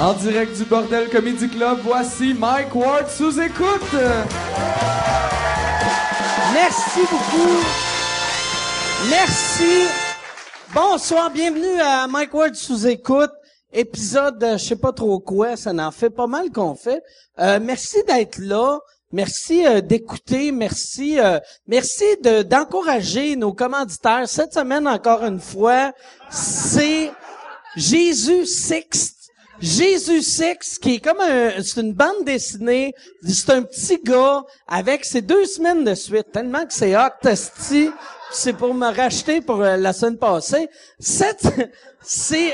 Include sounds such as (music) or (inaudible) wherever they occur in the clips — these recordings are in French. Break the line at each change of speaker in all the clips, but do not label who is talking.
En direct du Bordel Comedy Club, voici Mike Ward sous écoute.
Merci beaucoup. Merci. Bonsoir, bienvenue à Mike Ward sous écoute. Épisode, euh, je sais pas trop quoi, ça en fait pas mal qu'on fait. Euh, merci d'être là. Merci euh, d'écouter, merci, euh, merci de- d'encourager nos commanditaires. Cette semaine, encore une fois, c'est Jésus Sixte. Jésus Six, qui est comme un, c'est une bande dessinée, c'est un petit gars avec ses deux semaines de suite, tellement que c'est hot, esti. c'est pour me racheter pour euh, la semaine passée. Cette, (laughs) c'est,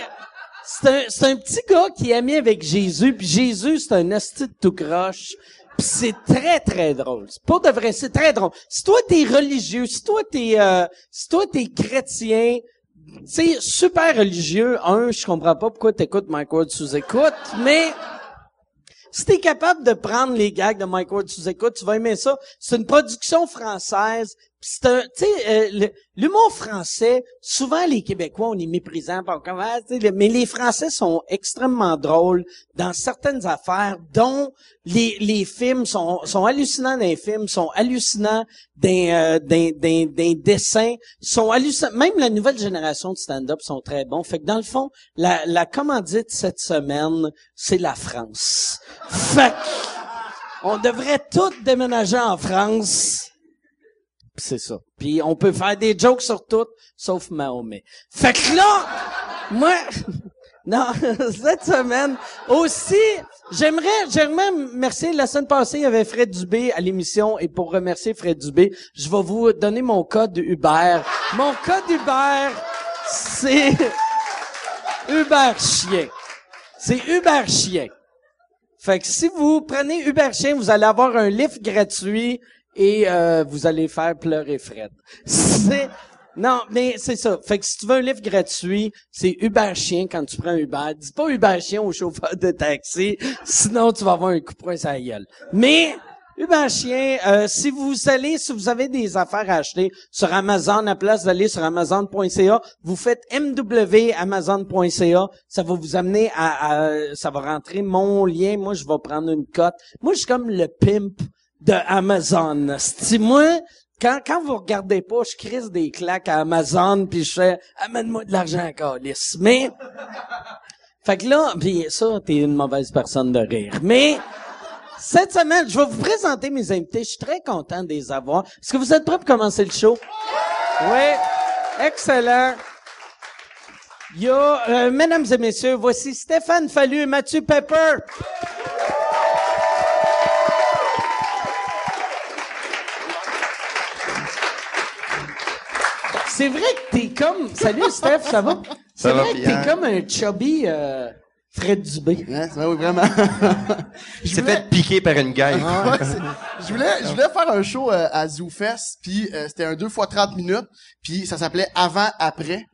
c'est un, c'est un petit gars qui est ami avec Jésus, puis Jésus, c'est un esti de tout croche. Puis c'est très, très drôle. C'est Pour de vrai, c'est très drôle. Si toi, t'es religieux, si toi, t'es, euh, si toi, t'es chrétien, c'est super religieux. Un, je comprends pas pourquoi t'écoutes Mike Ward sous écoute, mais si t'es capable de prendre les gags de Mike Ward sous écoute, tu vas aimer ça. C'est une production française. pis c'est un, tu sais, euh, le- l'humour français, souvent les Québécois, on est méprisants, pis on comme, ah, tu sais, le- mais les Français sont extrêmement drôles dans certaines affaires, dont les, les films sont, sont hallucinants dans les films, sont hallucinants dans, euh, dans, dans, dans les dessins, sont hallucinants. Même la nouvelle génération de stand-up sont très bons. Fait que dans le fond, la, la commandite cette semaine, c'est la France. Fait que on devrait tous déménager en France. Pis C'est ça. Puis on peut faire des jokes sur tout, sauf Mahomet. Fait que là, moi, (laughs) non, (laughs) cette semaine, aussi, j'aimerais, j'aimerais remercier, la semaine passée, il y avait Fred Dubé à l'émission, et pour remercier Fred Dubé, je vais vous donner mon code Uber. Mon code Uber, c'est (laughs) Uber Chien. C'est Uber Chien. Fait que si vous prenez Uber Chien, vous allez avoir un lift gratuit et euh, vous allez faire pleurer Fred. C'est non, mais c'est ça. Fait que si tu veux un lift gratuit, c'est Uber Chien quand tu prends Uber. Dis pas Uber Chien au chauffeur de taxi, sinon tu vas avoir un coup de poing sur la gueule. Mais Uber Chien, euh, si vous allez, si vous avez des affaires à acheter sur Amazon, à place d'aller sur Amazon.ca, vous faites mwamazon.ca, ça va vous amener à, à- ça va rentrer mon lien. Moi, je vais prendre une cote. Moi, je suis comme le pimp de Amazon. Si moi, quand, quand vous regardez pas, je crise des claques à Amazon puis je fais amène-moi de l'argent encore, Mais fait que là, puis ça, t'es une mauvaise personne de rire. Mais cette semaine, je vais vous présenter mes invités. Je suis très content de les avoir. Est-ce que vous êtes prêts pour commencer le show? Oui. Excellent. Il y a, euh, mesdames et messieurs, voici Stéphane Fallu et Mathieu Pepper. C'est vrai que t'es comme... Salut, Steph, ça va? C'est
va
vrai que
bien.
t'es comme un chubby euh, Fred Dubé.
Hein, ça,
(laughs)
oui, vraiment.
Il s'est fait piquer par une gueule.
Ouais, c'est- je voulais, je voulais faire un show euh, à ZooFest, puis euh, c'était un 2 fois 30 minutes, puis ça s'appelait Avant-Après.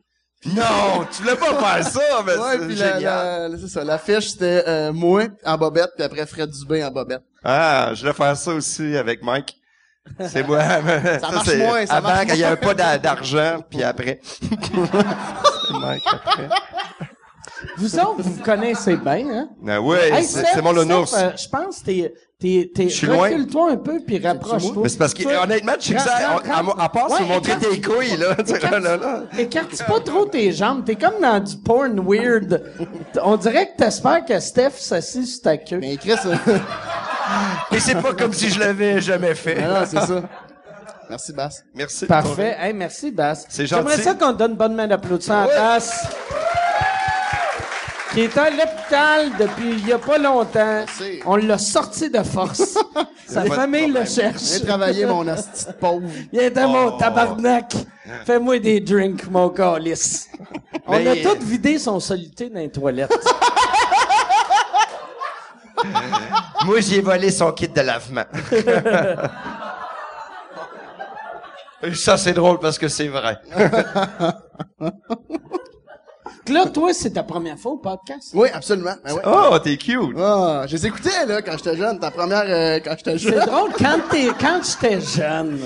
Non, tu voulais pas faire ça, mais
Ouais, puis
c'est
la,
génial.
la, la- c'est ça, l'affiche c'était euh, moi en bobette, puis après Fred Dubé en bobette.
Ah, je voulais faire ça aussi avec Mike. C'est moi. (laughs) Ça,
marche
c'est
moins, ça
Avant,
marche
quand il y avait pas
moins.
d'a- d'argent, puis après. C'est Mike après.
Vous autres, vous connaissez bien, hein?
Ah ouais,
Hey,
c'est
Steph,
c'est mon nounours.
Steph, euh, je pense que t'es, t'es, t'es,
Je suis loin.
recule-toi un peu puis rapproche-toi.
Mais c'est parce que,
Toi,
honnêtement, tu sais,
rentre,
à,
rentre,
à,
rentre.
à part se
Ouais,
montrer
écarte-
tes couilles, là, tu sais, (laughs) là, là, là.
Écarte pas trop tes jambes. T'es comme dans du porn weird. On dirait que t'espères que Steph s'assit sur ta queue.
Mais Chris, euh, (laughs)
Et c'est pas comme si je l'avais jamais fait.
ah non, c'est ça. (laughs) Merci Bass.
Merci.
Parfait. Hey, merci, Bass.
C'est
J'aimerais
gentil.
ça qu'on donne bonne main d'applaudissement
Ouais.
à Bass. Qui est à l'hôpital depuis il y a pas longtemps.
Merci.
On l'a sorti de
(laughs)
force. Sa
Pas de
famille le
problème.
J'ai
cherche.
travaillé mon hostie de
(laughs)
pauvre.
Viens dans mon
Oh.
tabarnak. Fais-moi des drinks, mon calice.
(laughs)
On
Mais-
a tout vidé son soluté dans les
(laughs)
toilettes.
Moi, j'ai volé son kit de lavement. Et Ça, c'est drôle parce que c'est vrai.
Fait que là, toi, c'est ta première fois au podcast.
Oui, absolument. Ben ouais.
Oh, t'es cute.
Ah, je les écoutais là quand j'étais jeune, ta première euh, quand j'étais
C'est
jeune.
drôle, quand t'es, quand j'étais jeune,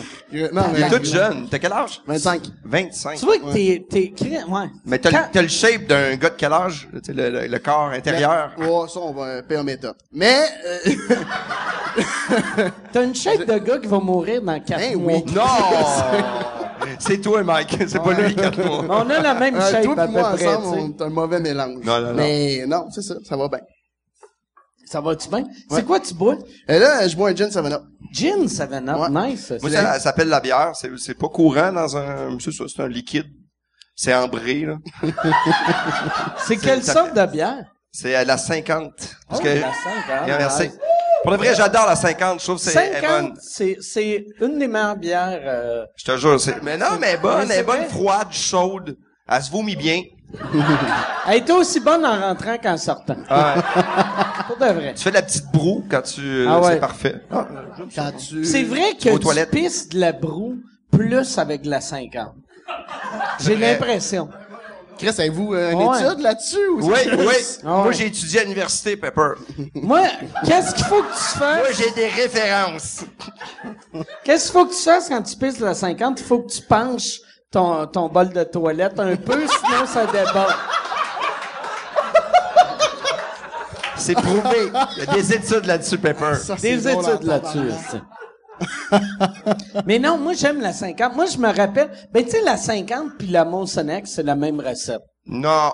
Non,
Il est
mais-
tout jeune. T'as quel âge?
25.
25.
Tu vois que t'es, t'es, cré- ouais.
Mais t'as le-
Quand-
t'as le shape d'un gars de quel âge? Tu sais, Le, le- le corps intérieur.
Ouais, ça, on va payer un méthode. Mais, euh,
T'as une shape de gars qui va mourir dans quatre
Ben
mois.
oui.
(laughs)
Non! C'est toi, Mike. C'est pas lui, quatre
Mais
mois.
On a la
(laughs)
même
euh,
shape
toi
à
et
peu
moi
près,
ensemble,
tu
on est un mauvais mélange.
Non, non, non.
Mais non, c'est ça, ça va bien.
sais. Ça va-tu bien? C'est quoi tu bois?
Et là, je bois un gin 7-up.
Gin, ça va not
Ouais.
nice. ça.
Moi, ça, ça s'appelle la bière. C'est c'est pas courant dans un... C'est ça, c'est un liquide. C'est ambré, là.
C'est quelle
ça-
sorte de bière?
C'est à la 50. Parce que...
Oh, la 50,
Et en verset-
nice.
Pour de vrai, j'adore la 50. Je trouve que c'est elle est bonne.
50, c'est, c'est une des meilleures bières. euh,
Je te jure. c'est- Mais non, mais elle est bonne.
Mais
Elle
c'est
est bonne
vrai.
froide, chaude. Elle se vomit bien.
Elle était aussi bonne en rentrant qu'en sortant. Pour de vrai.
Ah. Tu fais de la petite broue quand tu...
Ah ouais.
C'est parfait. Ah,
Quand tu...
C'est vrai
vas
que
aux
tu
toilettes.
pisses de la broue plus avec de la 50. J'ai
vrai.
l'impression.
Chris, avez-vous euh, une
Ouais.
étude là-dessus? ou
Oui,
c'est
oui.
juste-
Ah (laughs) ouais.
Moi, j'ai étudié à l'université, Pepper.
Moi, qu'est-ce qu'il faut que tu
Moi,
fasses?
j'ai des références.
Qu'est-ce qu'il faut que tu fasses quand tu pisses de la 50? Il faut que tu penches ton, ton bol de toilette un peu, sinon ça déborde.
C'est prouvé. Il y a des études là-dessus, Pepper.
Ça, c'est
Des
drôle en
études là-dessus.
tabarnak.
(laughs)
ça. Mais non, moi, j'aime la 50. Moi, je me rappelle... Ben, tu sais, la 50 puis la Monsonex, c'est la même recette.
Non.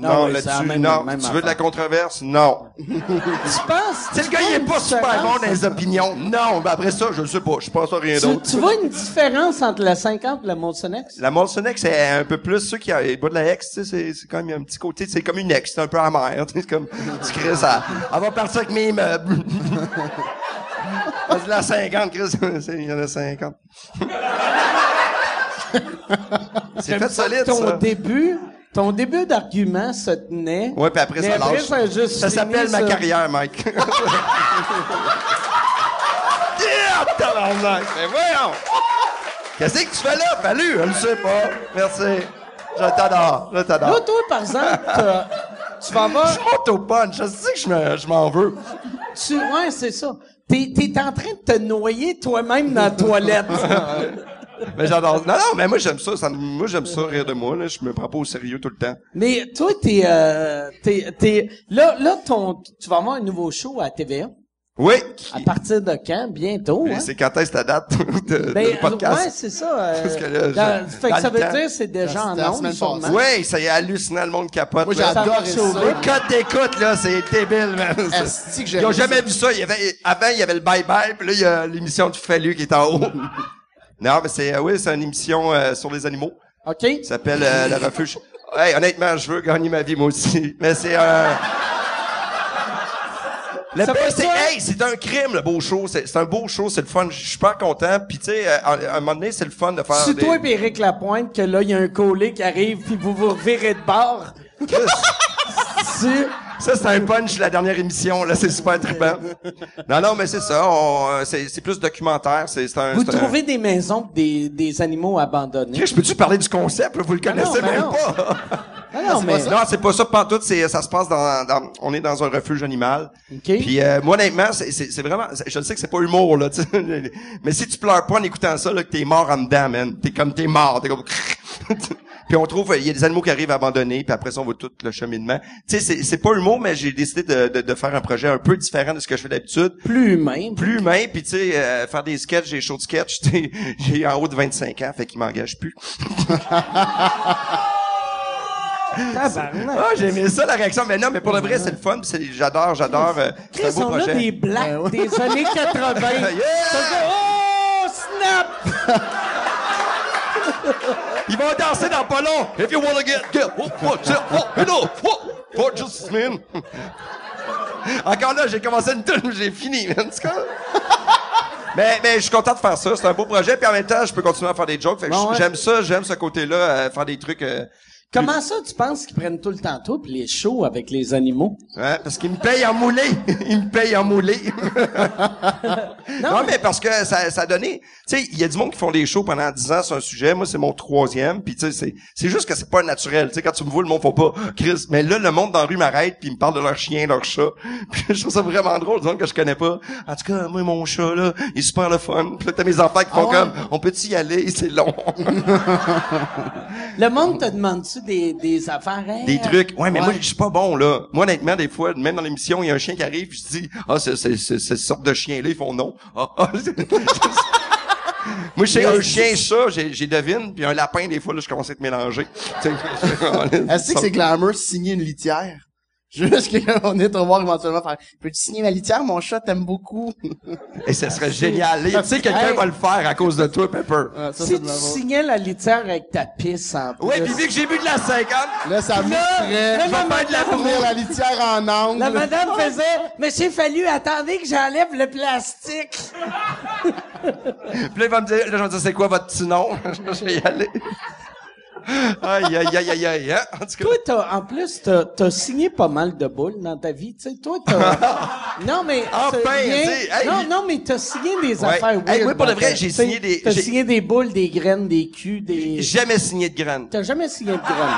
Non,
Non,
oui, Ah c'est la
là-dessus,
même-
non.
même
tu veux de la
affaire.
controverse? Non.
Tu penses...
Tu sais,
tu
le gars, il est
vois
pas
une
super bon
différence?
dans les opinions. Non, mais après ça, je le sais pas. Je pense à rien
Tu,
d'autre.
tu vois une différence entre la 50 et la Monsonex?
La Molsonex, c'est un peu plus ceux qui ont bout de la ex, tu sais, c'est- c'est quand même il y a un petit côté, c'est comme une ex, c'est un peu amer, tu sais, c'est comme, tu crées ça, elle va partir avec mes meubles. Parce que la 50, Chris, c'est- il y en a 50. c'est fait solide,
ton
ça.
début, ton début d'argument se tenait.
Ouais, puis après,
mais
ça
après,
lâche.
ça a juste
Ça
fini
s'appelle ma
sur-
carrière, Mike. Yeah, tabarnak! Mais voyons! Qu'est-ce que tu fais là? Fallu, je le sais pas. Merci. Je t'adore, je
Là,
t'adore.
toi, par exemple, t'as- tu vas avoir,
Je monte au punch, je sais que je me- je m'en veux.
tu, ouais, c'est ça. T'es, t'es en train de te noyer toi-même dans la
(laughs)
toilette.
Mais j'adore. Non, non, mais moi j'aime ça, ça me- Moi j'aime ça rire de moi, là. Je me prends pas au sérieux tout le temps.
mais toi, t'es, euh, t'es, t'es, là, là, ton, tu vas avoir un nouveau show à TVA.
Oui!
À partir de quand? Bientôt, hein?
C'est quand est-ce ta date de,
Ben,
de podcast?
ouais, c'est ça. euh,
Parce que là,
dans-
je-
fait que
dans
ça
le
veut
temps.
dire que c'est déjà
Dans-
en
dans la
ondes,
semaine
sûrement.
passée.
Oui, ça y est hallucinant, le monde capote.
Moi,
là.
Ça
j'adore
marche au
ça.
bout.
Quand t'écoutes, là, c'est débile, man.
Asti que j'ai
Ils ont
aimé
jamais vu ça. Il y avait, avant, il y avait le bye-bye, puis là, il y a l'émission du Fallu qui est en haut. (laughs) non, mais c'est, euh, oui, c'est une émission euh, sur les animaux.
OK?
Ça s'appelle euh, Le Refuge. Hey, honnêtement, je veux gagner ma vie, moi aussi. Mais
(laughs)
c'est un... Le
Ça
pire,
fait
c'est,
ça?
hey, c'est un crime, le beau show. C'est, c'est un beau show, c'est le fun. Je suis pas content. Puis, tu sais, euh, à, à un moment donné, c'est le fun de faire
C'est
des...
toi et Éric Lapointe que là, il y a un collé qui arrive puis vous vous revirez de bord. C'est-
(laughs) Ça, c'est un punch, la dernière émission, là, c'est super trippant. Non, non, mais c'est ça, on, euh, c'est, c'est plus documentaire, c'est, c'est un...
Vous
c'est un-
trouvez des maisons pour des, des animaux abandonnés.
Chris, peux-tu parler du concept, là? Vous le
non,
connaissez
ben
même
non.
pas!
Ah non, mais...
Non, c'est pas ça pantoute, c'est, ça se passe dans, dans- on est dans un refuge animal.
OK.
Puis, euh, moi, honnêtement, c'est, c'est, c'est vraiment, c'est- je sais que c'est pas humour, là, tu sais. (laughs) Mais si tu pleures pas en écoutant ça, là, que t'es mort en dedans, man. T'es comme, t'es mort, t'es comme... (laughs) Puis on trouve, il y a des animaux qui arrivent abandonnés, puis après ça, on voit tout le cheminement. Tu sais, c'est, c'est pas humour, mais j'ai décidé de, de, de faire un projet un peu différent de ce que je fais d'habitude.
Plus humain.
plus humain, puis tu sais, euh, faire des sketchs, (laughs) des shows de sketch, tu sais, j'ai en haut de 25 ans, fait qu'il m'engage plus.
Tabarnak.
Ah, j'ai aimé ça, la réaction, mais non, mais pour le vrai, c'est le fun, pis c'est- j'adore, j'adore, euh, c'est un
Chris,
beau
on a
projet. Ben
des blacks des années 80.
(laughs) Yeah! (laughs)
Ça fait, Oh, snap!
Ils vont danser dans pas long! If you wanna get, get, oh, oh, shit, oh, hello, oh, oh, just a minute. (laughs) Encore là, j'ai commencé une tune, j'ai fini, man, c'est quoi? (laughs) Mais, mais je suis content de faire ça, c'est un beau projet, puis en même temps, je peux continuer à faire des jokes, fait que
Bon, ouais.
j'aime ça, j'aime ce côté-là, euh, faire des trucs... euh,
Comment ça, tu penses qu'ils prennent tout le temps tout pis les shows avec les animaux?
Ouais, Hein? parce qu'il me paye en moulé. (laughs) Il me paye en (laughs) moulé. non, mais... parce que ça, ça a donné... Tu sais, il y a du monde qui font des shows pendant 10 ans sur un sujet. Moi, c'est mon troisième. Puis, tu sais, c'est- c'est juste que c'est pas naturel. Tu sais, quand tu me vois, le monde faut pas... Chris, mais là, le monde dans la rue m'arrête puis ils me parle de leur chien, leur chat. (laughs) Puis, je trouve ça vraiment drôle, disons que je connais pas. En tout cas, moi, mon chat, là, il est super le fun. Puis là, t'as mes enfants qui font comme... On peut-tu y aller? C'est (laughs) long.
Le monde te demande-tu des, des affaires? Hey,
Des
euh,
trucs. Ouais, mais moi, je suis pas bon, là. Moi, honnêtement, des fois, même dans l'émission, il y a un chien qui arrive, puis je dis, ah, c'est, c'est, c'est, c'est cette sorte de chien-là, ils font non. Ah, ah, (laughs) c'est- moi, je sais, un chien, ça, j'ai, j'ai devine, puis un lapin, des fois, là, je commence à être mélangé. Tu sais, (laughs)
Est-ce que c'est glamour signer une litière? (laughs) Juste qu'on est au voir éventuellement faire Peux-tu signer ma litière? Mon chat t'aime beaucoup.
Et ça serait génial. Et Tu sais, quelqu'un
Hey.
va le faire à cause de toi, Pepper.
Ah, ça, c'est
Si
de
tu
la vôtre.
signais la litière avec ta pisse en plus.
Ouais, puis vu que j'ai bu de la 50,
Là, ça me
je
ferait
vais faire de la
tourner
broue.
la litière en angle.
La madame faisait, monsieur Fallu, attendez que j'enlève le plastique.
Puis là, il va me dire, là, je vais me dire, c'est quoi votre petit nom? (laughs) je vais y aller. Aïe, aïe, aïe, aïe, aïe, hein? En tout cas.
Toi, t'as, en plus, t'as, t'as signé pas mal de boules dans ta vie, tu sais. Toi,
(laughs)
t'as, non, mais,
Ah,
t'as
ben,
rien-
dis, hey,
non,
il-
non, mais t'as signé des
Ouais.
affaires
Hey,
weird
moi, pour de
dans
vrai,
ta-
j'ai
tu sais,
signé des-
t'as
j'ai-
signé des boules, des graines, des culs, des,
Jamais signé de graines.
t'as jamais signé de graines.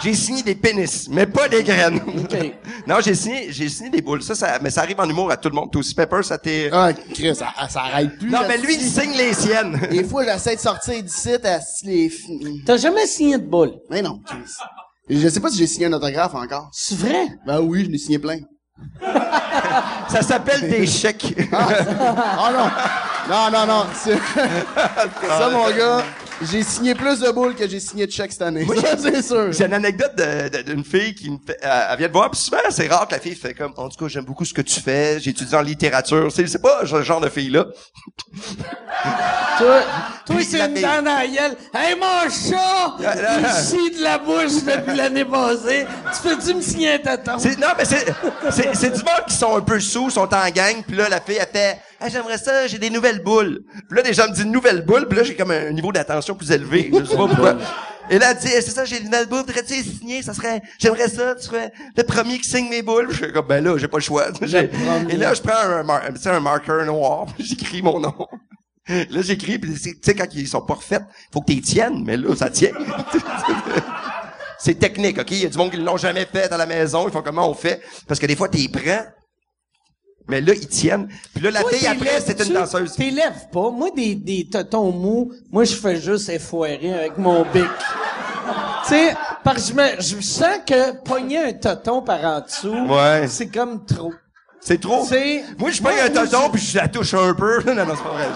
J'ai signé des pénis, mais pas des graines.
Ok.
(laughs) non, j'ai signé, j'ai signé des boules. Ça, ça, mais ça arrive en humour à tout le monde. Toi aussi, Pepper, ça t'est...
Ah, Chris, ça, ça arrête plus.
non,
là.
mais lui, il signe les siennes.
(laughs) Des fois, j'essaie de sortir d'ici, à les filles.
T'as jamais signé de boules.
Mais non, Chris. Je sais pas si j'ai signé un autographe encore.
C'est vrai?
Ben oui, je l'ai signé plein.
ça s'appelle
(laughs)
des chèques.
Oh non! Non, non, non. C'est- (laughs) ça,
Ah,
mon gars, j'ai signé plus de boules que j'ai signé de chèques cette année. Ça, (laughs) c'est sûr.
J'ai une anecdote de- de- d'une fille qui me fait, elle, elle vient de voir, puis souvent, c'est rare que la fille fait comme, en tout cas, j'aime beaucoup ce que tu fais, j'étudie en littérature. C'est, c'est pas ce genre de fille-là.
Toi, toi,
Puis
c'est
la Ah,
une
paix.
dent dans la gueule. Hey, mon
(laughs)
chat!
là, là.
Il chie de la bouche depuis l'année passée. Tu peux-tu me signer un taton?
C'est, non, mais c'est, c'est, c'est du monde qui sont un peu sous, sont en gang, puis là, la fille, elle fait, ah, j'aimerais ça, j'ai des nouvelles boules. Puis là, les gens me disent nouvelles boules, puis là, j'ai comme un niveau d'attention plus élevé. Je sais pas pourquoi. Et là, elle dit, Eh, c'est ça, j'ai des nouvelles boules, voudrais-tu les signer? Ça serait, j'aimerais ça, tu serais le premier qui signe mes boules. Puis Je suis comme, ben là, j'ai pas le choix. J'ai- Et là, je prends un, mar- tu sais, un marqueur noir, (laughs) puis j'écris mon nom. Là, j'écris, puis c'est- tu sais, quand ils sont pas refaits, faut que tu les tiennes, mais là, ça tient. (laughs) C'est technique, OK? Il y a du monde qui l'ont jamais fait à la maison. Ils font comment on fait? Parce que des fois, t'y prends. Mais là, ils tiennent. Puis là, la
Toi,
fille,
t'es
après,
lève-
c'est une
tu-
danseuse.
T'es lèves pas. Moi, des, des totons mous, moi, je fais juste effoirer avec mon bec. tu sais, parce que je, me, je sens que pogner un toton par en dessous,
Ouais.
c'est comme trop.
C'est trop.
C'est-
Moi, je prends
Moi,
un
moi,
tonton,
je-
puis je la touche un peu. (laughs) Non, non, c'est pas vrai.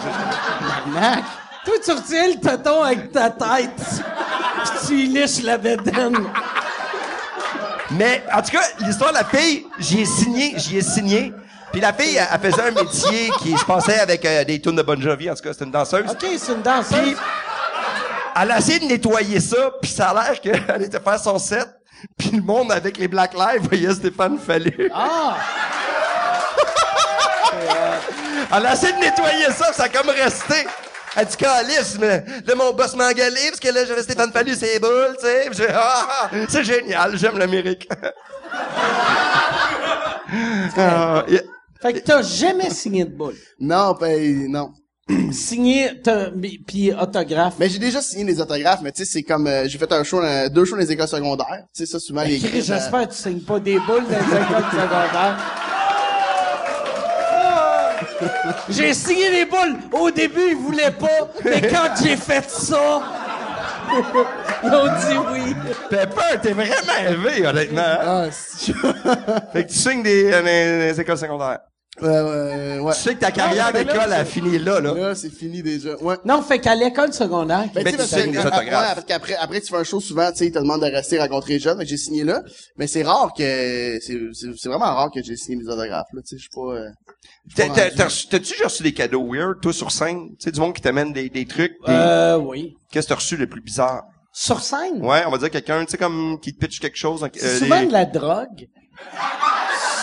Je-
Mac, toi, tu retiens le toton avec ta tête, puis tu y liches la bédaine.
Mais, en tout cas, l'histoire de la fille, j'y ai signé, j'y ai signé. Puis la fille, elle, elle faisait un métier qui, je pensais, avec euh, des tunes de Bon Jovi. En tout cas, c'était une danseuse.
OK, c'est une danseuse.
Puis, elle a essayé de nettoyer ça, puis ça a l'air qu'elle était faire son set. Puis le monde avec les Black Lives voyait Stéphane Fallu.
Ah!
Elle a essayé de nettoyer ça, puis ça a comme resté. Elle dit, calice, mais là, mon boss m'a engueulé, parce que là, j'avais Stéphane Fallu, c'est boule, tu sais. Puis j'ai, ah, ah, c'est génial, j'aime l'Amérique. (laughs) Ah, yeah.
Fait que t'as jamais signé de boule.
Non, ben, non.
Signé, t'as- mais- puis autographe.
Mais j'ai déjà signé des autographes, mais tu sais, c'est comme, euh, j'ai fait un show, dans- deux shows dans les écoles secondaires. Tu sais, ça, souvent, les
Ben, Chris,
kids, euh,
J'espère que tu signes pas des boules dans les écoles secondaires. Ah! J'ai signé des boules. Au début, ils voulaient pas. Mais quand j'ai fait ça, ils ont dit oui.
Pepper, t'es vraiment élevé, honnêtement. hein?
Ah, c'est- (laughs)
Fait que tu signes des, euh, des- des écoles secondaires.
Ouais, ouais, ouais.
Tu sais que ta carrière d'école a fini là, là.
Là, c'est fini déjà. Ouais.
Non, fait qu'à l'école secondaire.
Ben,
Mais tu
tu sais, parce que-
signes des
euh,
autographes.
ouais, parce qu'après, après, tu fais un show souvent, tu sais, ils te demandent de rester rencontrer les jeunes, mais j'ai signé là. Mais c'est rare que, c'est, c'est, c'est vraiment rare que j'ai signé mes autographes, là, tu sais, je suis pas, euh,
T'as-
pas
t'as-
rendu.
t'as reçu- T'as-tu déjà reçu des cadeaux weird, toi, sur scène? Tu sais, du monde qui t'amène des, des trucs. des-
Euh, oui.
Qu'est-ce que t'as reçu le plus bizarre?
Sur scène.
Ouais, on va dire quelqu'un, tu sais, comme, qui te pitch quelque chose.
C'est
euh,
souvent
des-
de la drogue.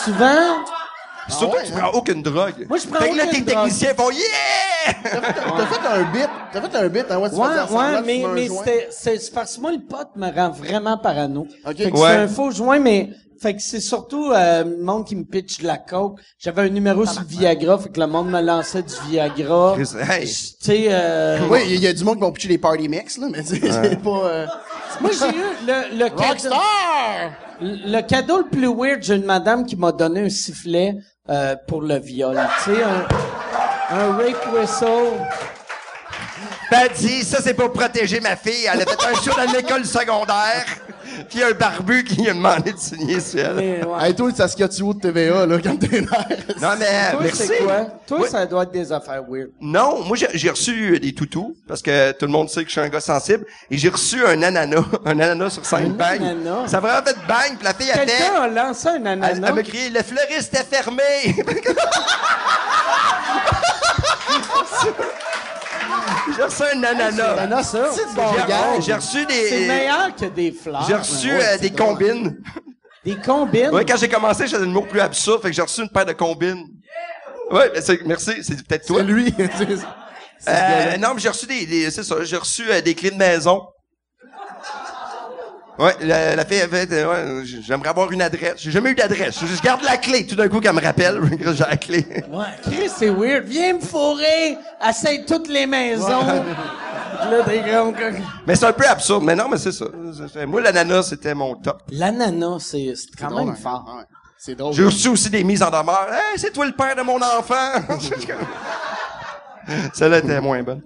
Souvent.
Surtout
ouais,
que tu
hein?
prends aucune drogue.
hein. Moi, je prends
Fait que là,
aucune
tes
drogue.
techniciens font « Yeah!
(laughs)
Yeah!
T'as fait un bit, t'as fait un bit, hein, ouais, tu
Ouais,
faisais semblant
ouais,
de
mais,
fumer un
mais
joint.
c'était, c'est, parce que moi, le pote me rend vraiment parano.
Ok.
Fait que
Ouais.
c'est un faux joint, mais, fait que c'est surtout, euh, le monde qui me pitch de la coke. J'avais un numéro sur le Viagra, fait que le monde me lançait du Viagra.
Chris, hey.
Je- Tu sais, euh,
Oui, il y, a du monde qui vont pitcher les party mix, là, mais c'est c'est pas... euh,
moi, j'ai eu le, le cadeau,
Rockstar!
le cadeau le plus weird, j'ai une madame qui m'a donné un sifflet, euh, pour le viol. Tu sais, un, un rape whistle.
Ben, dis, ça, c'est pour protéger ma fille. Elle a fait un show dans l'école secondaire. Puis il y a un barbu qui lui a demandé de signer sur elle.
Mais, ouais.
Hey, toi, le Saskia Tuo de TVA, là, quand t'es là.
Non, mais
Toi,
merci.
c'est quoi? Toi,
Oui.
ça doit être des affaires weird.
Non, moi, j'ai j'ai reçu euh, des toutous, parce que tout le monde sait que je suis un gars sensible, et j'ai reçu un ananas, (laughs) un ananas sur scène,
Un
bang.
ananas?
Ça a vraiment fait bang, puis la fille, elle fait...
Quelqu'un a lancé un ananas.
Elle, elle m'a crié, le fleuriste est fermé! j'ai reçu un ananas.
Ananas, ça. C'est bon
J'ai-
gars.
J'ai reçu
C'est
des...
meilleur que des fleurs.
J'ai reçu
Ah, Ouais,
euh,
ouais,
des
c'est drôle.
combines.
Des combines?
Ouais, quand j'ai commencé, j'avais une mot plus absurde, fait que j'ai reçu une paire de combines. Ouais, mais c'est- merci, c'est peut-être toi.
C'est lui. (laughs) C'est- c'est
Euh,
violent.
non, mais j'ai reçu des, des- c'est ça, j'ai reçu euh, des clés de maison. Ouais, la, la fille avait, euh, ouais, j- j'aimerais avoir une adresse. J'ai jamais eu d'adresse. Je, je garde la clé. Tout d'un coup, qu'elle me rappelle, (laughs) j'ai la clé.
Ouais, Chris, c'est weird. Viens me fourrer. Essaye toutes les maisons. Là, des grands gars.
Mais c'est un peu absurde. Mais non, mais c'est ça. C'est- c'est- Moi, l'ananas, c'était mon top.
L'ananas, c'est c'est quand même
drôle, hein.
fort.
Ouais. C'est drôle.
J'ai reçu aussi des mises en demeure. Hey, c'est toi le père de mon enfant. (laughs) Celle-là était moins bonne.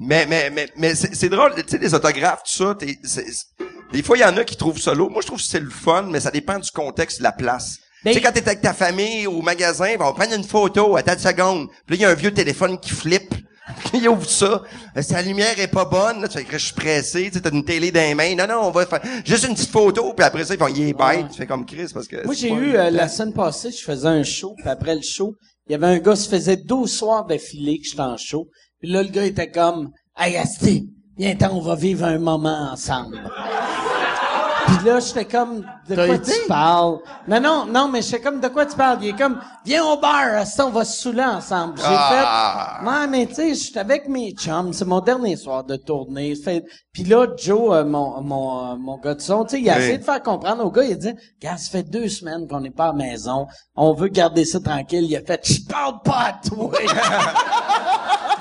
mais, mais, mais, mais c'est, c'est drôle, tu sais, les autographes, tout ça, t'es- c'est- c'est- des fois, il y en a qui trouvent ça lourd. Moi, je trouve que c'est le fun, mais ça dépend du contexte de la place.
Ben,
tu sais, quand t'es avec ta famille au magasin, ben, on prend une photo, attends une seconde. Puis là, il y a un vieux téléphone qui flippe. (laughs) Il ouvre ça. Euh, Si la lumière est pas bonne, là, tu fais que je suis pressé, tu sais, t'as une télé dans les mains. Non, non, on va faire juste une petite photo, puis après ça, ils font, il est bête. Tu fais comme Chris, parce que...
Moi,
c'est
j'ai
pas
eu,
un-
euh, la semaine passée, je faisais un show, puis après le show, il y avait un gars qui se faisait 12 soirs d'affilée que j'étais en show. Puis là, le gars était comme, « Hey, Asti, viens t'en, on va vivre un moment ensemble. » (laughs) Puis là, j'étais comme, « De
T'as
quoi
été?
tu parles? » Non, non, non, mais j'étais comme, « De quoi tu parles? » Il est comme, « Viens au bar, Asti, on va se saouler ensemble. » J'ai
Ah.
fait, « Ouais, mais tu sais, j'étais avec mes chums, c'est mon dernier soir de tournée. » Fait- Puis là, Joe, euh, mon, mon, euh, mon gars de son, tu sais, il a
Oui.
essayé de faire comprendre au gars, il a dit, gars, ça fait deux semaines qu'on n'est pas à la maison, on veut garder ça tranquille. Il a fait, je parle pas à toi. (laughs)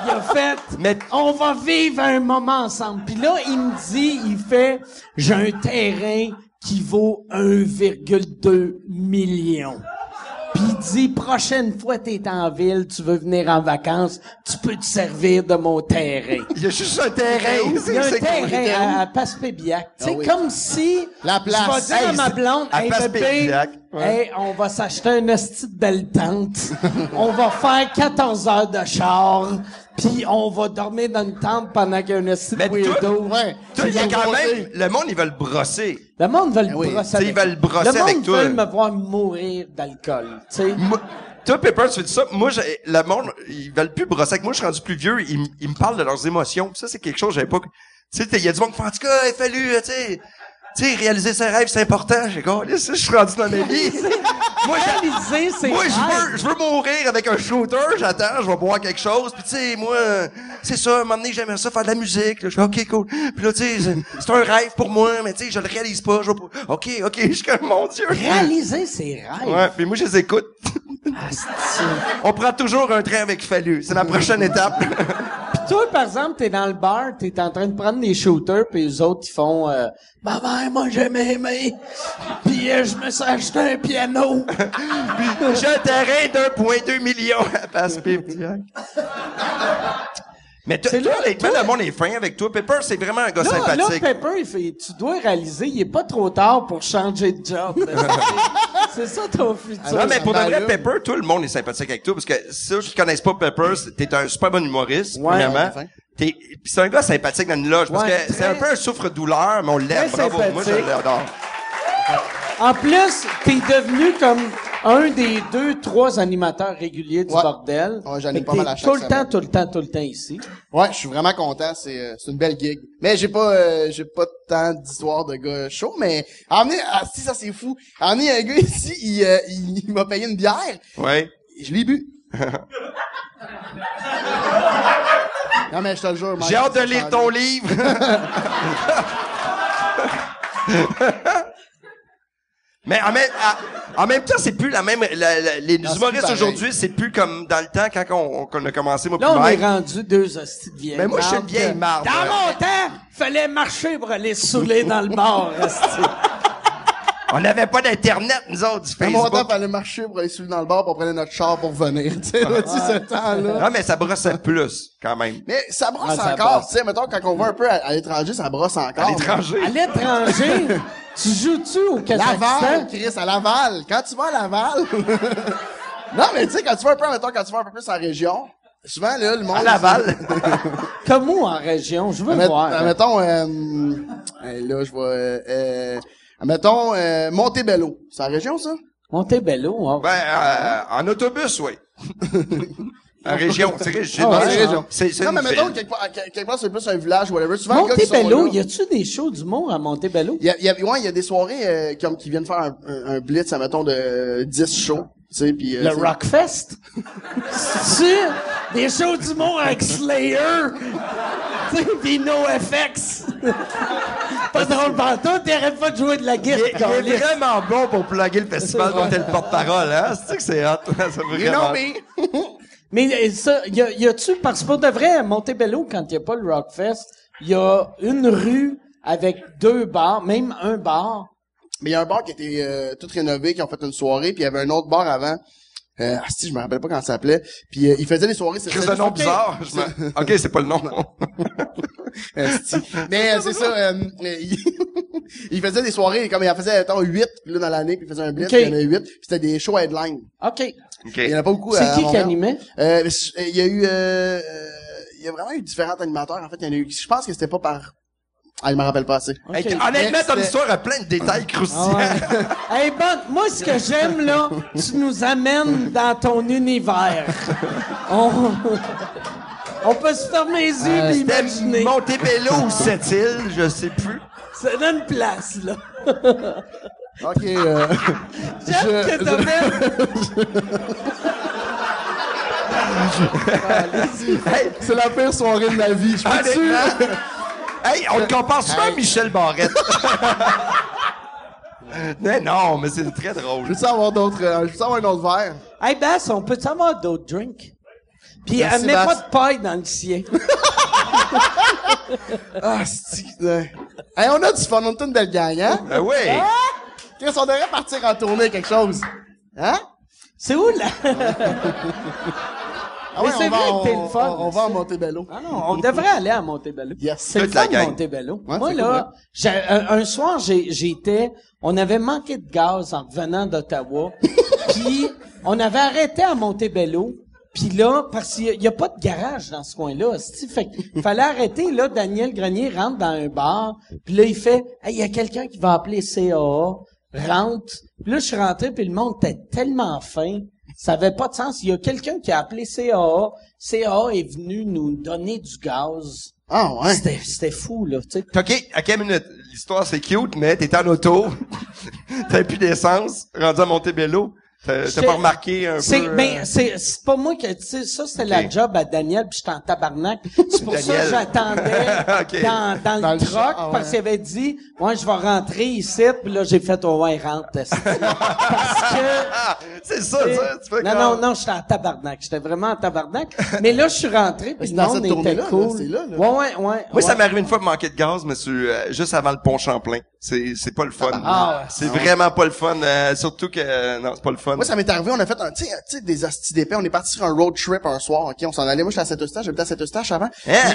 il a fait,
Mais-
on va vivre un moment ensemble. Puis là, il me dit, il fait, j'ai un terrain qui vaut 1,2 million. Puis il dit, prochaine fois t'es en ville, tu veux venir en vacances, tu peux te servir de mon terrain.
Il y a juste un terrain.
Ben Il y a un
Ben C'est-
terrain à, à
Ah
Passepébiac. Tu sais,
oui.
comme si...
La place.
Je vais dire à
Hey,
ma
c'est-
blonde,
à
hey, bébé,
Passepébiac, ouais.
hey, on va s'acheter une hostie de belle tente.
(laughs)
on va faire 14 heures de char. Puis on va dormir dans une tente pendant qu'il y a une hostie de
Mais toi-
weirdo.
Ouais.
Tu sais, Il y a
Ils
quand
vont
même...
voter.
Le monde, ils veulent brosser.
Le monde veut le
oui.
brosser
Tu sais,
avec
ils veulent brosser
Le monde
avec toi.
veut me voir mourir d'alcool. Tu sais.
Moi- toi, Pepper, tu fais ça. Moi, j'ai- le monde, ils veulent plus brosser avec moi. Je suis rendu plus vieux. Ils, m- ils me parlent de leurs émotions. Puis Ça, c'est quelque chose que j'avais pas... Tu sais, il y a du monde qui fait, en tout cas, il a fallu, euh, tu sais... Tu sais, réaliser ses rêves, c'est important. J'ai quoi, je suis rendu dans ma vie. moi, j'ai-
Réaliser, c'est
moi,
vrai.
je veux, je veux mourir avec un shooter. J'attends, je vais boire quelque chose. Puis tu sais, moi, euh, c'est ça. À un moment donné, j'aimerais ça faire de la musique. là. Je fais ok, cool. Puis là, tu sais, c'est- c'est un rêve pour moi, mais tu sais, je le réalise pas. Je vais pas- ok, ok, (laughs) je suis comme mon Dieu.
Réaliser ses rêves.
Ouais, puis moi, je les écoute.
Asti.
On prend toujours un train avec Fallu. C'est
(laughs)
ma prochaine étape.
Toi, par exemple, t'es dans le bar, t'es en train de prendre des shooters, puis les autres, ils font euh, « Ma mère m'a jamais aimé, puis euh, je me suis acheté un piano. (laughs)
J'ai un terrain d'1,2 million à Passe-Pipe. Mais toi,
C'est
toi,
là,
les- toi, le monde est fin avec toi. Pepper, c'est vraiment un gars »
Là, là,
sympathique.
Pepper, il fait, tu dois réaliser, il est pas trop tard pour changer de
(laughs)
job. C'est ça ton futur.
Ah, non, mais
ça
pour de vrai,
m'allume.
Pepper, tout le monde est sympathique avec toi, parce que ceux qui connaissent pas Pepper, c'est- t'es un super bon humoriste,
Ouais,
premièrement.
enfin.
T'es- pis c'est un gars sympathique dans une loge, parce
Ouais,
que c'est un
très-
peu un souffre-douleur, mais on l'aime.
très
Bravo, moi, je
sympathique.
l'adore.
En plus, t'es devenu comme un des deux, trois animateurs réguliers du
Ouais.
bordel.
Ouais, j'en ai
Fait
pas
que
mal à
t'es
chaque
Tout le temps,
semaine.
tout le temps, tout le temps ici.
Ouais, je suis vraiment content. C'est euh, c'est une belle gig. Mais j'ai pas euh, j'ai pas tant d'histoires de gars chauds. Mais emmener ah si ça c'est fou. Emmener un gars ici, il euh, il, il m'a payé une bière.
Ouais.
Je l'ai
(laughs)
bu. non, mais je te le jure, Mike,
J'ai hâte de
ça
lire
change.
ton
(laughs)
livre. Mais en même, en- en même temps, c'est plus la même. la- la- les
c'est
humoristes
pareil.
aujourd'hui, c'est plus comme dans le temps quand on, on- qu'on a commencé, moi,
Là, on
Ben,
puis
est
Mike.
rendu deux hosties de vieilles
Mais moi, je suis une
mardes
vieille
que-
marde.
Dans mon temps, fallait marcher pour aller saouler dans le (laughs) bar, hostie.
On n'avait pas d'internet, nous autres, du
Dans mon temps,
Facebook.
fallait marcher pour aller soulever dans le bar, pour prendre notre char pour venir. (laughs) Tu sais,
Ah.
là, tu sais, ce temps-là.
Non, Ah, mais ça brossait plus quand même.
Mais ça brosse
Ah, ça
encore,
brosse.
tu sais, mettons, quand on va un peu à, à l'étranger, ça brosse encore.
À l'étranger.
À l'étranger, tu joues-tu au
Laval,
Kazakhstan?
Chris, à Laval. Quand tu vas à Laval. (laughs) non, mais tu sais, quand tu vas un peu, mettons, quand tu vas un peu plus en région, souvent, là, le monde.
À Laval. (laughs)
Comme où en région? Je veux
Met-
voir.
Mettons, euh, euh, là, je vois, euh, euh, mettons, euh, Montebello. C'est la région, ça?
Montebello, hein?
Ben, euh, en autobus,
(laughs)
oui. en région, c'est riche.
Ah,
dans
ouais,
la
c'est
région. C'est c'est
Non, mais
une
mettons,
ville.
quelque part, que- quelque part, c'est plus un village, whatever. Souvent, les gars qui sont
Montebello,
là-
y a-tu des shows d'humour à Montebello?
Il y a, il y a- ouais, il y a des soirées euh, comme qui viennent faire un, un, un blitz, mettons, de euh, 10 shows. Tu sais, puis euh,
Le
c'est-
(laughs) Rockfest? C'est des shows d'humour avec Slayer? (laughs) Tu sais, pis (laughs) NoFX? pas drôle partout, t'arrêtes pas de jouer de la guitare.
Il est, il est vraiment bon pour plugger le festival dont t'es le porte-parole, hein? C'est-tu que c'est hot? ça
Mais
vraiment...
non, mais...
Mais euh, ça, y, a- y a-tu, parce que pour de vrai, à Montebello, quand il n'y a pas le Rockfest, il y a une rue avec deux bars, même un bar.
Mais il y a un bar qui était euh, tout rénové, qui ont fait une soirée, puis il y avait un autre bar avant. Euh, si je me rappelle pas comment ça s'appelait. Puis euh, il faisait des soirées. C'est
Chris, c'est un nom bizarre. Je
(laughs)
me- OK, c'est pas le nom.
Asti. Mais euh, c'est ça. euh, euh, il... (laughs) il faisait des soirées, comme il en faisait attends, 8 là, dans l'année, puis il faisait un blitz,
Ok.
puis il y en a 8, puis c'était des shows headline.
OK.
(laughs) OK.
Il y en a pas beaucoup.
C'est
à
qui qui
Montréal.
animait?
Euh, mais je- euh, Il y a eu... euh, euh, Il y a vraiment eu différents animateurs. En fait, il y en a eu... Je pense que c'était pas par... Ah, je me rappelle pas assez.
OK.
Hey,
ah,
honnêtement, ton
C'était-
histoire a plein de détails croustillants.
Ah
(laughs)
ouais. hey, bon, moi, ce que j'aime,
(laughs)
là, tu nous amènes dans ton univers. On, on peut se fermer les yeux
Euh,
et
C'était
imaginer.
Montebello ou cette île, je sais plus.
Ça donne place, là.
OK. euh,
J'aime
(laughs) Je-
que t'amènes...
Hey,
c'est la pire soirée de ma vie. Je peux-tu-
honnêtement, hey, on te compare souvent à Michel
(laughs)
Barrette. mais non, mais c'est très
Je
drôle.
veux avoir d'autres. euh, je veux avoir un autre verre.
Hey, Bass, on peut-tu avoir d'autres drinks? Puis,
Merci,
euh, mets pas
Bass.
de paille dans le sien.
Ah, c'est Hey, on a du fun, on est une belle gang, hein?
Ben oui.
Qu'est-ce qu'on devrait partir en tournée, quelque chose? Hein?
C'est où, là?
Ah
Mais c'est vrai
on,
que t'es le fun.
On, on va à Montebello.
Ah non, on devrait aller à Montebello.
Yes.
C'est le
Toute la
fun,
gang.
Montebello.
Ouais,
Moi,
c'est
là, j'ai- un, un soir, j'ai- j'étais... On avait manqué de gaz en revenant d'Ottawa. puis, on avait arrêté à Montebello. Puis là, parce qu'il n'y a, pas de garage dans ce coin-là, hostie. fait qu'il fallait arrêter. Là, Daniel Grenier rentre dans un bar. Puis là, il fait, Hey, il y a quelqu'un qui va appeler CAA. Rentre. Puis là, je suis rentré, puis le monde était tellement fin. Ça avait pas de sens. Il y a quelqu'un qui a appelé CAA. CAA est venu nous donner du gaz.
Ah, ouais.
C'était, c'était fou, là, tu sais.
OK, à quelle minute? L'histoire, c'est cute, mais t'es en auto. (laughs) T'as plus d'essence. Rendu à Montebello. T'as t'as
J'étais-
pas remarqué un
C'est,
peu...
ben,
euh,
c'est, c'est pas moi qui tu sais, ça, c'est la
Ok.
job à Daniel, puis j'étais en tabarnak.
(laughs)
C'est pour ça que
Daniel.
j'attendais
(laughs) Ok.
dans, dans,
Dans
le
le
truck,
char, ah ouais.
parce qu'il avait dit, ouais, je vais rentrer ici, puis là, j'ai fait, oh, ouais, rentre, esti. Parce
(laughs)
que,
Ah, c'est ça, ça. Tu fais
non,
comme-
non, non, j'étais en tabarnak. J'étais vraiment en
(laughs)
tabarnak. Mais là, je suis rentré, puis
C'est
le
dans
monde
cette
était
tournée-là, là,
cool.
c'est là, là.
Ouais, ouais, ouais.
Moi, ça
ouais.
m'est arrivé une fois de manquer de gaz, mais sur, euh, juste avant le pont Champlain. C'est, c'est pas le fun.
Ah ouais.
C'est vraiment pas le fun. euh, surtout que, euh, non, c'est pas le fun.
Moi, ça m'est arrivé, on a fait un, tu sais, tu sais, des hosties d'épais. On est parti sur un road trip un soir, ok? On s'en allait. Moi, j'étais à Saint-Eustache, j'habitais à Saint-Eustache avant.
Hein?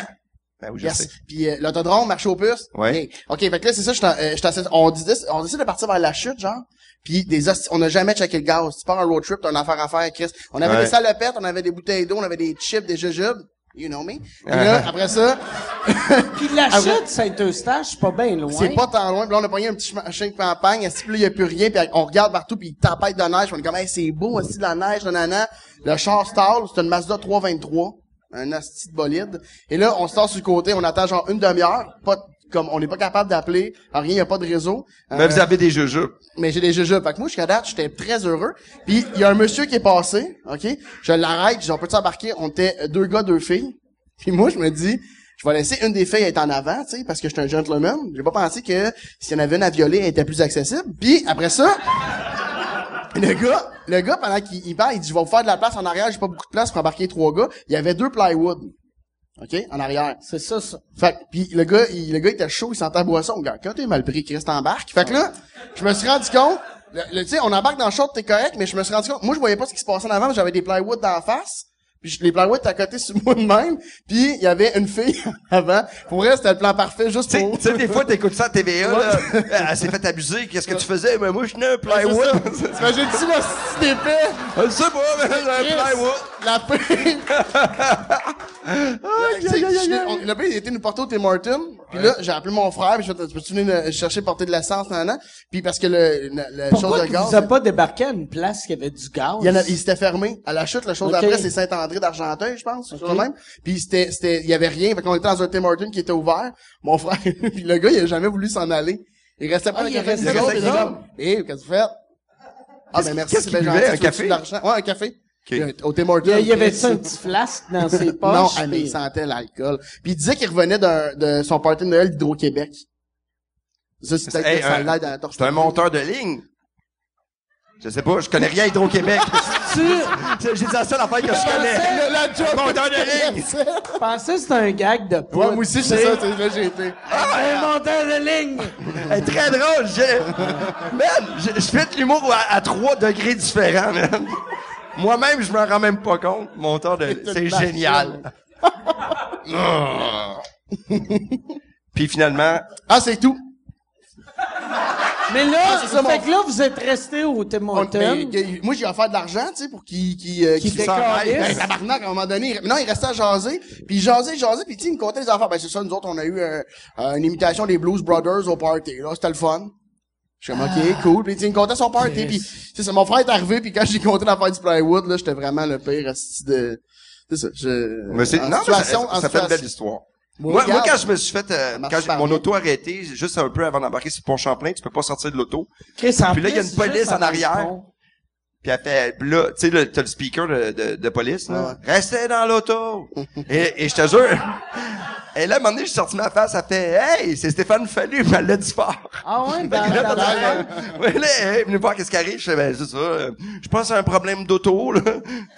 Ben oui, je
Yes.
sais.
Puis euh, l'autodrome, marche aux puces.
Ouais.
OK, fait que là, c'est ça, j'étais en- euh, j'étais en Saint- on, décide, on décide de partir vers la chute, genre. Puis des hosties- on n'a jamais checké le gaz. Tu pars en road trip, t'as une affaire à faire, Chris. On avait
Ouais.
des salopettes, on avait des bouteilles d'eau, on avait des chips, des jujubes. You know me. Puis là, après ça,
Puis la
Ah ouais.
chute Saint-Eustache, c'est pas bien loin.
c'est pas tant loin. Puis là, on a pogné un petit chemin chemin de campagne. Est-ce que là, il y a plus rien. Puis on regarde partout, puis tempête de neige. On est comme, hey, c'est beau, aussi de la neige, nanana. Le char stall, c'est une Mazda 323. un asti de bolide. Et là, on sort sur le côté, on attend genre une demi-heure, pas de- comme on n'est pas capable d'appeler, en rien, il n'y a pas de réseau. Euh,
Mais vous avez des jeux-jeux.
mais j'ai des jujubes. Fait que moi, jusqu'à date, j'étais très heureux. Puis, il y a un monsieur qui est passé, OK? Je l'arrête, j'en peux embarquer? On était deux gars, deux filles. Puis moi, je me dis, je vais laisser une des filles être en avant, tu sais, parce que j'étais un gentleman. J'ai pas pensé que s'il y en avait une à violer, elle était plus accessible. Puis, après ça, le gars, le gars, pendant qu'il il parle, il dit, je vais vous faire de la place en arrière, j'ai pas beaucoup de place pour embarquer trois gars. Il y avait deux plywood. OK? En arrière.
C'est ça, ça.
Fait que, pis le gars, il, le gars était chaud, il sentait la boisson. Gars, quand t'es mal pris, Chris t'embarque. Fait que là, je me suis rendu compte, le, le- tu sais, on embarque dans le short, t'es correct, mais je me suis rendu compte, moi, je voyais pas ce qui se passait en avant, mais j'avais des plywood dans la face. Puis je- les plywood étaient à côté sur moi de même. Puis il y avait une fille (laughs) avant. Pour elle, c'était le plan parfait juste
Tu sais-
pour...
tu sais, des fois, t'écoutes ça à TVA, là. Elle s'est fait abuser. Qu'est-ce que tu faisais? Mais moi, je n'ai un plywood.
T'imagines-tu le style d'épais?
(laughs) Je sais pas, (laughs) mais j'ai un plywood.
La paix. Tu sais, je- on- Le pire, il était nous porter au Tim Martin. Puis là, j'ai appelé mon frère. Puis je fais, peux-tu venir euh, chercher porter de l'essence, nan, nan? Puis parce que le, le, le chose
Pourquoi
de
tu
gaz.
vous as pas débarqué à une place qui avait du gaz?
Il, y en a- il s'était fermé. À la chute, la chose
Ok.
d'après, c'est Saint-André d'Argenteuil, je pense. c'est le même. Puis c'était, c'était, il y avait rien. Fait qu'on était dans un Tim Hortons qui était ouvert. Mon frère, (laughs) puis le gars, il a jamais voulu s'en aller. Il restait pas
Ah,
dans
il
le café.
restait
avec nous
là.
autres, puis il était comme, Hé, Eh, qu'est-ce que vous faites? Ah, ben merci,
qu'est-ce
c'est
qu'il
bien
buvait,
gentil.
un
tu veux-tu
café?
de l'argent? Ouais, un café. Euh, Au Tim Hortons.
Il y a- il y avait
Chris.
ça un petit flasque dans ses poches.
(laughs) Non, ah, mais
puis-
il sentait l'alcool. Puis il disait qu'il revenait d'un- de son party de Noël d'Hydro-Québec. Ça, c'est peut-être
Hey,
que ça
un-
l'aide dans la torche.
C'est un monteur de ligne. Je sais pas, je connais rien à
(laughs)
Hydro-Québec. C'est- J'ai dit la seule affaire que je connais.
Le- la job-
Monteur
(laughs)
de ligne.
Je pensais que c'était un gag de
Ouais,
poudre.
moi aussi, c'est ça, c'est là j'ai été.
Un monteur de ligne!
Elle est très drôle. j'ai- Man, je, je fais de l'humour à, à trois degrés différents, man. Moi-même, je m'en rends même pas compte. Monteur de ligne. C'est génial.
(laughs)
Puis finalement,
Ah, c'est tout.
Mais là,
Ah, c'est ça,
fait
mon-
que là, vous êtes resté au Tim
On- mais
Hortons.
que- moi, j'ai offert de l'argent, tu sais, pour qu'il, qu'il, euh,
Qu'il
qu'il
s'en aille.
Ben, tabarnak, à un moment donné, il... non, il restait à jaser, puis il jasait, il jasait, puis tu sais, il me contait les affaires. Ben, c'est ça, nous autres, on a eu euh, euh, une imitation des Blues Brothers au party, là, c'était le fun. Je suis comme,
Ah.
OK, cool. Puis, tu sais, il me contait son party. Puis, tu sais, c'est mon frère est arrivé, puis quand j'ai compté l'affaire du plywood, là, j'étais vraiment le pire asti de... C'est ça, je...
Mais c'est,
en
non, mais
situation-
ça,
en
ça fait une belle
situation-
histoire. Moi,
Moi,
moi,
regarde,
quand je me suis fait, euh,
marche
quand j'ai-
par
mon
bien.
auto arrêté, juste un peu avant d'embarquer sur Pont Champlain, tu peux pas sortir de l'auto.
Chris, en
Puis là, il y a
plus,
une police
juste
en
avant le
arrière.
pont.
Puis elle fait, puis là, tu sais, le- t'as le speaker de, de, de police, là. Restez dans
(laughs)
l'auto! et, et je te jure. Et là, à un moment donné, je suis sorti de ma face, elle fait, hey, c'est Stéphane Fallu, mais elle l'a dit
(laughs)
fort.
Ah ouais,
Fait
dans,
que là,
dans-
t'as dit, ouais, là, elle est venue voir qu'est-ce qui arrive. Je fais, ben, c'est ça. euh, Je pense à un problème d'auto,
(laughs)
là.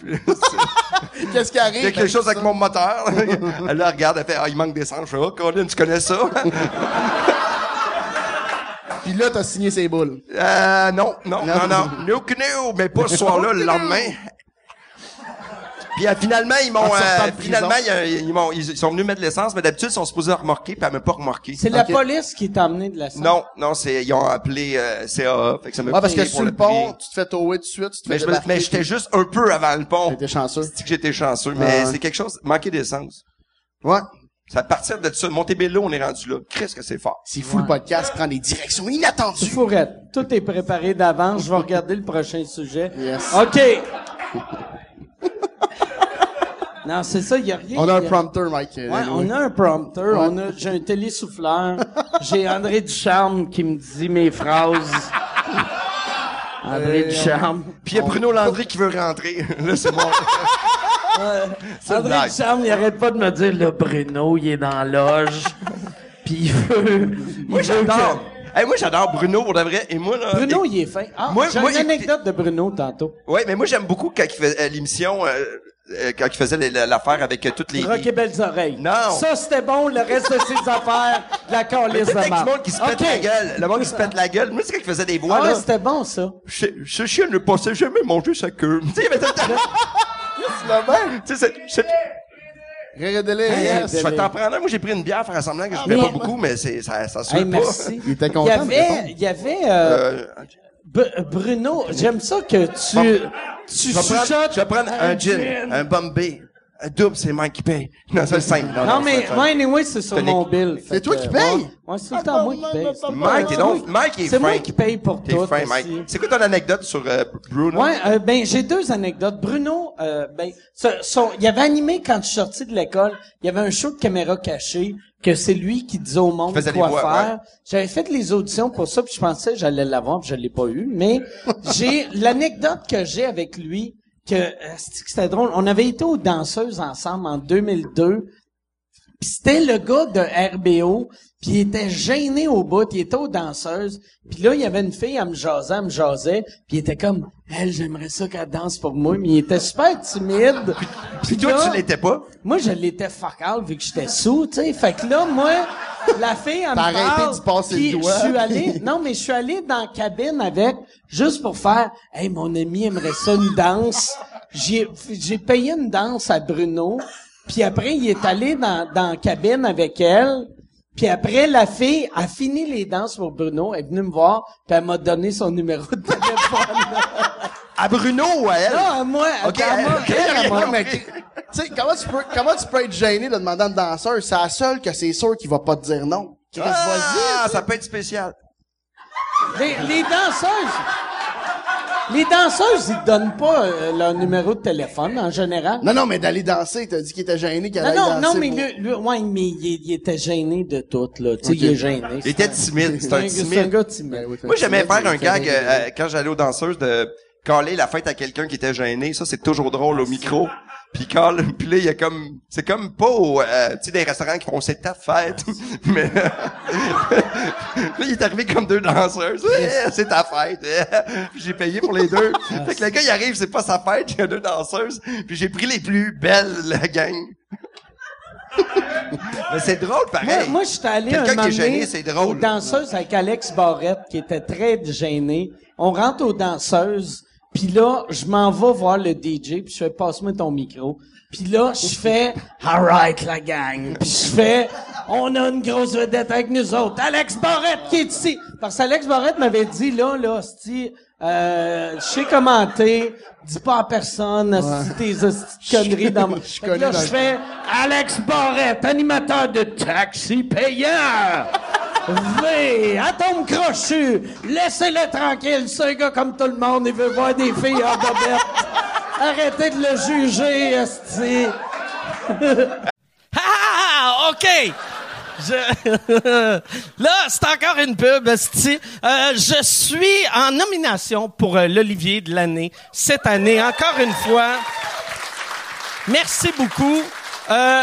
Puis là, c'est-
Qu'est-ce qui arrive? Ben,
Il y a quelque chose avec mon moteur. là.
(laughs)
Elle la regarde, elle fait Ah, il manque d'essence. Je fais Oh, Colin, tu connais ça?
Puis là, t'as signé ses boules.
euh, non, non, non,
Non.
non. No canoe, mais pas ce soir-là, le lendemain. Puis euh, finalement, ils m'ont.
En sortant
euh,
de prison.
finalement, ils, euh, ils, m'ont- ils sont venus mettre de l'essence, mais d'habitude, ils sont supposés remorquer, puis elle m'a pas remorqué.
C'est la
Ok.
police qui t'a amené de la salle.
Non, non, c'est ils ont appelé euh, CAA. Fait que ça m'a
Ah, parce
payé
que
pour
sur le
prix.
pont, tu te fais tower tout de suite, tu te fais
Mais je me-
débarquer,
mais j'étais juste un peu avant le pont.
T'étais chanceux.
C'est que j'étais chanceux, mais
Ouais.
c'est quelque chose. Manquer d'essence.
Ouais.
C'est à partir de ça. Montebello, on est rendu là. Qu'est-ce que c'est fort?
C'est fou le podcast, prend des directions
Tu
inattendues.
fourrettes. Tout est préparé d'avance. Je vais regarder le prochain sujet.
Yes.
OK. (laughs) non, c'est ça, il n'y a rien.
On a un
il y
prompteur, Mike. euh,
Ouais,
Lalo.
on a un prompteur, on a, j'ai un télésouffleur, (laughs) j'ai André Ducharme qui me dit mes (laughs) phrases. André Ducharme. (laughs)
Puis il y a Bruno Landry qui veut rentrer. (laughs) Là, c'est
(laughs)
mon... c'est une
André
blague.
Ducharme, il arrête pas de me dire, le Bruno, il est dans la (laughs) loge, puis il veut...
Moi,
il veut
j'adore. Hey, moi, j'adore Bruno, pour de vrai. Et moi, là...
que- Bruno,
et-
il est fin. Ah,
Moi-
j'ai
moi,
une
il-
anecdote de Bruno tantôt.
Ouais, mais moi, j'aime beaucoup quand il faisait euh, l'émission, euh, euh, quand il faisait les- l'affaire avec euh, toutes les...
Rock et belles oreilles.
Non.
Ça, c'était bon, le reste de ses affaires, de la
Mais
calice
tu sais,
de
avec
marde.
le monde qui se pète
OK.
la gueule. Le monde qui se pète la gueule. Moi, c'est quand il faisait des voix,
Ah ouais,
là.
c'était bon, ça.
Ce ce chien ne pensait jamais manger sa queue. (laughs) Tu sais, il y avait tout le temps-
(laughs)
Tu sais, c'est- c'est-
Rire et délire, yes.
Je vais t'en prendre un. Moi, j'ai pris une bière, faire semblant que je buvais
mais-
pas beaucoup, mais c'est, ça, ça se
Hey,
fait pas.
merci.
Il était
Il y
content. mais
avait, il y avait, euh,
Euh,
B- Bruno, j'aime ça que tu, tu
je vais prendre-
chuchotes.
je vais prendre un gin, un Bombay. Euh, Double, c'est Mike qui paye. Non, ça, c'est simple. Non,
Non,
non,
mais
c'est
moi, anyway, c'est sur
Tonic.
mon bill.
C'est
Fait
toi
que,
qui payes?
ouais. Ouais, c'est tout le temps moi qui paye. C'est
Mike, t'es donc, Mike, il est
C'est moi
fin.
qui paye pour
T'es
tout.
fin,
aussi.
Mike. C'est quoi ton anecdote sur euh, Bruno?
Ouais, euh, ben j'ai deux anecdotes. Bruno, euh, ben, ce- son- il avait animé quand je suis sorti de l'école. Il y avait un show de caméra cachée que c'est lui qui disait au monde
Faisait
quoi
les voix,
faire.
ouais.
J'avais fait les auditions pour ça, puis je pensais que j'allais l'avoir, puis je l'ai pas eu.
(laughs)
Mais j'ai l'anecdote que j'ai avec lui que euh, c'est-tu que c'était drôle. On avait été aux danseuses ensemble en 2002. Puis c'était le gars de RBO, puis il était gêné au bout, il était aux danseuses. Puis là, il y avait une fille, elle me jasait, elle me jasait, puis il était comme « Elle, j'aimerais ça qu'elle danse pour moi », mais il était super timide.
Puis toi,
là,
tu l'étais pas?
Moi, je l'étais fuck out vu que j'étais sous, tu sais. Fait que là, moi, la fille, elle me
T'as
parle.
arrêté d'y passer le
puis
doigt,
Je suis
puis-
allé, non, mais je suis allé dans la cabine avec, juste pour faire, hey, mon ami aimerait ça une danse. J'ai, j'ai payé une danse à Bruno. Puis après, il est allé dans, dans la cabine avec elle. Puis après, la fille a fini les danses pour Bruno. Elle est venue me voir, puis elle m'a donné son numéro de téléphone.
(laughs)
À Bruno ou à elle?
là, à moi,
Ok,
à moi,
ok,
elle, à moi.
Non, mais tu sais, comment tu peux, comment tu peux être gêné de demander à une danseuse? C'est la seule que c'est sûr qu'il va pas te dire non. Chris, vas-y.
Ah, ça peut être spécial.
Les, les danseuses. Les danseuses, ils donnent pas euh, leur numéro de téléphone en général.
Non, non, mais d'aller danser, t'as dit qu'il était gêné qu'elle
Non,
allait
non,
danser.
non, mais
pour-
lui, lui- ouais, mais il, il était gêné de tout, là. Tu sais, il est gêné.
Il était timide, c'est un
C'est un
timide.
gars timide.
oui,
Moi, j'aimais
c'est vrai,
faire un
c'est
gag
vrai.
euh, euh, quand j'allais aux danseuses de caler la fête à quelqu'un qui était gêné. Ça, c'est toujours drôle au micro. Puis call, puis là, il y a comme, c'est comme pas au, euh, tu sais, des restaurants qui font c'est ta fête, (laughs) mais là, il est arrivé comme deux danseuses. Eh, c'est ta fête. eh. Puis j'ai payé pour les deux. fait que le gars, il arrive, c'est pas sa fête, il y a deux danseuses. Puis j'ai pris les plus belles, la gang. (laughs) mais c'est drôle,
Moi,
pareil.
Euh, moi j'étais allé un
euh, Quelqu'un
moment
qui est gêné,
donné
c'est drôle.
aux danseuses avec Alex Barrette, qui était très gêné. On rentre aux danseuses, puis là, je m'en vais voir le DJ, puis je fais « Passe-moi ton micro ». Puis là, je fais « Alright, la gang ». Puis je fais « On a une grosse vedette avec nous autres. Alex Barrette qui est ici ». Parce qu'Alex Barrette m'avait dit « Là, là, hostie, euh, je sais commenter, dis pas à personne hostie, tes hosties de conneries
(laughs)
dans mon... » Fait que
connais
là,
dans
je
le-
fais Alex Barrette, animateur de taxi payant. V, atome crochu, laissez-le tranquille, c'est un gars comme tout le monde, il veut voir des filles en bobette. Arrêtez de le juger, esti.
(laughs) Ah, OK. Je- (laughs) Là, c'est encore une pub, esti. Euh, je suis en nomination pour euh, l'Olivier de l'année cette année, encore une fois. Merci beaucoup. Euh,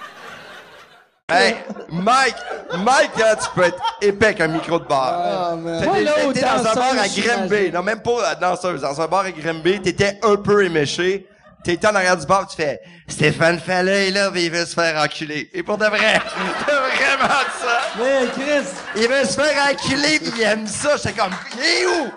Hey, Mike, Mike, là, tu peux être épais qu'un micro de bar. T'as
Moi, là,
t'as
aux
été dans un
danseuses,
bar à Grimby,
j'imagine.
non, même pas à danseuse, dans un bar à Grimby, t'étais un peu éméché, t'étais en arrière du bar, tu fais « Stéphane Fallet, là, il veut se faire enculer. » Et pour de vrai, (laughs) c'est vraiment ça.
Mais Chris,
Il veut se faire enculer, pis il aime ça. J'étais comme « Il est où? »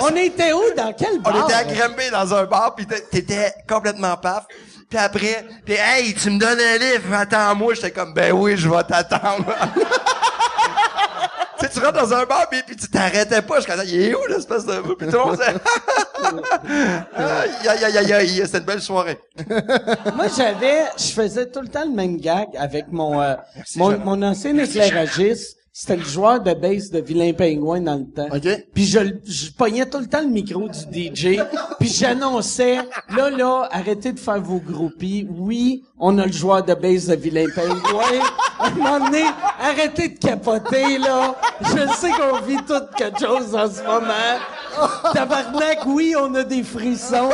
on était où, dans quel bar?
On était à Grimby dans un bar, puis t'é- t'étais complètement paf. Puis après, puis hey, tu me donnes un livre, attends-moi. J'étais comme, ben oui, je vais t'attendre. (laughs) tu sais, tu rentres dans un bar, puis, puis tu t'arrêtais pas. Je suis comme, il est où l'espèce de... Puis tout le monde se- (laughs) Aïe, aïe, aïe, aïe, c'était une belle soirée.
Moi, j'avais, je faisais tout le temps le même gag avec mon, euh, mon,
Jean.
mon ancien éclairagiste. C'était le joueur de base de Vilain Pingouin dans le temps.
OK.
Puis je, le- je pognais tout le temps le micro du DJ. Puis j'annonçais, là, là, arrêtez de faire vos groupies. Oui, on a le joueur de base de Vilain Pingouin. À un moment donné, arrêtez de capoter, là. Je sais qu'on vit tout quelque chose en ce moment. Tabarnak, oui, on a des frissons.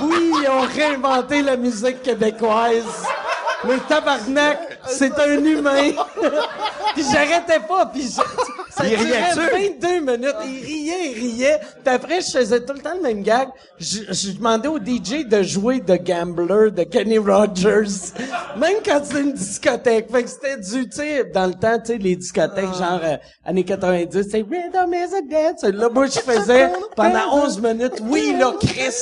Oui, ils ont réinventé la musique québécoise. Mais tabarnak, c'est un humain. puis j'arrêtais pas, puis je- Ça
Il riait
durait 22 minutes. Il riait, il riait. Puis après, je faisais tout le temps le même gag. Je, je demandais au DJ de jouer de Gambler, de Kenny Rogers. Même quand c'était une discothèque. Fait que c'était du, tu sais, dans le temps, tu sais, les discothèques, genre, euh, années 90, c'est Rhythm is a dance. Là, moi, je faisais pendant 11 minutes. Oui, là, Chris,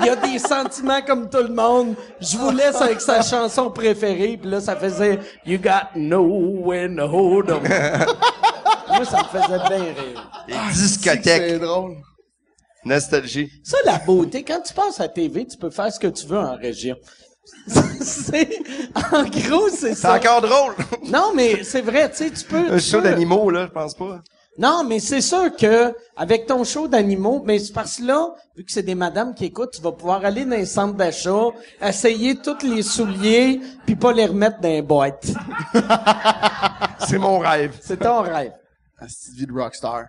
il y a des sentiments comme tout le monde. Je vous laisse avec sa chanson préférée. Puis là, ça faisait You got no when hold 'em. Moi, ça me faisait bien rire.
Les
C'est
discothèques.
drôle.
Nostalgie.
Ça, la beauté, quand tu passes à TV, tu peux faire ce que tu veux en région. (laughs) c'est, en gros, c'est
C'est
ça.
encore drôle.
Non, mais c'est vrai, tu sais, tu peux.
(laughs) Un
tu
show
peux-
d'animaux, là, je pense pas.
Non, mais c'est sûr que avec ton show d'animaux, mais c'est parce que là, vu que c'est des madames qui écoutent, tu vas pouvoir aller dans les centres d'achat, essayer tous les souliers, puis pas les remettre dans les boîtes.
C'est mon rêve.
C'est ton rêve.
Ah, c'est une vie de rockstar.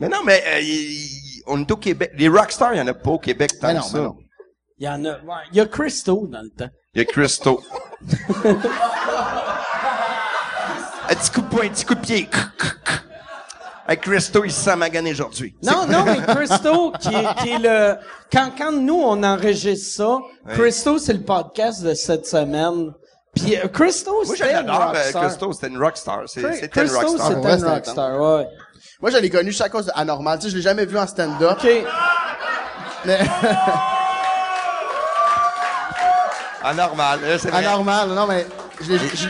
Mais non, mais euh, il- il- on est au Québec. Les rockstars, il y en a pas au Québec tant
Mais non,
que
mais
ça.
non.
Il y en a. ouais, Il y a Christo dans le temps.
Il y a Christo. un petit coup de poing, un petit coup de pied. Hey, Christo, il se sent magané aujourd'hui.
Non, non, mais Christo, qui est, qui est le... Quand, quand nous, on enregistre ça, Christo, c'est le podcast de cette semaine. Puis euh, Christo,
Moi,
c'était une
j'adore
rockstar.
Christo. C'était une rockstar. C'est-
Cri-
C'était une
Christo,
rockstar.
c'était
Ouais,
une
c'était
rockstar, ouais.
Moi, je l'ai connu juste à cause de Anormal. Tu sais, je l'ai jamais vu en stand-up.
OK.
Mais...
Anormal. Là, c'est vrai.
Anormal, non, mais... Je l'ai... Je,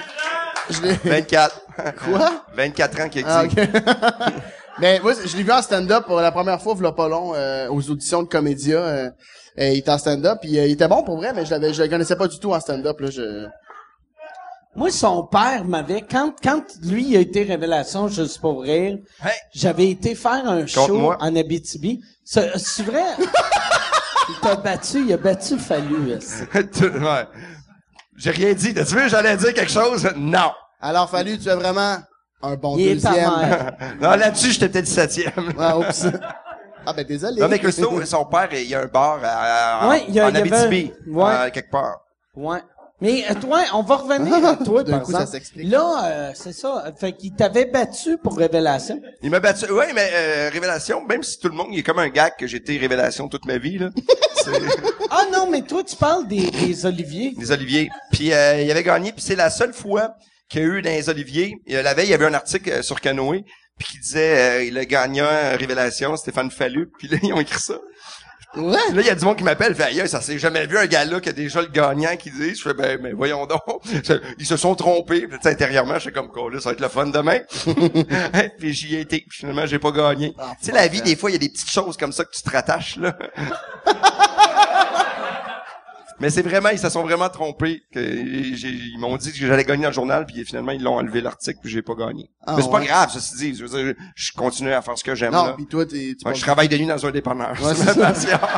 je l'ai...
24.
Quoi?
24 ans qu'il existe.
Ah, ok. (laughs) Mais moi, je l'ai vu en stand-up pour la première fois, v'là pas long, euh, aux auditions de Comédia. euh, et il était en stand-up, puis euh, il était bon pour vrai, mais je l'avais, je le connaissais pas du tout en stand-up. Là, je...
Moi, son père m'avait, quand, quand lui il a été révélation juste pour rire,
Hey.
j'avais été faire un show
Compte-moi.
en Abitibi. C'est c'est
(laughs)
vrai? il t'a battu, il a battu Fallu. est-ce.
(laughs) Tout- ouais. J'ai rien dit. T'as vu, j'allais dire quelque chose? Non.
Alors, Fallu, tu as vraiment un bon
Il est ta
deuxième. (laughs)
mère.
Non, là-dessus, j'étais peut-être septième.
Ouais, oups. Ah, ben désolé.
Non, mais Christo, son père, il y a un bar à, à-
Ouais, il y a-
en
il y avait-
Abitibi.
Ouais.
euh, quelque part.
Ouais. Mais euh, toi, on va revenir
(laughs)
à toi,
D'un
par
coup,
exemple.
ça s'explique.
Là, euh, c'est ça. Fait qu'il t'avait battu pour révélation.
Il m'a battu. Ouais, mais euh, Révélation, même si tout le monde, il est comme un gag que j'ai été Révélation toute ma vie, là.
Ah non, mais toi, tu parles des, des Oliviers.
les Oliviers. Puis euh, il avait gagné, puis c'est la seule fois qu'il y a eu dans les Oliviers. Et, euh, la veille, il y avait un article euh, sur Canoë, puis qui disait euh, il a gagné un Révélation, Stéphane Fallu. Puis là, ils ont écrit ça.
Ouais.
Puis là, il y a du monde qui m'appelle, fait aïe, ça s'est jamais vu un gars-là qui a déjà le gagnant qui dit, je fais, ben, ben, voyons donc. (laughs) Je- Ils se sont trompés. Puis, tu sais, intérieurement, je suis comme, quoi, là, ça va être le fun demain. (laughs) puis j'y ai été. Puis, finalement, j'ai pas gagné.
Ah,
tu sais, la vie, des fois, il y a des petites choses comme ça que tu te rattaches,
(laughs)
là. Mais c'est vraiment, ils se sont vraiment trompés. Que j'ai- ils m'ont dit que j'allais gagner dans le journal, puis finalement, ils l'ont enlevé l'article, puis j'ai pas gagné.
Ah,
Mais c'est pas
ouais.
grave, ceci dit. Je veux dire, je continue à faire ce que j'aime,
Non,
là.
puis toi, t'es, tu
Ouais, je travaille de nuit dans un dépanneur.
Ouais,
c'est
c'est
ma
ça.
passion.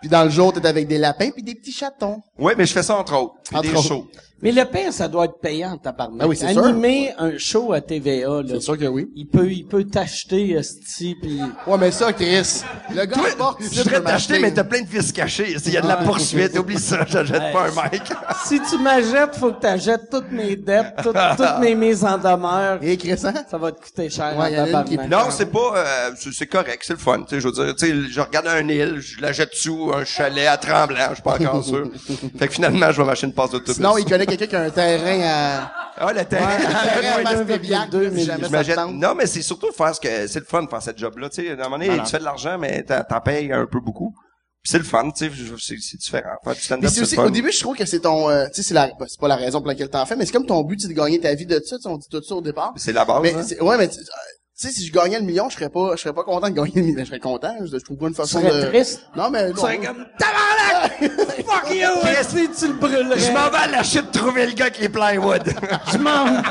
Puis dans le jour, t'es avec des lapins puis des petits chatons.
Oui, mais je fais ça entre autres. Puis
Entre
des
autres.
shows.
Mais le pire, ça doit être payant, tabarnak.
Ah oui, c'est sûr.
Animer un show à TVA, là.
que oui.
Il peut, il peut t'acheter, esti, pis...
Ouais, mais ça, Chris, le gars porte
je voudrais t'acheter, mais t'as plein de vis cachés. Il y a de la
Ah,
poursuite. Oublie ça, j'achète pas un
(laughs)
mic.
Si tu m'achètes, faut que t'achètes toutes mes dettes, toutes, toutes
(laughs)
mes mises en demeure.
Et Chris, hein?
Ça va te coûter cher, en
Ouais, y en a une
tabarnak.
qui est-
Non, c'est pas... euh, c'est- c'est correct, c'est le fun. Tu sais, Je veux dire, tu sais, je regarde un île, je la jette sous un chalet à Tremblant, je suis pas encore
(laughs)
sûr. fait que finalement, je vais m'acheter une passe d'autobus.
Sinon, il connaît quelqu'un qui a un
(laughs)
terrain à...
Ah, le terrain.
un terrain à Mascobiac,
deux
si jamais
Je
ça te
m'achète-
tente.
Non, mais c'est surtout faire ce que c'est le fun de faire cette job-là. Tu sais, à un moment donné, tu fais de l'argent, mais t'en t'en payes un peu beaucoup. Puis c'est le fun, tu sais, je- c'est c'est différent. Faire du stand-up,
Mais c'est
c'est le
aussi,
fun.
au début, je trouve que c'est ton, euh, tu sais, c'est la, bah, c'est pas la raison pour laquelle t'en fais, mais c'est comme ton but, c'est de gagner ta vie de ça, tu sais, on dit tout ça au départ.
C'est la base.
Mais,
hein.
c'est- ouais, mais, tu euh, tu sais, si je gagnais le million, je serais pas, je serais pas content de gagner le million, Ben, je serais content, je, je trouve pas une façon
serais
de...
triste.
Non, mais, non.
C'est comme tabarnak!
Fuck you, esti, tu le
(laughs)
brûlerais.
Je m'en vais à la chute trouver le gars avec les plywood.
Je m'en vais.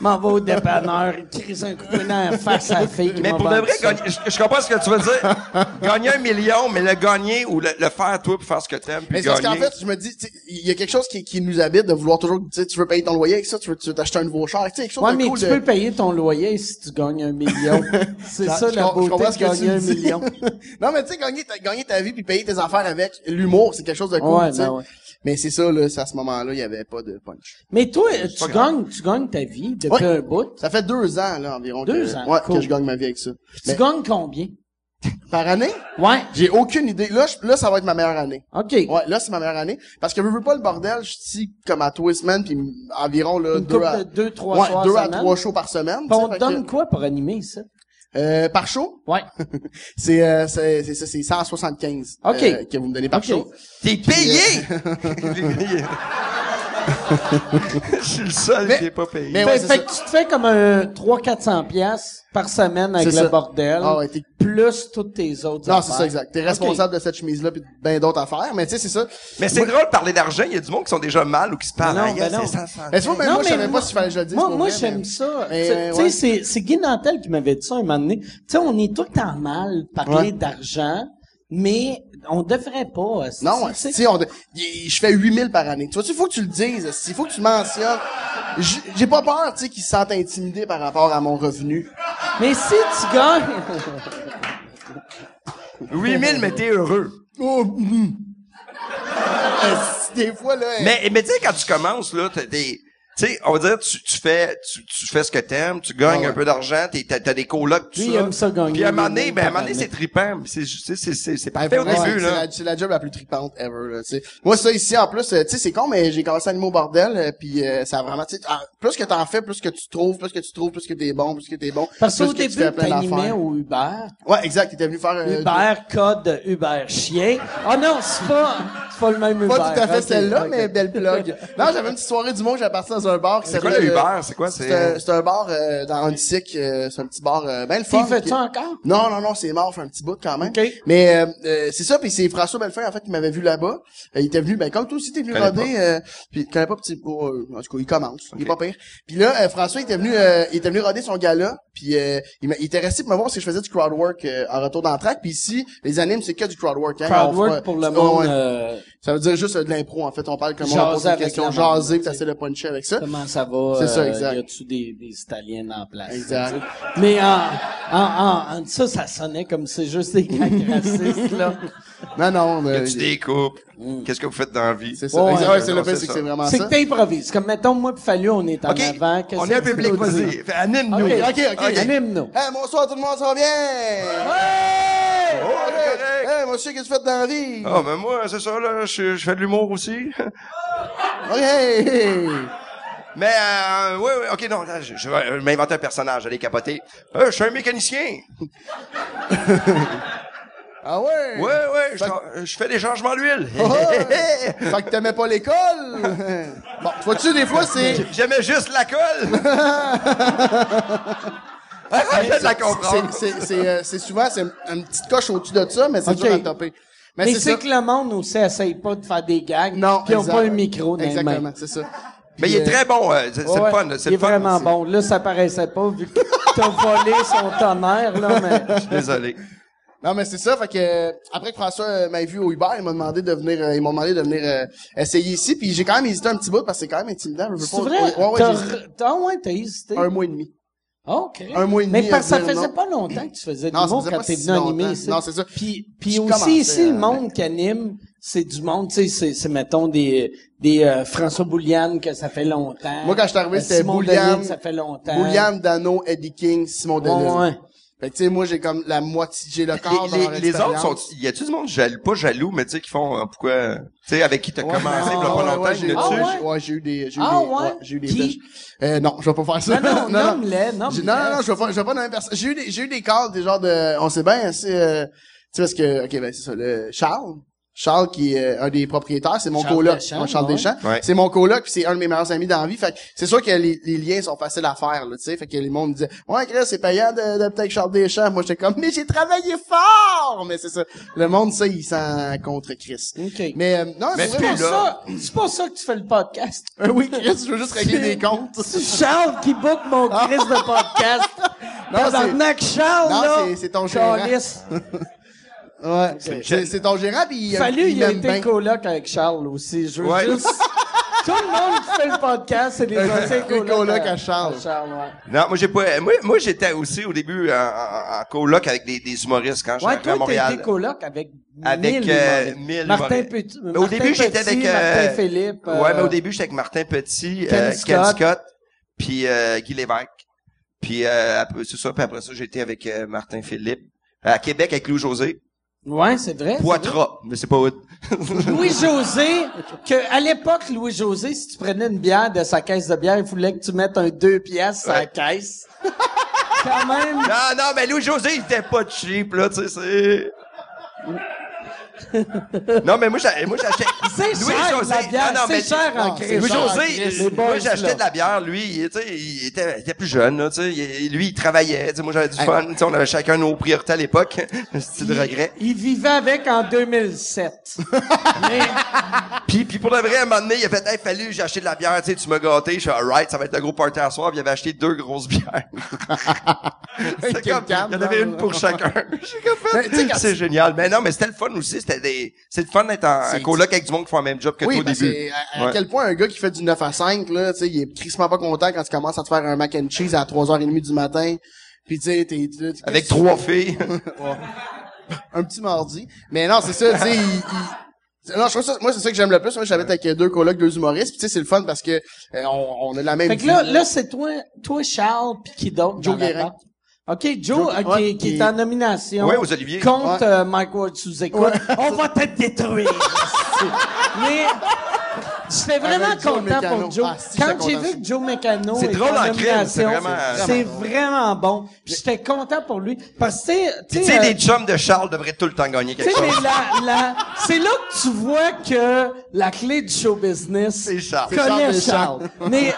m'en vais au dépanneur, il crise un coup de poing dans la face à la fille. qui
mais
m'a
pour de
vendu
vrai,
ça.
gagner- je, je comprends ce que tu veux dire. gagner un million, mais le gagner ou le, le faire toi pour faire ce que t'aimes puis
Mais c'est parce
gagner.
qu'en fait, je me dis, tu sais, il y a quelque chose qui, qui nous habite de vouloir toujours, tu sais, tu veux payer ton loyer avec ça, tu veux tu veux t'acheter un nouveau char, tu sais, quelque chose
Ouais,
de
mais
cool.
tu
de-
peux payer ton loyer si tu gagnes un
(laughs)
million. C'est
Je-
ça
Ah, je
la
com-
beauté
je comprends
de
ce que tu
gagner un
dis. (laughs)
million.
non, mais tu sais, gagner ta, gagner ta vie puis payer tes affaires avec l'humour, c'est quelque chose de cool,
Ouais,
tu sais.
ben ouais.
Mais c'est ça, là, c'est à ce moment-là, il y avait pas de punch.
(laughs) Mais toi, tu
pas
gagnes, tu gagnes ta vie depuis
Ouais.
un bout.
Ça fait deux ans, là, environ.
Deux
que,
ans,
Ouais,
cool.
que je gagne ma vie avec ça.
Tu
Mais
gagnes combien?
par année?
Ouais.
J'ai aucune idée. Là, je- là, ça va être ma meilleure année.
OK.
Ouais, là, c'est ma meilleure année. Parce que je veux pas le bordel, je suis ici comme à tous semaines, puis environ, là,
Une
deux
couple
à...
de deux, trois
ouais,
soirs
deux à
semaine.
trois shows par semaine.
Puis
tu
on
sais,
te
fait
donne
que-
quoi pour animer ça?
euh, par show, (laughs)
Ouais.
c'est, euh, c'est, c'est ça, c'est 175.
Ok.
euh, que vous me donnez par
Ok.
show.
T'es
(laughs)
payé! Je suis le seul
Mais-
qui n'est pas payé.
mais-
fait
ouais, c'est
Ben, fait
ça.
que tu te fais comme un 300-400$ piastres par semaine avec le
C'est ça.
bordel.
Ah ouais, t'es-
plus toutes tes autres
Non,
affaires.
c'est ça, exact. T'es responsable de cette chemise-là pis de ben d'autres affaires, mais tu sais, c'est ça.
Mais c'est drôle de parler d'argent. Il y a du monde qui sont déjà mal ou qui se parlent.
Non,
Ah,
ben
yes,
non.
c'est ça, ça.
Mais tu vois, même
Non,
moi, je
mais
savais
moi-
pas si fallait que je le dise.
Moi,
pour
moi
vrai, mais-
j'aime ça. Tu
mais, euh,
tu sais,
ouais.
c'est, c'est Guy Nantel qui m'avait dit ça un moment donné. Tu sais, on est tout le temps mal parler
Ouais.
d'argent, mais on devrait pas. euh,
Non,
tu sais,
si on, de- y- je fais 8000 par année. Tu vois, il faut que tu le dises, il faut que tu le mentionnes. J- J'ai pas peur, tu sais, qu'ils se sentent intimidés par rapport à mon revenu. (laughs)
Mais si tu gagnes...
8000, mais t'es heureux.
Oh, mm. Euh, si Des fois, là. hein.
Mais, mais tu sais, quand tu commences, là, t'as des, tu sais, on va dire, tu, tu fais, tu, tu fais ce que t'aimes, tu gagnes
Ah ouais.
un peu d'argent, t'es- t'as, t'as des colocs, tout
Lui, il
ça.
aime ça gagner
Puis à un moment donné,
1000
ben, à un
par
moment donné,
année.
c'est trippant. puis C'est, c'est, c'est, c'est, c'est
Ben,
parfait au
pour vrai, c'est-
début,
c'est
là.
la- C'est la, job la plus tripante ever, là, tu sais. Moi, ça, ici, en plus, euh, tu sais, c'est con, mais j'ai commencé à animer au bordel, euh, puis euh, ça a vraiment, tu sais, ah, plus que t'en fais, plus que tu trouves, plus que tu trouves, plus que t'es bon, plus que t'es bon.
Parce
plus
qu'au
que tu
début,
fais plein
t'animais
d'affaires.
au Uber.
Ouais, exact, t'étais venu faire... euh,
Uber, code Uber chien. Ah non, c'est pas, c'est pas le même Uber.
Pas tout à fait
Ok,
celle-là,
ok.
mais belle
(laughs)
plug. non, j'avais une petite soirée du monde, j'avais parti dans un bar qui euh,
C'est quoi le Uber? C'est quoi?
Ah, C'est
C'est,
un, c'est un bar euh, dans Huntsic, euh, c'est un petit bar euh, ben le
T'y
fun.
fais-tu
qui-
encore?
Non, non, non, c'est mort, fait un petit bout quand même.
Ok.
Mais euh, euh, c'est ça, puis c'est François Bellefeuille, en fait, qui m'avait vu là-bas. Euh, il était venu, ben comme toi aussi, t'es venu
Connais
roder, euh, puis connais pas petit pour euh, en tout cas, il commence, il est pas pire. Puis là, euh, François, il était venu, euh, il était venu roder son gala, puis euh, il, m'a- il était resté pour me voir si je faisais du crowd work euh, en retour dans le track. Puis ici, les animes, c'est que du crowd work. Hein, On fera-
Crowdwork pour le
Ouais,
monde,
ouais.
euh,
Ça veut dire juste euh, de l'impro, en fait. On parle comme on
Jaser
pose une
avec
question,
la marde,
jaser, puis
tu sais.
t'essaies de puncher avec ça.
comment ça va?
C'est ça,
euh,
exact.
Y a-tu des, des Italiens en place?
Exact.
Mais en, en, en, en- ça, ça sonnait comme c'est juste des
(laughs)
gags racistes, là.
Non, non,
y
mais...
a-tu des couples? Qu'est-ce que vous faites dans la vie?
mm. C'est ça.
Ouais,
Exact.
ouais,
Ouais, c'est le
non,
fait,
c'est
c'est que
ça.
c'est vraiment
C'est que
ça.
t'improvises. Comme, mettons, moi pis Fallu, on est en
OK.
avant. qu'est-ce
on est un
que tu
public,
veux dire?
Ben,
vas-y. Fait, Anime-nous.
OK,
OK, OK.
OK. Anime-nous.
Hey, bonsoir tout le monde, ça va bien? Hey!
Oh, c'est correct.
Hey, monsieur, qu'est-ce que tu fais dans la vie?
Ah, ben moi, c'est ça, là, je, je fais de l'humour aussi. (laughs)
OK!
Mais, euh, oui, oui, ok, non, là, je, je vais euh, m'inventer un personnage, allez capoter. Euh, je suis un mécanicien.
Ah ouais?
Ouais, ouais, je, tra- euh, je fais des changements d'huile.
Oh, hey! fait que t'aimais pas l'école?
(laughs)
bon, vois-tu, des fois, c'est...
(laughs) J'aimais juste la
(laughs)
colle. Ah, je la comprends.
C'est- C'est c'est, euh, c'est souvent, c'est une petite coche au-dessus de ça, mais c'est
OK.
dur à taper. Mais,
Mais
c'est
c'est
ça.
que le monde aussi essaye pas de faire des gags.
Non,
Pis ils ont
exact.
pas un micro dans les mains.
Exactement, c'est ça.
Mais il est
Puis, euh,
très bon. euh, C'est c'est
Ouais,
le fun. C'est
Il est
le fun.
vraiment bon. Là, ça paraissait pas vu
(laughs)
que t'as volé son tonnerre, là, mais.
Je suis Désolé.
Non, mais c'est ça. Fait que euh, après que François euh, m'a vu au Uber, il m'a demandé de venir, euh, ils m'ont demandé de venir euh, essayer ici. Puis j'ai quand même hésité un petit bout parce que c'est quand même intimidant. je veux
C'est
pas-
vrai?
Ouais, ouais,
t'as,
j'ai hésité.
re- t'as, ouais, t'as hésité. Ah,
un mois et demi.
OK.
un mois et
Mais
demi à
parce que ça
dire
faisait
non.
pas longtemps que tu faisais de
Non, ça
l'humour
faisait
quand
pas
t'es
si
venu animer
longtemps.
ici.
Non, c'est ça.
Puis,
Je
puis aussi,
commençais,
ici, le
euh,
monde qui anime, c'est du monde, tu sais, c'est, c'est, mettons, des, des euh, François Bouliane que ça fait longtemps.
Moi, quand je suis arrivé,
Euh,
c'était
Simon
Bouliane,
Delisle, ça fait longtemps.
Bouliane, Dano, Eddie King, Simon
euh, Ouais,
Deleuze. (laughs)
ouais.
Fait que tu sais, moi, j'ai comme la moitié, j'ai le quart
Les,
dans
les- les autres sont. Y a-tu du monde jaloux, pas jaloux, mais tu sais, qui font. euh, pourquoi. euh, Tu sais, avec qui t'as commencé, il y a pas longtemps,
j'ai
y
eu,
en a-tu?
Ah ouais?
j'ai- ouais, j'ai eu des, j'ai eu
Ah
des,
ouais?
j'ai eu des
Qui?
tâches. Euh, (laughs) non, je vais pas faire ça.
Non, non, nomme-les,
J'ai-
nomme-les.
Non, non, non, je vais pas, je vais pas nommer personne. J'ai eu des, j'ai eu des calls, des genres de, on sait bien, c'est, euh, tu sais, parce que, ok, ben, c'est ça, le Charles. Charles, qui est euh, un des propriétaires, c'est mon
Charles
coloc.
Deschamps,
Moi, Charles
ouais.
Deschamps.
Ouais.
C'est mon coloc, puis c'est un de mes meilleurs amis dans la vie. Fait que c'est sûr que les, les liens sont faciles à faire, là, tu sais. Fait que les mondes me disaient, ouais, Chris, c'est payant de, de peut-être Charles Deschamps. Moi, j'étais comme, mais j'ai travaillé fort! Mais c'est ça. Le monde, ça, il s'en contre Chris.
OK.
Mais, euh, non,
Mais
c'est
C'est
vraiment
pour ça, c'est pour ça que tu fais le podcast.
euh, (laughs) oui, Chris, je veux juste régler des comptes.
C'est Charles qui book mon
Ah.
Chris de podcast.
Ah. (laughs) Non, c'est-
Tabarnak, Charles,
Non,
là.
c'est- c'est ton gérant.
Calisse.
Ouais. C'est c'est ton gérant, puis il
Fallu, il a
m'aime
été
bien.
coloc avec Charles aussi. Je veux
(laughs)
Ouais.
juste Tout le monde qui fait le podcast, c'est des anciens
Un coloc
colocs
à Charles.
ouais.
Non, moi j'ai pas. Moi, moi j'étais aussi au début en, en, en coloc avec des, des humoristes quand
Ouais, toi,
j'arrivais à
t'as
Montréal.
été coloc avec,
Avec,
mille
euh,
humoristes.
mille
Martin,
humoristes.
Petit,
Mais au début, j'étais avec euh,
Martin Philippe.
ouais,
euh,
mais au début, j'étais avec Martin Petit,
Ken
euh, Ken
Scott.
Scott, puis euh, Guy Lévesque. Puis euh, après- c'est ça, puis après ça, j'étais avec euh, Martin Philippe à Québec avec Louis José,
euh, Ouais, c'est vrai. c'est vrai.
Poitras, mais
(laughs)
c'est pas où.
Louis-José, que à l'époque, Louis-José, si tu prenais une bière de sa caisse de bière, il voulait que tu mettes un 2 piastres à la
Ouais.
caisse. (laughs) Quand même.
non, non, mais Louis José, il était pas cheap là, tu sais. c'est... non, mais moi, j'a- moi j'achetais.
(laughs)
Ah,
C'est cher, la bière.
Non, non, mais-
c'est cher en crise.
Louis
Richard,
José,
les boys,
moi j'achetais
là.
de la bière, lui, il, tu sais, il était, il était plus jeune, là, tu sais, il- lui il travaillait, tu sais, moi j'avais du fun, tu sais, on avait chacun nos priorités à l'époque, (laughs) c'est de regret.
Il vivait avec en
(laughs)
2007. Mais
Puis, puis pour de vrai, à un moment donné, il a fait, hey, fallu, j'ai acheté de la bière, tu sais, tu m'as gâté, je suis alright, ça va être le gros party à soir, puis il avait acheté deux grosses bières. (laughs)
Quel
C'était comme, il y
calme,
en avait
là.
une pour
(laughs)
chacun. J'ai comme fait,
Mais tu sais, quand
c'est génial. Mais non, mais c'était le fun aussi, c'était des, c'est le fun d'être en, en
C'est-
coloc avec du monde qui font le même job que
oui,
toi au
parce
début.
que à, à
Ouais.
quel point un gars qui fait du 9 à 5, là, tu sais, il est crissement pas content quand tu commences à te faire un mac and cheese à 3h30 du matin. Puis tu sais, t'es... t'es- t'es-
Avec trois
(laughs)
filles.
un petit mardi. Mais non, c'est ça, tu sais, il- il- Non, je trouve ça, moi, c'est ça que j'aime le plus. Moi, j'habite avec euh, deux colocs, deux humoristes. Puis, tu sais, c'est le fun parce que euh, on, on a la même
fait que
vie.
là, là c'est toi, toi Charles, puis qui d'autre?
Joe
dans la
Guérin.
bande? OK, Joe,
Joe-
euh, qui-
ouais,
qui, est
qui-
en nomination
Ouais, aux Olivier.
contre euh, Mike Ward sous écoute. On va te
(laughs)
détruire. Mais j'étais vraiment
Ah, Joe
content
Mécano.
pour Joe.
Ah, si,
Quand
j'étais
j'ai
content.
vu que Joe Mécano
C'est
était
drôle
en
en crime,
nomination,
c'est vraiment-
c'est vraiment bon. Puis J'étais content pour lui. Parce que, tu sais,
Tu sais,
euh,
les chums de Charles devraient tout le temps gagner
tu
quelque
sais, mais
chose.
la, la, c'est là que tu vois que la clé du show business
C'est Charles.
connaît Charles.
C'est Charles
Mais,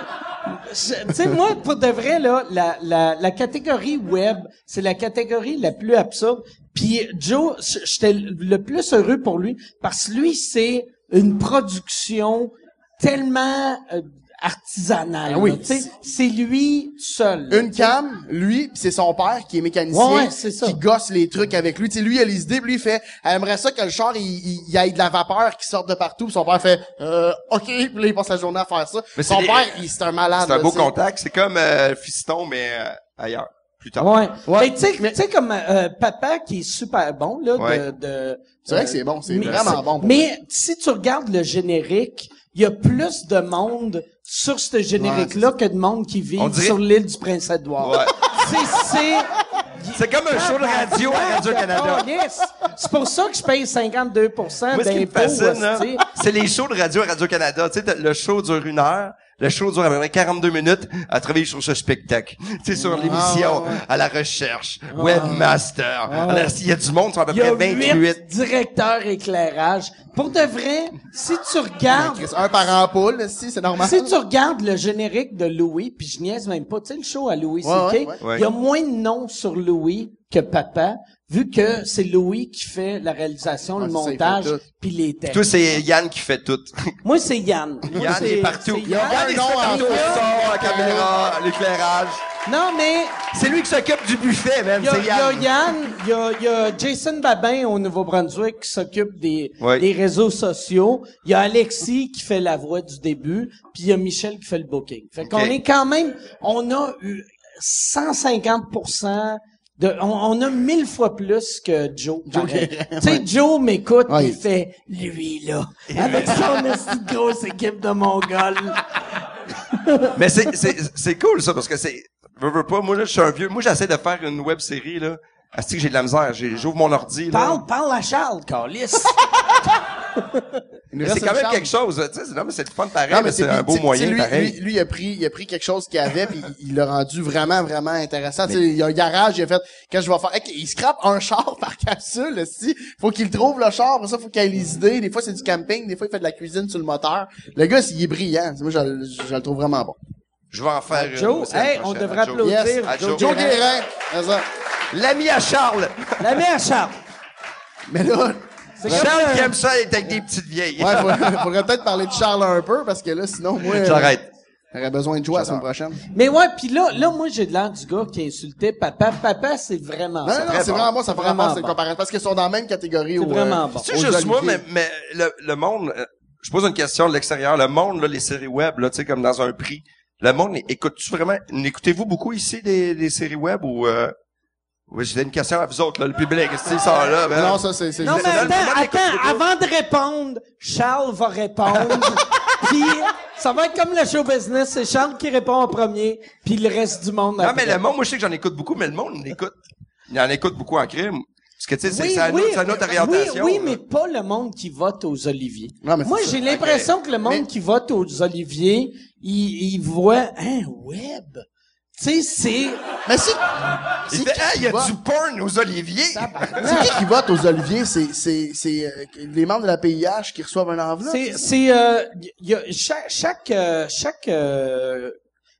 je- tu sais, moi, pour de vrai, là, la, la, la catégorie web, c'est la catégorie la plus absurde. Puis Joe, j- j'étais le plus heureux pour lui parce que lui, c'est une production tellement euh, artisanale.
Ah oui.
là, tu sais. c'est lui seul. là,
Une
tu sais.
cam, lui, pis c'est son père qui est mécanicien,
Ouais, ouais, c'est ça.
qui gosse les trucs avec lui. Tu sais, lui, il a les idées, puis lui, il fait, elle aimerait ça que le char, il, il, il aille de la vapeur qui sorte de partout. Pis son père fait, euh, ok, puis là, il passe la journée à faire ça.
Mais
son
c'est des-
père, il, c'est un malade.
C'est un
là,
beau
tu sais.
contact. C'est comme euh, Fiston, mais euh, ailleurs, plus tard.
Ah Ouais.
Ouais.
Mais tu sais, tu sais comme euh, papa qui est super bon là de,
Ouais.
de euh,
C'est vrai que c'est bon, c'est
mais
vraiment
c'est-
bon pour
Mais si tu regardes le générique, il y a plus de monde sur ce générique là que de monde qui vit
On dirait-
sur l'île du Prince-Édouard.
Ouais.
(laughs) C'est c'est
C'est comme un show de radio à Radio-Canada.
Oh, yes. C'est pour ça que je paye 52
Moi, ce qui me
d'impôts.
fascine, hein, là,
hostie.
c'est les shows de radio à Radio-Canada. Tu sais, t'as- le show dure une heure. Le show dure à peu près 42 minutes à travailler sur ce spectacle. Tu sais,
Ah,
sur l'émission, à la recherche, webmaster. à la- Il y a du monde, c'est à peu
Ah, Il y
près
a
28.
huit directeurs éclairage. Pour de vrai, si tu regardes
Chris, Un parent poule, là, si, c'est normal.
Si tu regardes le générique de Louis, puis je niaise même pas, tu sais, le show à Louis
Ouais,
C.K.,
ouais, ouais.
il y a moins de noms sur Louis que papa, vu que c'est Louis qui fait la réalisation,
Ouais,
le
Ah, c'est ça, il fait
montage,
tout.
puis les textes.
Toi, c'est Yann qui fait tout.
Moi, c'est Yann. Moi,
Yann
c'est-
est partout.
c'est Yann.
Yann
un
est
nom à
partout. au son, la caméra, l'éclairage.
Non, mais
C'est lui qui s'occupe du buffet, même.
il y, a-
C'est
il y a
Yann.
Yann, il y a, il y a Jason Babin au Nouveau-Brunswick qui s'occupe des,
Ouais.
des réseaux sociaux. Il y a Alexis qui fait la voix du début, puis il y a Michel qui fait le booking. Fait qu'on
Ok.
est quand même, on a eu 150 de, on, on a mille fois plus que Joe. pareil. Tu sais, Joe m'écoute,
Ouais.
il fait, lui, là, avec
(laughs)
son esti de grosse équipe de Mongols.
Mais c'est, c'est, c'est cool, ça, parce que c'est, veux, veux pas, moi, là, je suis un vieux, moi, j'essaie de faire une web série, là. Asti que j'ai de la misère, j'ai, j'ouvre mon ordi, là.
Parle, parle à Charles, Carlis.
Il nous
Mais
reste
c'est quand
une
même
charme.
quelque chose, tu sais, c'est- non, mais c'est le fun pareil,
Non,
mais c'est un
puis,
beau
tu- tu sais,
moyen
lui,
pareil.
Lui, lui, il a pris, il a pris quelque chose qu'il avait puis il- il l'a rendu vraiment, vraiment intéressant. Tu sais, Il y a un garage, il a fait, qu'est-ce que je vais faire? Hey, il scrape un char (laughs) par capsule, là, si. Faut qu'il trouve le char, pour ça, faut qu'il ait les idées. Des fois, c'est du camping, des fois, il fait de la cuisine sur le moteur. Le gars, il est brillant. Moi, je, le- je le trouve vraiment bon.
Je vais en faire une.
Joe,
la semaine
hey, on
prochaine,
devrait
à Joe.
applaudir
Yes,
à
Joe
Ah, Joe.
Joe
Guérin.
Guérin, c'est ça.
L'ami à Charles.
La mère Charles.
Mais
(laughs)
là,
C'est
Charles
comme,
qui
euh,
aime ça être avec des petites vieilles.
ouais, faudrait, faudrait peut-être parler de Charles un peu parce que là, sinon, moi, euh,
(laughs) J'arrête.
J'aurais besoin de jouer la semaine prochaine.
Mais ouais, puis là, là, moi, j'ai de l'air du gars qui insultait papa. Papa, c'est vraiment
Non,
ça.
non, non,
Ah, très
c'est
bon.
vraiment bon, ça fait
Vraiment
vraiment c'est
bon.
comparatif parce qu'ils sont dans la même catégorie.
C'est
au,
vraiment
euh,
bon.
C'est
aux
juste moi,
Olivier.
mais, mais le, le monde, euh, je pose une question de l'extérieur. Le monde, là, les séries web, là, tu sais, comme dans un prix. Le monde, écoute-tu vraiment, écoutez-vous beaucoup ici des, des séries web ou, euh, oui, j'ai une question à vous autres, là, le public, est-ce qu'ils sont là, ben,
Non, ça, c'est, c'est
Non,
juste-
mais
Dans le
attends,
moment d'écoute
attends,
photo.
avant de répondre, Charles va répondre.
(laughs)
puis ça va être comme le show business, c'est Charles qui répond en premier, puis le reste du monde.
Non,
après.
mais le monde, moi, je sais que j'en écoute beaucoup, mais le monde, il écoute. Il en écoute beaucoup en crime. Parce que, tu sais, c'est- c'est un autre- c'est une autre
oui,
orientation.
Oui,
là.
mais pas le monde qui vote aux Oliviers.
Non, mais
Moi,
c'est ça.
j'ai l'impression que le monde
Mais-
qui vote aux Oliviers, il, il voit un web. Tu sais, c'est...
Mais c'est,
(laughs)
Il
c'est
fait,
qui
ah, il y a
qui vote?
du porn aux oliviers.
ben,
C'est qui qui vote aux Oliviers? C'est, c'est, c'est euh, les membres de la PIH qui reçoivent un enveloppe?
C'est, c'est, euh, y a- chaque, chaque, euh, chaque, euh,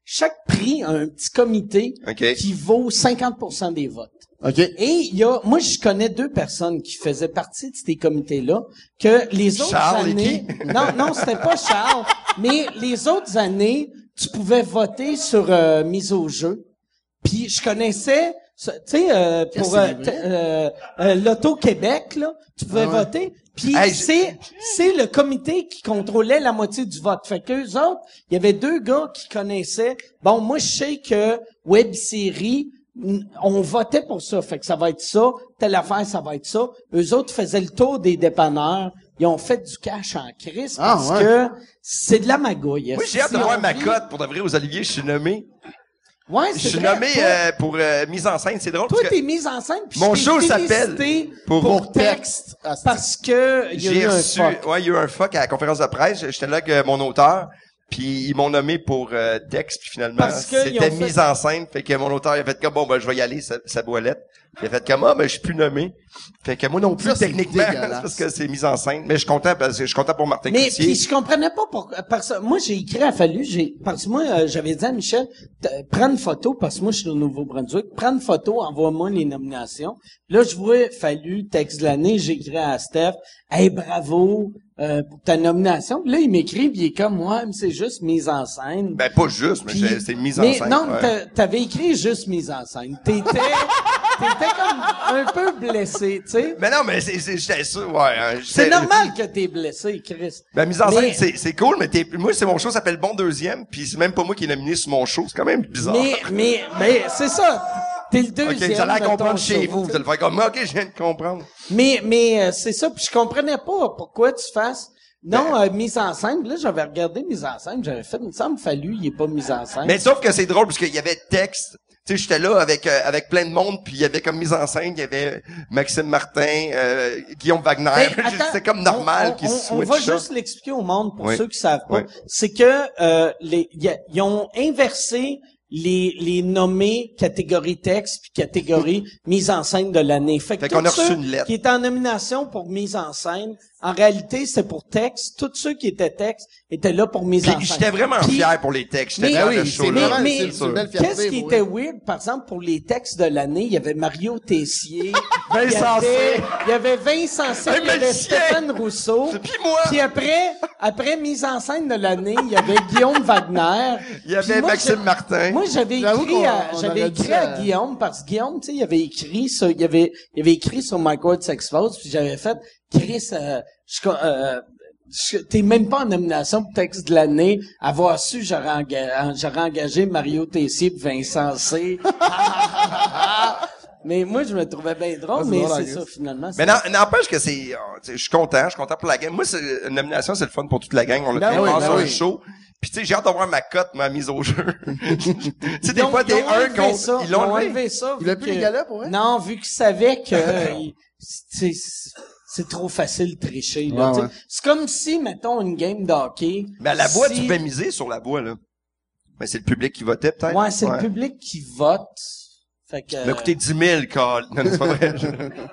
chaque prix a un petit comité
OK.
qui vaut 50% des votes.
OK.
Et il y a, moi, je connais deux personnes qui faisaient partie de ces comités-là, que les autres
Charles et
années. (laughs) Non, non, c'était pas Charles, mais les autres années, tu pouvais voter sur euh, mise au jeu. Puis je connaissais, ce- tu sais, euh, pour
c'est
euh,
vrai?
t- euh, euh, l'Auto-Québec, là, tu pouvais voter. Puis
Hey, j'ai-
c'est c'est le comité qui contrôlait la moitié du vote. Fait qu'eux autres, il y avait deux gars qui connaissaient. Bon, moi, je sais que web série, n- on votait pour ça. Fait que ça va être ça. Telle affaire, ça va être ça. Eux autres faisaient le tour des dépanneurs. Ils ont fait du cash en crise
Ah,
parce
ouais.
que c'est de la magouille.
Oui, j'ai hâte de
Si
voir
on
ma
vit-
cote. Pour de vrai, aux oliviers, je suis nommé.
Ouais,
Je
c'est
suis
vrai.
nommé
Toi-
euh, pour euh, mise en scène. C'est drôle.
Toi,
parce que
t'es mise en scène. puis
Mon
je t'ai
show s'appelle
félicité
Pour-
pour,
Pour texte.
texte
Ah, c'est-
parce que il y a
j'ai
eu un
reçu,
fuck.
ouais, il y a eu un fuck à la conférence de presse. J'étais là avec euh, mon auteur. Puis ils m'ont nommé pour euh, Dex, puis finalement
Parce que ils
c'était
ont
mise
fait-
en scène, fait que mon auteur il a fait comme bon ben je vais y aller sa, sa boîlette. Il a fait comme ah ben je suis plus nommé. Fait que moi non plus
Ça,
(laughs)
c'est
techniquement c'est
dégueulasse.
parce que c'est mise en scène, mais je suis content parce que je suis content pour Martin
Mais
Coutier.
puis je comprenais pas pourquoi. Parce que moi j'ai écrit à Fallu, j'ai parce que moi euh, j'avais dit à Michel t- euh, prends une photo parce que moi je suis au Nouveau-Brunswick, prends une photo, envoie-moi les nominations. Là je vois Fallu texte de l'année, j'ai écrit à Steph, hey bravo euh, pour ta nomination. Puis Là il m'écrit, puis il est comme moi, c'est juste mise en scène.
Ben pas juste, mais
Puis-
j'ai- c'est mise en
mais
scène.
Non,
ouais.
t'a- t'avais écrit juste mise en scène. T'étais, (laughs) t'étais comme un peu blessé, tu sais.
Mais non, mais c'est, c'est, j'étais sûr, ouais. hein,
C'est
j'étais-
normal que t'es blessé, Chris.
Ben, mise en scène,
Mais-
c'est, c'est cool, mais t'es, moi, c'est mon show, ça s'appelle Bon Deuxième, puis c'est même pas moi qui est nominé sur mon show, c'est quand même bizarre.
Mais, mais, mais, c'est ça. T'es le
ok,
deuxième.
vous allez la
mettons,
comprendre chez
sur-
vous, vous allez faire comme, ok, je viens de comprendre.
Mais, mais, euh, c'est ça. Puis je comprenais pas pourquoi tu fasses. Non,
Ben-
euh, mise en scène. Puis Là, j'avais regardé mise en scène. J'avais fait, il me semble, fallu, il est pas mise en scène.
Mais sauf que c'est drôle, parce qu'il y avait texte, tu sais, j'étais là avec, euh, avec plein de monde, puis il y avait comme mise en scène, il y avait Maxime Martin, euh, Guillaume Wagner, (laughs)
Mais Ben, attends,
c'est comme normal
on-
qu'ils
on-
switchent
On va
ça.
juste l'expliquer au monde pour
Oui.
ceux qui savent pas.
Oui.
C'est que euh, les- y a- ils ont inversé les, les nommés catégorie texte puis
(laughs)
catégorie mise en scène de l'année. Fait, que
Fait qu'on
tous
a reçu
ceux
une lettre.
Qui étaient en nomination pour mise en scène, en réalité, c'est pour texte. Tous ceux qui étaient texte étaient là pour mise
Puis
en scène.
j'étais vraiment
Puis-
fier pour les textes, j'étais
mais-
dans
Ben
le
oui,
show,
c'est
là.
vraiment-
mais-
c'est-
mais-
c'est une belle fierté.
Qu'est-ce qui
pour
était
eux.
weird, par exemple, pour les textes de l'année, il y avait Mario
(laughs)
Tessier, il, y
Vincent
avait,
C.
il y avait Vincent C,
Un
il y avait
magicien.
Stéphane Rousseau,
Puis moi.
puis après, après mise en scène de l'année, il y avait Guillaume Wagner,
(laughs) Il y avait
Puis moi,
Maxime
j'ai-
Martin.
Moi, j'avais
J'avoue qu'on-
écrit, à,
on
j'avais
aurait
écrit
dû,
à
euh,
Guillaume parce que Guillaume, tu sais, il avait écrit sur, il avait, il avait écrit sur My Word Sexpose, puis j'avais fait, Chris, euh, je co- euh, je- t'es même pas en nomination pour texte de l'année. Avoir su, j'aurais, enga- en- j'aurais engagé Mario Tessier puis Vincent C. (laughs) Ah, mais moi, je me trouvais bien drôle,
Ah, c'est
mais
drôle, la
c'est
gueule.
ça, finalement.
Mais
c'est-
non- n'empêche que c'est, euh, tu sais, je suis content, je suis content pour la gang. Moi, c'est, une nomination, c'est le fun pour toute la gang. On l'a
Ben
fait
oui,
voir
ben
sur le
oui.
show. Puis tu sais, j'ai hâte d'avoir ma cote, ma mise au jeu. (laughs) tu sais, des
Ils ont-
fois, t'es
ils ont
un
enlevé
contre,
ça,
ils l'ont enlevé.
enlevé ça.
Il
vu
a plus
que-
les galas, pour vrai?
Non, vu qu'ils savaient que
(laughs)
euh, il- c'est- c'est c'est trop facile de tricher. là,
Ouais,
tu sais.
ouais.
C'est comme si, mettons, une game de hockey...
Mais à la voix,
si-
tu pouvais miser sur la voix, là. Ben, c'est le public qui votait, peut-être.
Ouais, c'est le public qui vote. Fait que...
Il m'a coûté 10 000, Carl. Non, c'est pas vrai.
(laughs)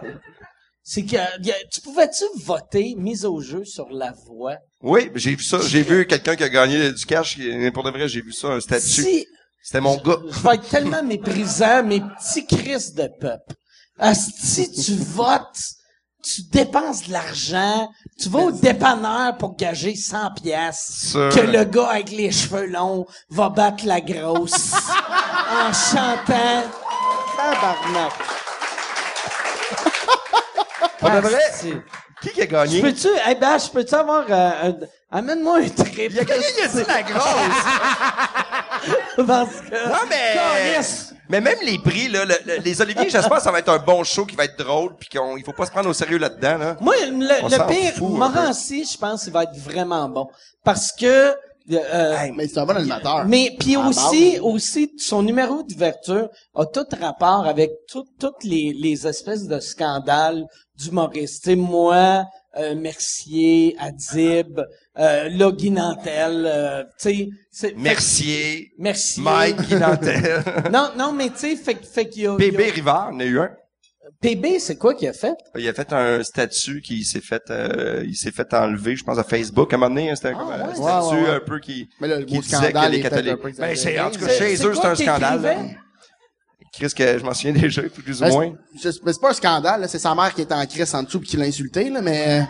C'est que... y a- Tu pouvais-tu voter mise au jeu sur la voix?
oui, j'ai vu ça. J'ai vu quelqu'un qui a gagné du cash. qui- Pour de vrai, j'ai vu ça, un statut.
Si...
C'était mon gars.
Je vais être tellement méprisant, mes petits crises de peuple. Si tu votes, tu dépenses de l'argent, tu vas au dépanneur pour gager 100 pièces
Sûr.
que le gars avec les cheveux longs va battre la (laughs) grosse en chantant tabarnak.
Pour de vrai,
ben, Asti.
Qui qui a gagné?
Ah, Je peux-tu, eh ben, je peux-tu avoir, euh, un- amène-moi un trip.
Il
(laughs)
y a quelqu'un qui a dit la grosse.
Parce que,
Non, mais...
Calisse!
Mais même les prix, là, le- le-
(laughs)
les Olivier, j'espère que ça va être un bon show qui va être drôle, puis qu'on, il faut pas se prendre au sérieux là-dedans, là.
Moi, le,
On
le
s'en
pire,
fout hein. un
Morancy, je pense, il va être vraiment bon. Parce que, euh,
Hey,
Mais c'est un bon animateur.
Mais puis
À la
aussi,
base.
aussi, son numéro d'ouverture a tout rapport avec tout- toutes les, les espèces de scandales d'humoristes. Tu sais, moi, euh, Mercier, Adib, euh, là, Guy Nantel, euh, tu sais, c'est-
Mercier,
Mercier.
Mike, Guy Nantel.
(laughs)
(laughs)
Non, non, mais tu sais, fait, que- fait qu'il y a...
PB Rivard, il y en a eu un.
PB, c'est quoi qu'il a fait?
Il a fait un statut qui s'est fait, euh, il s'est fait enlever, je pense, à Facebook. À un moment donné, hein, c'était comme un
ouais.
statut
Ah, Ouais, ouais, ouais.
un peu qui,
Mais là, le
qui
mot
disait
scandale
que les
est peut-être un
catholiques.
peu
Ben, c'est, en tout cas,
C'est-
chez
c'est
eux, c'est
quoi
un
qu'il
scandale. là.
écrivait?
Chris, que je m'en souviens déjà, plus ou
Ben, c'est-
moins.
c'est c'est pas un scandale, là. c'est sa mère qui était en crise en dessous pis qui l'a insulté, là, mais... euh,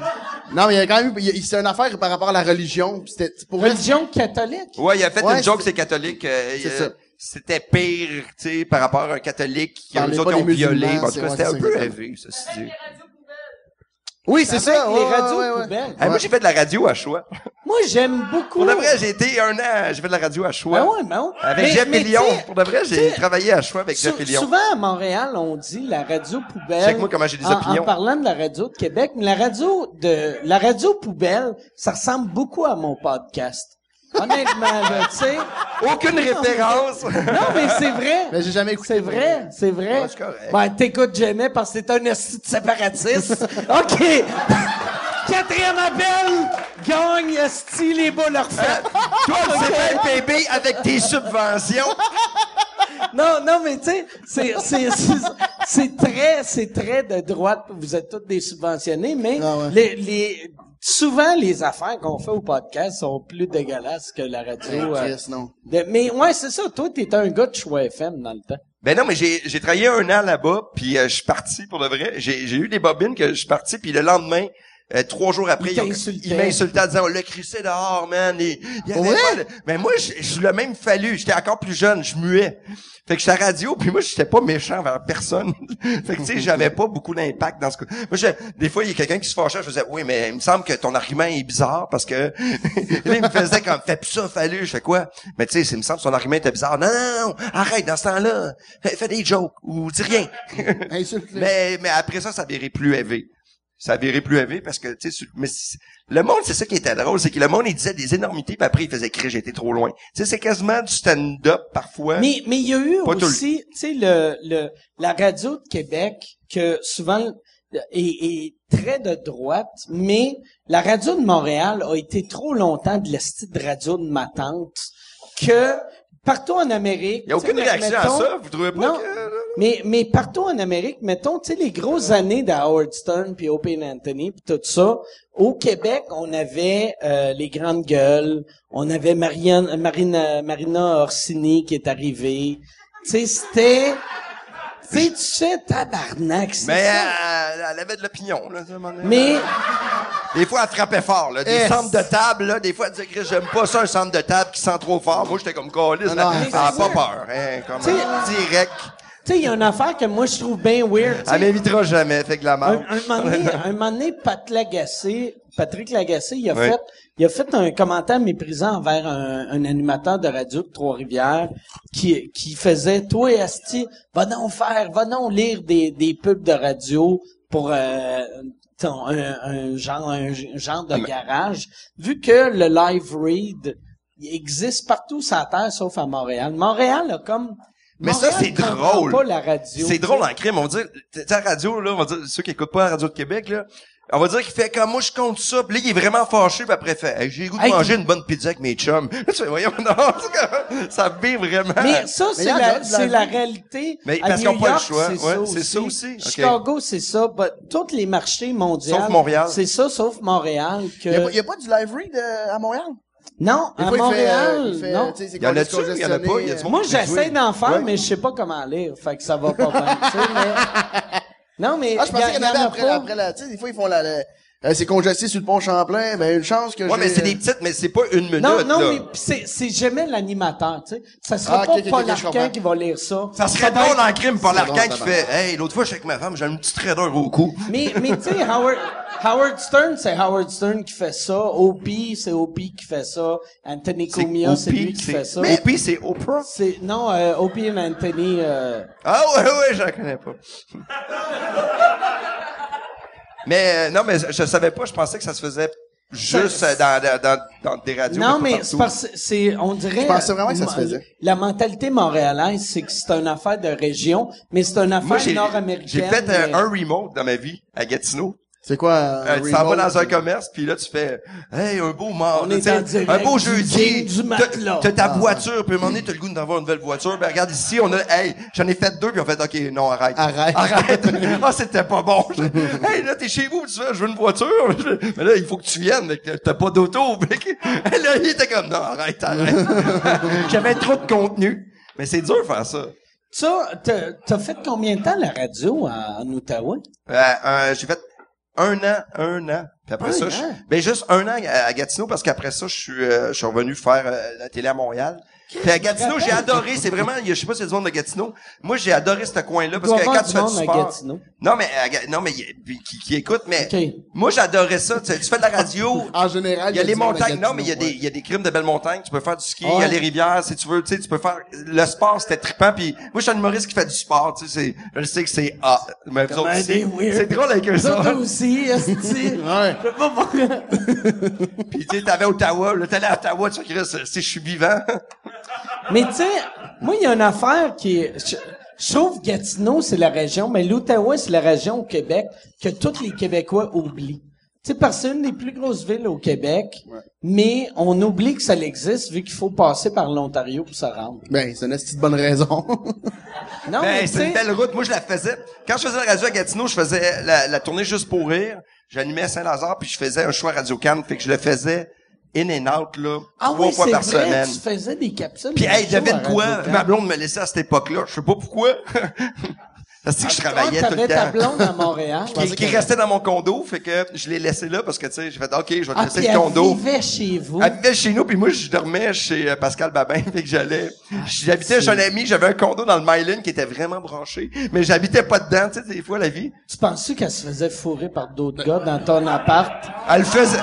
Non, mais il y a quand même... eu- il- il- C'est une affaire par rapport à la religion. pis C'était pour vrai,
Religion catholique?
Ouais, il a fait
Ouais,
une joke,
c'est-
c'est catholique. euh,
c'est
euh,
ça.
C'était pire, tu sais, par rapport à un catholique qui
Parlez
nous autres
pas
ont
des
violé.
musulmans,
En tout
c'est-
cas,
ouais,
c'était
c'est
un
ça,
peu
exactement.
rêvé, ceci dit.
Oui, c'est ça.
Avec
Oh,
ouais,
les
ouais,
radios
ouais, ouais.
poubelles.
Hey, moi, j'ai fait de la radio à choix.
Moi, j'aime beaucoup...
Pour de vrai, j'ai été un an, j'ai fait de la radio à choix.
Ah
Ben ouais, ben ouais.
Avec
Mais-
Jeff
mais
Million.
tu sais-
Pour de vrai,
tu
j'ai
sais,
travaillé à choix avec
Sou-
Jeff Million.
Souvent à Montréal, on dit la radio poubelle.
Check-moi comment j'ai des
en,
opinions.
En parlant de la radio de Québec, mais la radio de la radio poubelle, ça ressemble beaucoup à mon podcast. Honnêtement, là, tu sais.
Aucune référence.
Non, mais c'est vrai.
Mais j'ai jamais écouté.
C'est vrai, c'est vrai.
Ouais, c'est correct.
Ben, t'écoutes jamais parce que t'es un esti de séparatiste. (laughs) OK. Quatrième appel. Gagne, esti, les bas leur fête.
Toi, c'est même bébé avec tes subventions.
Non, non, mais tu sais, c'est, c'est, c'est, c'est très, c'est très de droite. Vous êtes tous des subventionnés, mais
Ah ouais.
les, les, souvent les affaires qu'on fait au podcast sont plus dégueulasses que la radio.
Ouais,
euh,
Chris, non.
de- mais ouais, c'est ça. Toi, t'étais un gars de choix FM dans le temps.
Ben non, mais j'ai j'ai travaillé un an là-bas, puis euh, je suis parti pour de vrai. J'ai j'ai eu des bobines que je suis parti, puis le lendemain, euh, trois jours après,
Il
ils ont-
t'insultait.
ils m'insultaient en disant « On l'a crissé dehors, man! » Et il y avait
Ouais?
pas de- Mais moi, je je l'ai même fallu. J'étais encore plus jeune, je muais. Fait que j'étais à la radio, puis moi, j'étais pas méchant envers personne. (laughs) fait que, tu sais, j'avais pas beaucoup d'impact dans ce cas. Moi, je- des fois, il y a quelqu'un qui se fâchait, je faisais « Oui, mais il me semble que ton argument est bizarre, parce que... » (laughs) Là, il me faisait comme « Fais plus ça, fallu! » Je fais quoi? Mais tu sais, c'est- il me semble que son argument était bizarre. « Non, non, non! Arrête, dans ce temps-là! Fais, fais des jokes, ou dis rien! »
Insulte.
Mais, mais après ça, ça virait plus élevé. Ça virait plus élevé parce que, tu sais, sur- mais c'est- le monde, c'est ça qui était drôle, c'est que le monde, il disait des énormités, puis après, il faisait crier, j'étais trop loin. Tu sais, c'est quasiment du stand-up, parfois.
Mais mais il y a eu
Pas tout le-
aussi, tu sais le le la radio de Québec que souvent est, est très de droite, mais la radio de Montréal a été trop longtemps de l'esti de radio de ma tante que partout en Amérique.
Il y a
tu sais,
aucune réaction à
mettons-
ça, vous trouvez pas
non,
que...
mais, mais partout en Amérique, mettons, tu sais, les grosses années de Howard Stern, puis Open Anthony, puis tout ça, au Québec, on avait euh, les grandes gueules, on avait Marianne, euh, Marina, Marina Orsini qui est arrivée. Tu sais, c'était... Tu sais, tu sais, tabarnak, c'est
Mais euh,
ça.
elle, elle avait de l'opinion, là. ça, à un moment donné.
Mais,
Des fois, elle frappait fort, là. Des
Eh.
Yes.
centres de table, là. Des fois, elle disait, Chris, j'aime pas ça, un centre de table qui sent trop fort. Moi, j'étais comme calice,
Non,
là.
non,
Elle
mais
a
c'est
pas
sûr.
peur, hein. Comme
Ah Tu sais-
direct.
tu sais, il y a une affaire que moi, je trouve bien weird. tu sais.
Elle m'invitera jamais, fait que la merde.
Un, un moment donné, un moment donné, Pat Lagacé, Patrick Lagacé, il a
Oui.
fait, il a fait un commentaire méprisant envers un, un animateur de radio de Trois-Rivières qui, qui faisait, toi, Asti, va donc faire, va donc lire des, des pubs de radio pour, euh, ton- un, un genre, un, genre
Ah,
de garage. Vu que le live read existe partout sur la Terre, sauf à Montréal. Montréal a comme,
Mais ça,
Montréal
c'est
comprend
drôle.
Pas la radio.
C'est drôle en crime, on va dire, tu sais, à la radio, là, on va dire, ceux qui écoutent pas la radio de Québec, là, on va dire qu'il fait comme moi, je compte ça, puis là, il est vraiment fâché, puis après, il fait, Hey, j'ai le goût de
Hey,
manger une bonne pizza avec mes chums. (laughs) Là, tu fais, voyons, non, c'est comme- ça vit vraiment.
Mais ça, c'est
y en a
la,
de la
c'est
vie.
la réalité.
Ah, Mais
à
parce
New
qu'ils ont pas le
York,
choix.
c'est
Ouais,
ça
c'est ça aussi. OK.
Chicago, c'est ça. Bah, tous les marchés mondiaux.
Sauf Montréal.
C'est ça, sauf Montréal. Que...
Il y a, pas- y a pas du library de, à Montréal?
Non,
Des
à
fois, il fait, euh,
Montréal,
il fait,
non.
tu sais, c'est
Y en
quoi,
a-tu?
c'est
Y en a pas? Y a du
congestionné,
monde
Moi,
qui
j'essaie
joue.
d'en faire,
Ouais.
mais je sais pas comment lire. Fait que ça va pas bien. tu sais, mais... Non, mais
(laughs)
Ah, je pensais
y a-
qu'il y
y
en avait
a
après,
pas.
après la, tu sais, des fois, ils font la, la- Euh, c'est congesté sur le pont Champlain, ben une chance que
Ouais, mais
j'ai-
c'est des petites, mais c'est pas une minute,
Non, non,
là.
mais pis c'est, c'est jamais l'animateur, tu sais. Ça sera
Ah,
pas
ok, ok, ok,
Paul
je
Arcand
comprends.
qui va lire ça.
Ça serait
va
drôle
être-
en crime par
C'est
l'arcan
drôle,
qui fait, hey, l'autre fois, je suis avec ma femme, j'ai un petit trader au cou.
Mais, mais tu sais, Howard, Howard Stern, c'est Howard Stern qui fait ça. O.P., c'est O.P. qui fait ça. Anthony Comia, c'est lui qui fait ça.
Mais puis c'est Oprah.
C'est, non, euh, O.P. et Anthony, euh,
Ah ouais, ouais, je la connais pas. mais euh, non, mais je, je savais pas, je pensais que ça se faisait juste
Ça-
euh, dans, dans, dans, dans des radios.
Non, mais
mais pas partout.
c'est parce que c'est, on dirait.
Je pensais vraiment que ça se faisait.
La mentalité montréalaise, c'est que c'est une affaire de région, mais c'est une
Moi,
affaire
j'ai
nord-américaine.
j'ai fait euh,
mais-
un remote dans ma vie à Gatineau.
C'est quoi euh,
Euh, tu s'en vas
remote?
dans un commerce, puis là, tu fais « Hey, un beau mort,
On
là,
est
tu sais,
en direct
un beau
du
jeudi,
game du
t'as-
matelas. Ah,
t'as ta voiture, puis à un moment donné, t'as le goût d'avoir une nouvelle voiture. Ben regarde ici, on a « Hey, j'en ai fait deux, puis on fait « Ok, non, arrête. »
Arrête.
Arrête.
(laughs)
(laughs) Ah, c'était pas bon. (laughs) hey, là, t'es chez vous, puis tu fais « Je veux une voiture. » (laughs) Mais là, il faut que tu viennes, mais que t'as pas d'auto. (laughs) Fait que- là, il était comme « Non,
(laughs)
arrête, arrête. » J'avais trop de contenu. Mais c'est dur de faire ça.
Ça, t'as, t'as fait combien de temps la radio à- en Ottawa?
Euh, euh, j'ai fait un an, un an. Puis après
Un
ça, je-
hein?
an?
ben juste un an à, à Gatineau parce qu'après ça, je suis, euh, je suis revenu faire euh, la télé à Montréal. Puis à Gatineau, j'ai adoré. C'est vraiment, il y a- je sais pas si c'est du monde de Gatineau. Moi, j'ai adoré ce coin-là parce
doit
que
avoir
quand
du
tu fais
monde à
du sport,
Gatineau.
non mais, à Ga- non mais, il y a- puis qui, qui écoute, mais
Ok.
moi, j'adorais ça. Tu, sais, tu fais de
(laughs)
la radio.
En général,
Il y a les
du monde à
montagnes, non,
Gatineau,
mais il y a des,
ouais.
il y a des crimes de belles montagnes. Tu peux faire du ski, il y
Ouais.
a les rivières, si tu veux, tu sais, tu peux faire, le sport, c'était trippant, puis moi, je suis un humoriste qui fait du sport, tu sais, c'est, je le sais que c'est, ah, mais vous autres,
Ben,
c'est,
des weird.
c'est drôle avec eux
Vous autres
autres.
aussi,
(laughs)
esti.
Ouais.
Je peux pas voir-
Puis, tu sais, t'avais Ottawa, là, t'allais à Ottawa, tu vois, si je suis vivant.
Mais tu sais, moi, il y a une affaire qui est... Je, je trouve Gatineau, c'est la région, mais l'Outaouais, c'est la région au Québec que tous les Québécois oublient. Tu sais, parce que c'est une des plus grosses villes au Québec, mais on oublie que ça existe vu qu'il faut passer par l'Ontario pour se rendre.
Ben, c'est une petite bonne raison. (laughs)
Non,
Ben,
mais tu
c'est
sais...
une belle route. Moi, je la faisais. Quand je faisais la radio à Gatineau, je faisais la, la tournée juste pour rire. J'animais à Saint-Lazare, puis je faisais un choix radio can fait que je le faisais in and out, là,
Ah
trois
oui,
fois
c'est
par
vrai,
semaine.
tu faisais des capsules.
Puis, hey,
de show
devine
à
quoi?
Radio-Can.
Ma blonde me laissait à cette époque-là. Je sais pas pourquoi. (laughs) Parce que je travaillais
Ah,
tout le
T'avais ta
temps.
blonde à Montréal. Ah,
Qui, qui restait dans mon condo, fait que je l'ai laissé là parce que, tu sais, j'ai fait, OK, je vais te
Ah,
laisser
puis
le condo.
elle vivait chez vous.
Elle vivait chez nous, puis moi, je dormais chez euh, Pascal Babin, (laughs) fait que j'allais...
Ah,
J'habitais chez un ami, j'avais un condo dans le Myland qui était vraiment branché, mais j'habitais pas dedans, tu sais, des fois, la vie.
Tu pensais qu'elle se faisait fourrer par d'autres gars dans ton appart?
Elle faisait...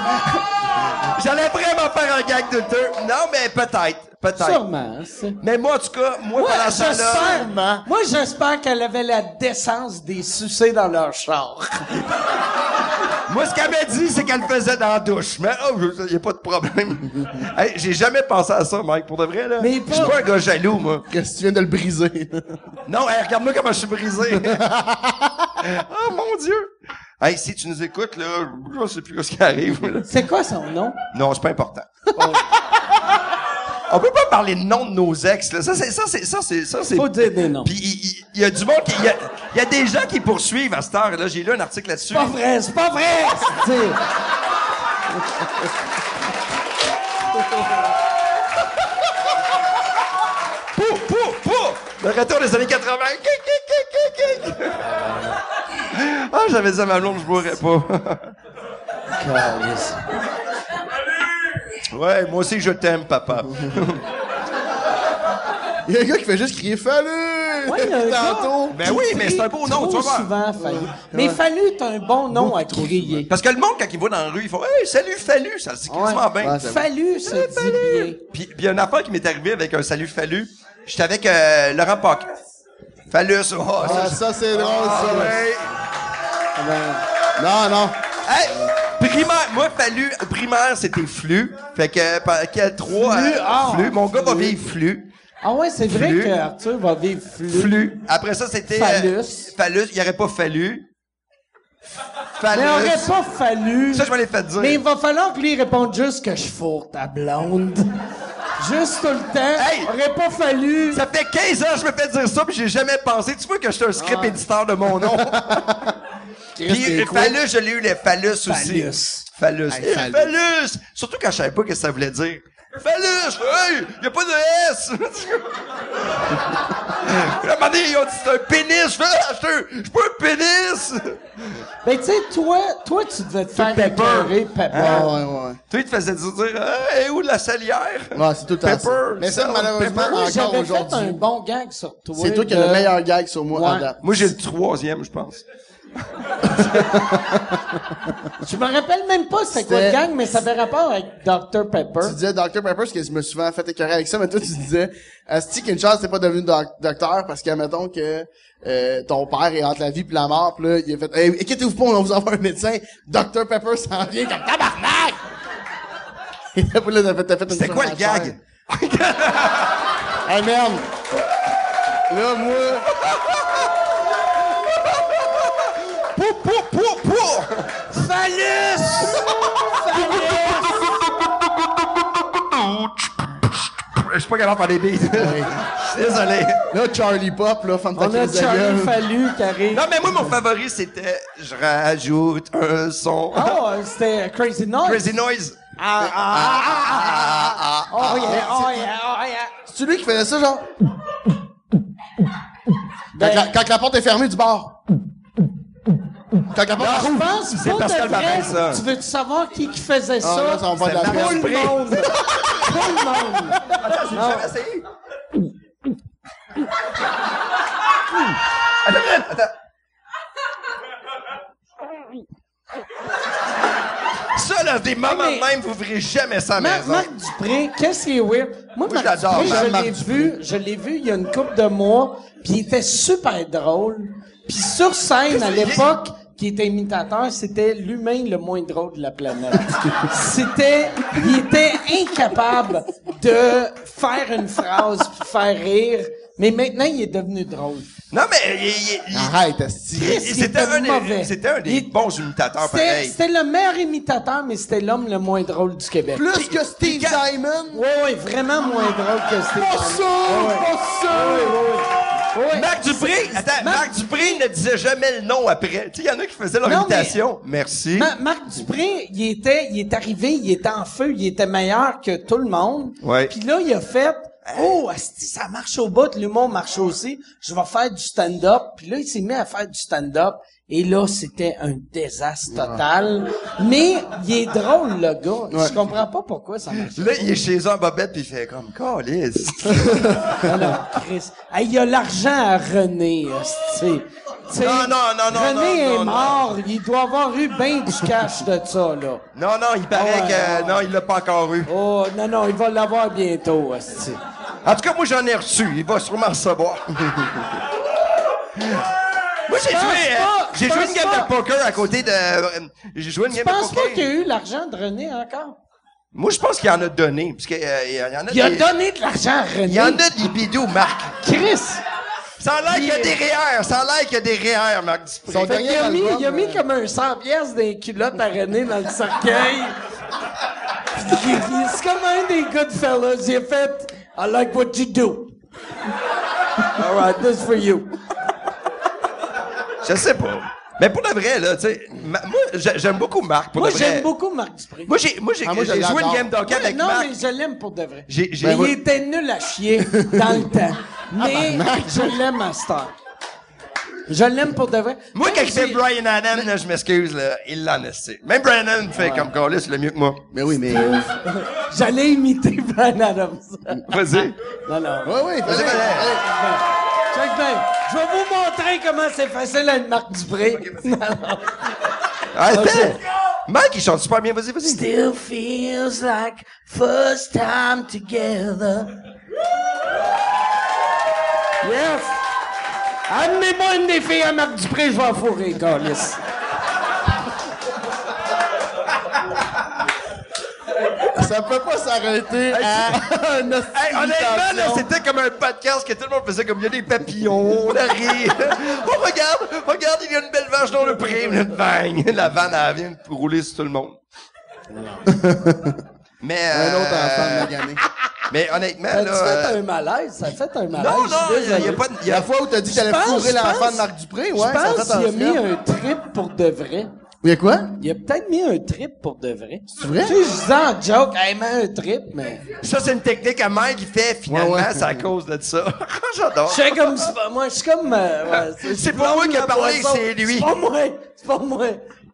(laughs) J'allais vraiment faire un gag de deux. Non, mais peut-être, peut-être.
Sûrement, hein, c'est...
Mais moi, en tout cas, moi,
Moi,
pendant ce temps-là...
j'espère, hein. moi, j'espère qu'elle avait la décence des sucés dans leur
(laughs)
char.
Moi, ce qu'elle m'a dit, c'est qu'elle le faisait dans la douche. Mais oh, il n'y a pas de problème. (laughs) Hey, j'ai jamais pensé à ça, Mike, pour de vrai, là.
Mais
Je suis
pas-
pas un gars jaloux, moi.
Qu'est-ce que tu viens de le briser?
(laughs) Non, hey, regarde-moi comment je suis
(laughs)
brisé. oh, mon Dieu. Hey, si tu nous écoutes, là, je sais plus ce qui arrive. là.
C'est quoi son nom?
Non, c'est pas important. On peut pas parler de nom de nos ex, là. Ça, c'est, ça, c'est, ça, c'est, ça, c'est...
Faut dire des noms.
Puis il il- il y, a du monde qui... Il y a, il y a des gens qui poursuivent à cette heure, là. J'ai lu un article là-dessus.
Pas vrai, c'est pas vrai! c'est-tu.
Pou, pou, pou! Le retour des années 80. Kick, kick, kick, kick, kick. Ah, j'avais dit à ma blonde, je boirais pas. ouais, moi aussi, je t'aime, papa.
Il y a un gars qui fait juste crier « Fallu!
Ouais, il y a un gars
Tantôt!
Ben oui, mais c'est un beau nom,
trop
tu vas voir.
souvent, Fallu. Mais Fallu, t'as un bon nom à crier.
Parce que le monde, quand il va dans la rue, il fait Hey, salut, fallu! Ça le dit quasiment bien.
Ouais, c'est vrai.
Fallu se dit bien.
Puis, puis il y a une affaire qui m'est arrivée avec un salut fallu. J'étais avec euh, Laurent Paquin. Fallus, oh,
Ah,
ça,
ça, c'est drôle, ça!
Ah,
Ah, ben,
ouais.
Non, non!
Hey, primaire, moi, fallu, primaire, c'était flux. Fait que, euh, par- qu'il y a trois,
Flux,
euh,
ah,
flux. Mon gars va
flux.
vivre flux.
Ah ouais, c'est vrai
Flu.
que Arthur va vivre flux.
Flux. Après ça, c'était... euh,
Phallus.
phallus. Il aurait pas fallu. Phallus.
Mais il aurait pas fallu.
Ça, je me l'ai fait dire.
Mais il va falloir que lui réponde juste que je fourre ta blonde. juste tout le temps.
Hey!
Il aurait pas fallu.
Ça fait 15 ans que je me fais dire ça, puis j'ai jamais pensé. Tu vois que je suis un script éditeur de mon
(laughs)
nom.
c'est
puis
quoi?
phallus, je l'ai eu, le phallus aussi.
Phallus.
Phallus.
Hey,
Eh,
phallus.
phallus. Surtout quand je savais pas ce que (laughs) ça voulait dire. Phallus! Hey! Y a pas de S! Puis là, un moment donné, ils ont dit, c'est un pénis. Je fais, ah, je te- je suis pas un pénis.
Ben, tu sais, toi, toi, tu devais te faire écœurer,
Hein?
papa.
Ouais, ouais,
Tu sais, ils te faisaient dire, Ah, et où la salière?
ouais. Ouais, c'est tout le temps ça.
Pepper,
Mais ça,
salt,
malheureusement,
Moi,
pepper.
Ah, encore
j'avais fait un
aujourd'hui.
bon gag sur toi.
C'est toi qui as
de-
le meilleur gag sur moi à
Ouais.
date.
Moi, j'ai le troisième, je pense.
Je me rappelle même pas c'est quoi
C'était-
le gang, mais ça avait rapport avec Dr.
Tu
Pepper.
disais Dr. Pepper parce que je me suis souvent fait écœurer avec ça, mais toi, tu disais, Asti, qu'une chance, t'es pas devenu doc- docteur parce que, mettons que, euh, ton père est entre la vie pis la mort, pis là, il a fait, hey, inquiétez-vous pas, on va vous envoie un médecin. Dr. Pepper s'en vient comme tabarnak! (laughs) Et là, pis là, t'as fait, t'as fait une
C'était quoi le
surmention.
gag?
Hey, merde! Là, moi,
Pou, pou, pou, pou! Je suis pas capable de faire des beats. Je suis (laughs) Désolé.
là, Charlie Pop, là, femme ta
On a
crise de
Charlie
gueule.
Fallu qui arrive.
Non, mais moi, mon favori, c'était Je rajoute un son.
Oh, c'était Crazy Noise.
Crazy Noise.
Ah, ah, ah, ah, oh, yeah, oh, yeah, oh, yeah.
C'est lui qui faisait ça, genre?
Ben-
Quand, la, quand la porte est fermée du bar. Quand la porte
Je pense
C'est
pas
Pascal
de vrai.
Babin, ça.
Tu veux-tu savoir qui qui faisait
Ah,
ça?
là, ça va pas de la
C'est
peine.
Tout le
Esprit.
monde. Tout le monde.
Attends, j'ai jamais essayé. Attends, attends. Ça, là, des moments
Mais-
de même, vous verrez jamais ça à la
Mar-
maison.
Marc Dupré, qu'est-ce qui est weird? Moi, Marc
j'adore,
Dupré,
Marc-
je
Marc
l'ai vu, je l'ai vu il y a une couple de mois, puis il était super drôle. Puis sur scène, à l'époque, qui était imitateur, c'était l'humain le moins drôle de la planète. c'était, il était incapable de faire une phrase puis faire rire, mais maintenant, il est devenu drôle.
Non, mais il- il- il-
Arrête, Asti.
Chris,
il-
il
c'était
était
un,
mauvais.
des- c'était un des
Il-
bons imitateurs,
C'était
pareil.
c'était le meilleur imitateur, mais c'était l'homme le moins drôle du Québec.
Plus que Steve Diamond.
Ouais, ouais, vraiment moins drôle que c'était.
Pas sûr, pas sûr.
Marc Dupré, attends, Marc Dupré ne disait jamais le nom après. Tu sais, il y en a qui faisaient leur
Non, mais-
imitation. Merci.
Ma- Marc Dupré, il était, il est arrivé, il était en feu, il était meilleur que tout le monde.
Ouais.
Puis là, il a fait, oh, asti, ça marche au bout, l'humour marche aussi, je vais faire du stand-up. Puis là, il s'est mis à faire du stand-up. Et là, c'était un désastre total. Mais il est drôle, le gars. Je comprends pas pourquoi ça marche.
Là, il est chez eux en bobette puis il fait comme, calice.
(laughs) Alors, Chris. Hey, il y a l'argent à René, asti. T'sais,
Non, non, non, non,
René
non, non,
est
non.
mort. Il doit avoir eu ben du cash de ça, là.
Non, non, il paraît
Oh, Ouais,
que,
ouais.
non, il l'a pas encore eu.
Oh, non, non, il va l'avoir bientôt, asti.
En tout cas, moi, j'en ai reçu. Il va sûrement recevoir. (laughs) moi, j'ai
Je pense
joué, euh,
pas,
j'ai
je
joué
pense
une game
pas.
de poker à côté de, euh, j'ai joué une
Je
game
pense
de
pas
poker.
qu'il y a eu l'argent de René encore.
Moi, je pense qu'il en a donné, parce que, euh, il y en a
Il a
des-
donné de l'argent à René.
il y en a des bidous, Marc.
Chris.
Ça a l'air qu'il y a
Il-
des REER. Ça a l'air qu'il y a des REER, Marc Dupré.
Son
Fait qu'il
dernier
a mis,
album,
il a mis
euh,
comme un 100 pièces d'un culotte à René dans le cercueil. Puis il- il- C'est comme un des good fellas. Il a fait « I like what you do. All right, this for you.
Je sais pas. Mais pour de vrai, là, tu sais, ma- moi, j'a- j'aime beaucoup Marc, » pour
Moi,
de vrai.
j'aime beaucoup Marc Dupré.
Moi, j'ai, moi, j'ai,
Ah, moi, je
j'ai joué une
l'adore.
game d'hockey
Ouais,
avec
non,
Marc.
mais je l'aime pour de vrai.
J'ai- j'ai- Ah,
Mais
Ben,
il était nul à chier dans le temps. Mais je l'aime à cette heure. Je l'aime pour de vrai.
Moi,
Même
quand il fait
si-
Brian Adam, là, je m'excuse, là, il l'en est. c'est- Même Brian Adam fait comme Carlis, le mieux que moi.
Mais oui, mais. Ouais,
J'allais imiter (laughs) Brian Adams. (laughs)
Vas-y.
non, non.
oui, vas-y, vas-y.
Check bien. Je vais vous montrer comment c'est facile à une marque Dupré. Non, non.
Attends!
Ok.
Mike, il chante super bien, vas-y, vas-y.
Still feels like first time together. Yes! Amenez-moi une des filles à Marc Dupré, je vais en fourrer, Carlis.
(laughs)
Ça peut pas s'arrêter à (laughs) un hostie
Hey, honnêtement, là,
imitation.
c'était comme un podcast que tout le monde faisait comme il y a des papillons, on a ri. (laughs) Oh, regarde, regarde, il y a une belle vache dans le pré, une bang! (laughs) La vanne, elle vient de rouler sur tout le
(laughs)
monde. mais,
Un autre
euh,
enfant de la gamée.
mais honnêtement,
Ça
là.
fait
euh,
un malaise, ça fait un malaise.
Non, non,
je suis
il n'y a
désolé.
pas de. il y a-
La fois où t'as dit que t'allais
Je pense-
fourrer
je
l'enfant
pense-
de Marc Dupré,
Je
ouais, ça
pense
fait un
qu'il a mis
film.
un trip pour de vrai.
Il y a quoi?
Il a peut-être mis un trip pour de vrai.
C'est vrai?
Tu sais, je disais en joke, hey, mets un trip, mais.
Ça, c'est une technique à Mike qui fait, finalement,
Ouais, ouais.
c'est à cause de ça. (laughs) J'adore.
Je suis comme, c'est pas moi, je suis comme, euh, ouais,
Ah, C'est pas moi qui ai
la
parlé,
boisson.
c'est lui.
C'est pas moi, c'est pas moi.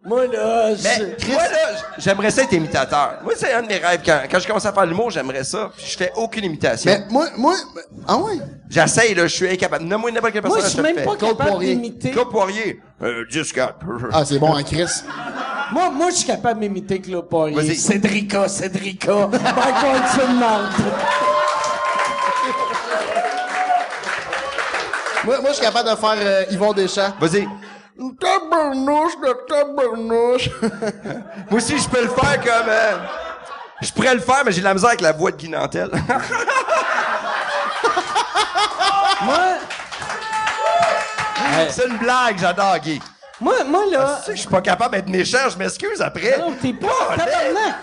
Moi, là, je.
Mais, moi, là, j- j'aimerais ça être imitateur. Moi, c'est un de mes rêves. Quand, quand je commence à faire de l'humour, j'aimerais ça. Puis Je fais aucune imitation.
Mais Ben, moi, moi, ah ouais?
J'essaye, là, je suis incapable. Nomme-moi n'importe quelle
Moi,
personne,
je suis même pas
Claude
capable
Poirier.
d'imiter.
Claude Poirier. Euh, 10 4.
Ah, c'est bon, hein, Chris.
Moi, moi, je suis capable d'imiter Claude Poirier.
Vas-y.
Cédrica,
(laughs)
Cédrica. Michael, tu me manques.
Moi, moi, je suis capable de faire euh, Yvon Deschamps.
(laughs) Vas-y.
Tabarnouche de tabarnouche.
(laughs) Moi aussi, je peux le faire comme... euh, je pourrais le faire, mais j'ai de la misère avec la voix de Guy Nantel.
(laughs) Moi,
c'est une blague, j'adore Guy.
moi, moi, là.
Tu sais que je suis pas capable d'être méchant, je m'excuse après.
Non, t'es pas.
Ah, Oh, là,
Tabarnak.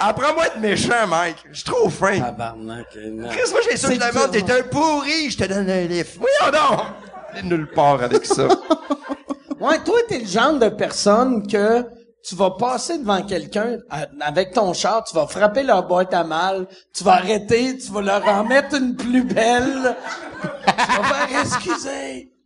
Apprends-moi à être méchant, Mike. Je suis trop fin.
Tabarnak. euh, non.
Qu'est-ce que moi, j'ai ça
C'est
que la mort,
dur.
t'es un pourri, je te donne un livre. Oui, oh non! T'es nulle part avec ça.
Ouais, toi, t'es le genre de personne que tu vas passer devant quelqu'un euh, avec ton char, tu vas frapper leur boîte à mal, tu vas arrêter, tu vas leur en mettre une plus belle. tu vas faire excuser.
(laughs)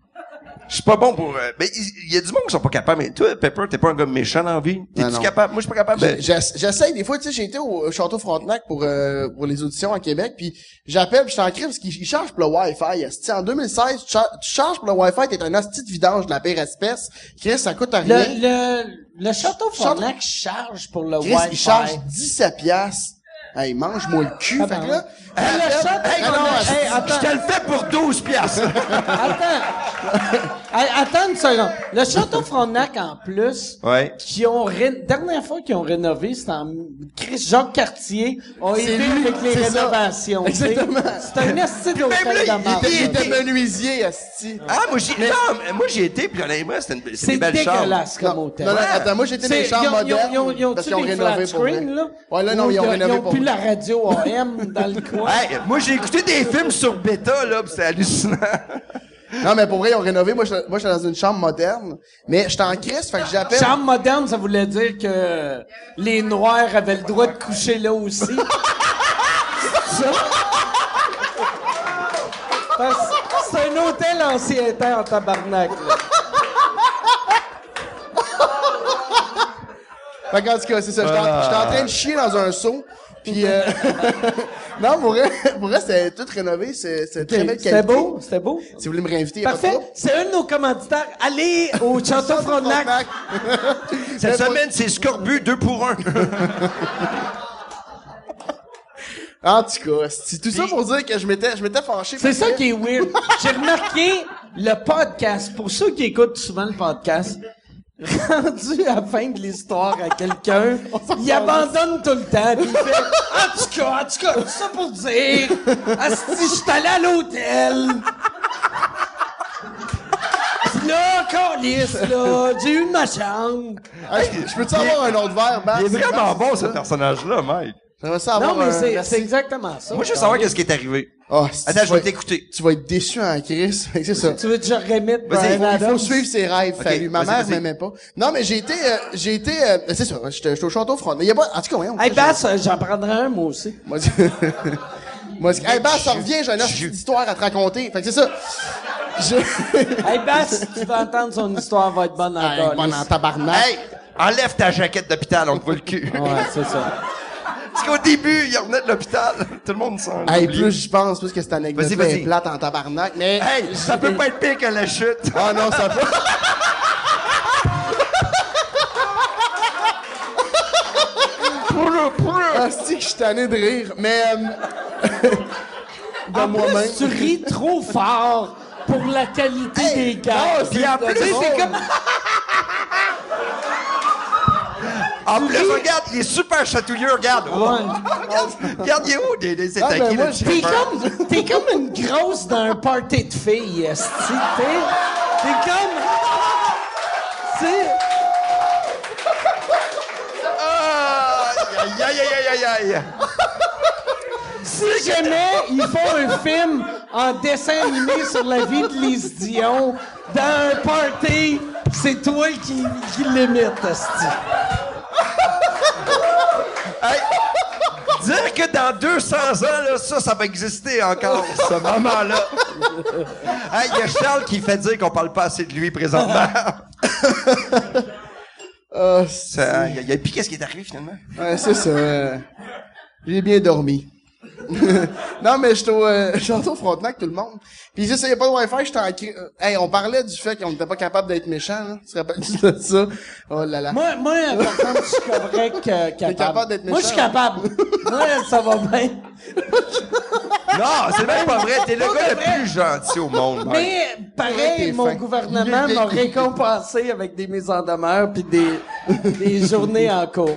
Je suis pas bon pour... euh, mais il il y, a du monde qui sont pas capables. Mais toi, Pepper, t'es pas un gars méchant dans la vie.
Non,
T'es-tu
non.
capable? Moi, je suis pas capable.
J'-
de-
Ben, j'ess- J'essaye des fois, tu sais, j'ai été au Château Frontenac pour euh, pour les auditions à Québec, puis j'appelle, puis je suis en crise parce qu'ils ils chargent pour le Wi-Fi. esti. En 2016, tu, char- tu charges pour le Wi-Fi, t'es un asti de vidange de la pire espèce. Chris, ça coûte à rien.
Le, le, le château Frontenac charge pour le
Chris,
Wi-Fi.
il charge 17 piastres. Hey, mange-moi le cul.
Ah
fait
ben.
que là,
Le shot,
hey, non, non,
hey,
hey,
attends.
Je te le fais pour 12 piastres.
Attends. Hey, attends une seconde. Le Château Frontenac, en plus,
Ouais.
qui ont ré- dernière fois qu'ils ont rénové, c'était en Chris Jacques Cartier a
C'est
aidé
lui,
avec les
c'est ça.
rénovations. tu sais.
Exactement.
C'est un esti de
même là,
l'hôtel de
il
marde,
il
là.
était menuisier, asti.
Ah, moi, j'ai, non, mais moi, j'ai été, puis honnêtement, c'était une, c'était
C'est
une belle chambre.
dégueulasse
Non,
comme
non,
hôtel.
non, attends, moi j'étais dans les
C'est-
chambres
ils ont-
modernes.
Ils ont, ils ont,
parce
ils
qu'ils
ont
ont
des
rénové
flat
pour vrai.
screen, là?
Ouais, là, non,
Ou
ils ont
de-
rénové
Ils ont
pour
plus
vrai.
la radio AM dans le coin.
Hey, moi, j'ai écouté des films sur bêta, là, pis c'est hallucinant.
Non, mais pour vrai, ils ont rénové. Moi, j'étais moi, j'étais dans une chambre moderne. Mais j'étais en crise, fait que j'appelle.
Chambre moderne, ça voulait dire que les Noirs avaient le droit de coucher là aussi. C'est ça? Parce que C'est un hôtel ancien temps en tabarnak. là.
Fait qu'en tout cas, c'est ça. J'étais en- j'étais en train de chier dans un seau. Puis, euh... (laughs) non, pour vrai, pour vrai, c'était tout rénové. C'est c'est très belle qualité.
C'était beau, c'était beau.
Si vous voulez me réinviter, y a pas de
Parfait,
trouble.
c'est un de nos commanditaires. Allez au Château Frontenac.
Cette semaine, c'est Scorbut 2 pour 1.
En tout cas, c'est tout ça pour dire que je m'étais, je m'étais fâché.
C'est
parce
ça
que-
qui est weird. J'ai remarqué le podcast, pour ceux qui écoutent souvent le podcast, rendu à la fin de l'histoire à quelqu'un, il abandonne tout le temps, pis il fait « En tout cas, en tout cas, tout ça pour dire, asti, je suis allé à l'hôtel! » Pis Là, calice, là, j'ai eu ma chambre.
Hey, ah, je- je peux-tu avoir un autre verre, Bas?
Il est vraiment bon, ce personnage-là, Mike.
J'aimerais ça avoir
Non, mais
un-
c'est,
merci.
c'est exactement ça.
Moi, je veux savoir qu'est-ce qui est arrivé.
Ah, si,
Attends,
tu
je
vas
vais
être-
t'écouter.
Tu vas être déçu en crise. (laughs) Fait que c'est ça.
Tu veux que je remette
Vas-y,
Brian
Il faut
Adams?
suivre ses rêves,
Ok,
fallu. Ma
vas-y,
mère
vas-y.
m'aimait pas. Non, mais j'ai été, euh, j'ai été, euh, c'est ça, j'étais j'étais au château front. Mais y a pas, en tout cas, voyons.
Hey,
je-
Bass, euh, j'en prendrai un, moi aussi.
Moi, c'est- (laughs) moi, c'est- hey, Bass, ça revient, j'ai une autre histoire à te raconter. Fait que c'est ça. Je,
(laughs)
Hey Bass, tu vas entendre son histoire va être Ah, bonne encore.
hey, bon, en tabarnak.
Hey, enlève ta jaquette d'hôpital, on te voit le cul.
Ouais, c'est ça.
Parce qu'au début, il revenait de l'hôpital. Tout le monde s'en
Hey,
oublie.
plus je pense, plus que cette anecdote
Vas-y, vas-y.
est plate en tabarnak, mais.
Hey, ça peut pas être pire que la chute.
Ah non, ça peut. Asti Ah, que je suis tanné de rire, mais euh, (laughs) de
En plus,
moi-même.
tu ris trop fort pour la qualité des gars.
Puis en plus, c'est comme... En plus, regarde, il est super chatouilleux, regarde. (laughs) regarde, regarde, il est où? Des, des, c'est
Ah, ben
taqué,
moi,
le
je-
T'es
petit Pepper.
comme, t'es comme une grosse d'un party de filles, esti, t'es, t'es comme, t'sais,
Ah, Aïe, aïe, aïe, aïe, aïe, aïe.
si jamais ils font un film en dessin animé sur la vie de Lise Dion dans un party C'est toi qui, qui l'imite, Asti.
Dire que dans 200 ans, là, ça, ça va
(laughs)
exister encore, ce moment-là. Hey, Il y a Charles qui fait dire qu'on parle pas assez de lui présentement.
(laughs)
Ah,
Ça, y a, y a- puis qu'est-ce qui est arrivé finalement?
Ouais, c'est ça. euh, J'ai bien dormi. (laughs) non, mais j'étais au, euh, j'étais au Frontenac, tout le monde. Puis j'essayais pas de Wi-Fi, j'étais en cri- euh, Hey, on parlait du fait qu'on était pas capable d'être méchant, là. Tu te rappelles-tu (laughs) de ça? Oh là là.
Moi, moi, par contre, je suis correct, euh, capable.
capable d'être
Moi, je suis
méchant, hein?
capable. moi, ça va bien.
Non, c'est même pas vrai. T'es le
Pour
gars
de
le
vrai.
plus gentil au monde. Mike.
Mais, pareil,
t'es
mon
fin.
gouvernement
(laughs)
m'a récompensé avec des mises en demeure puis des, des journées en cours.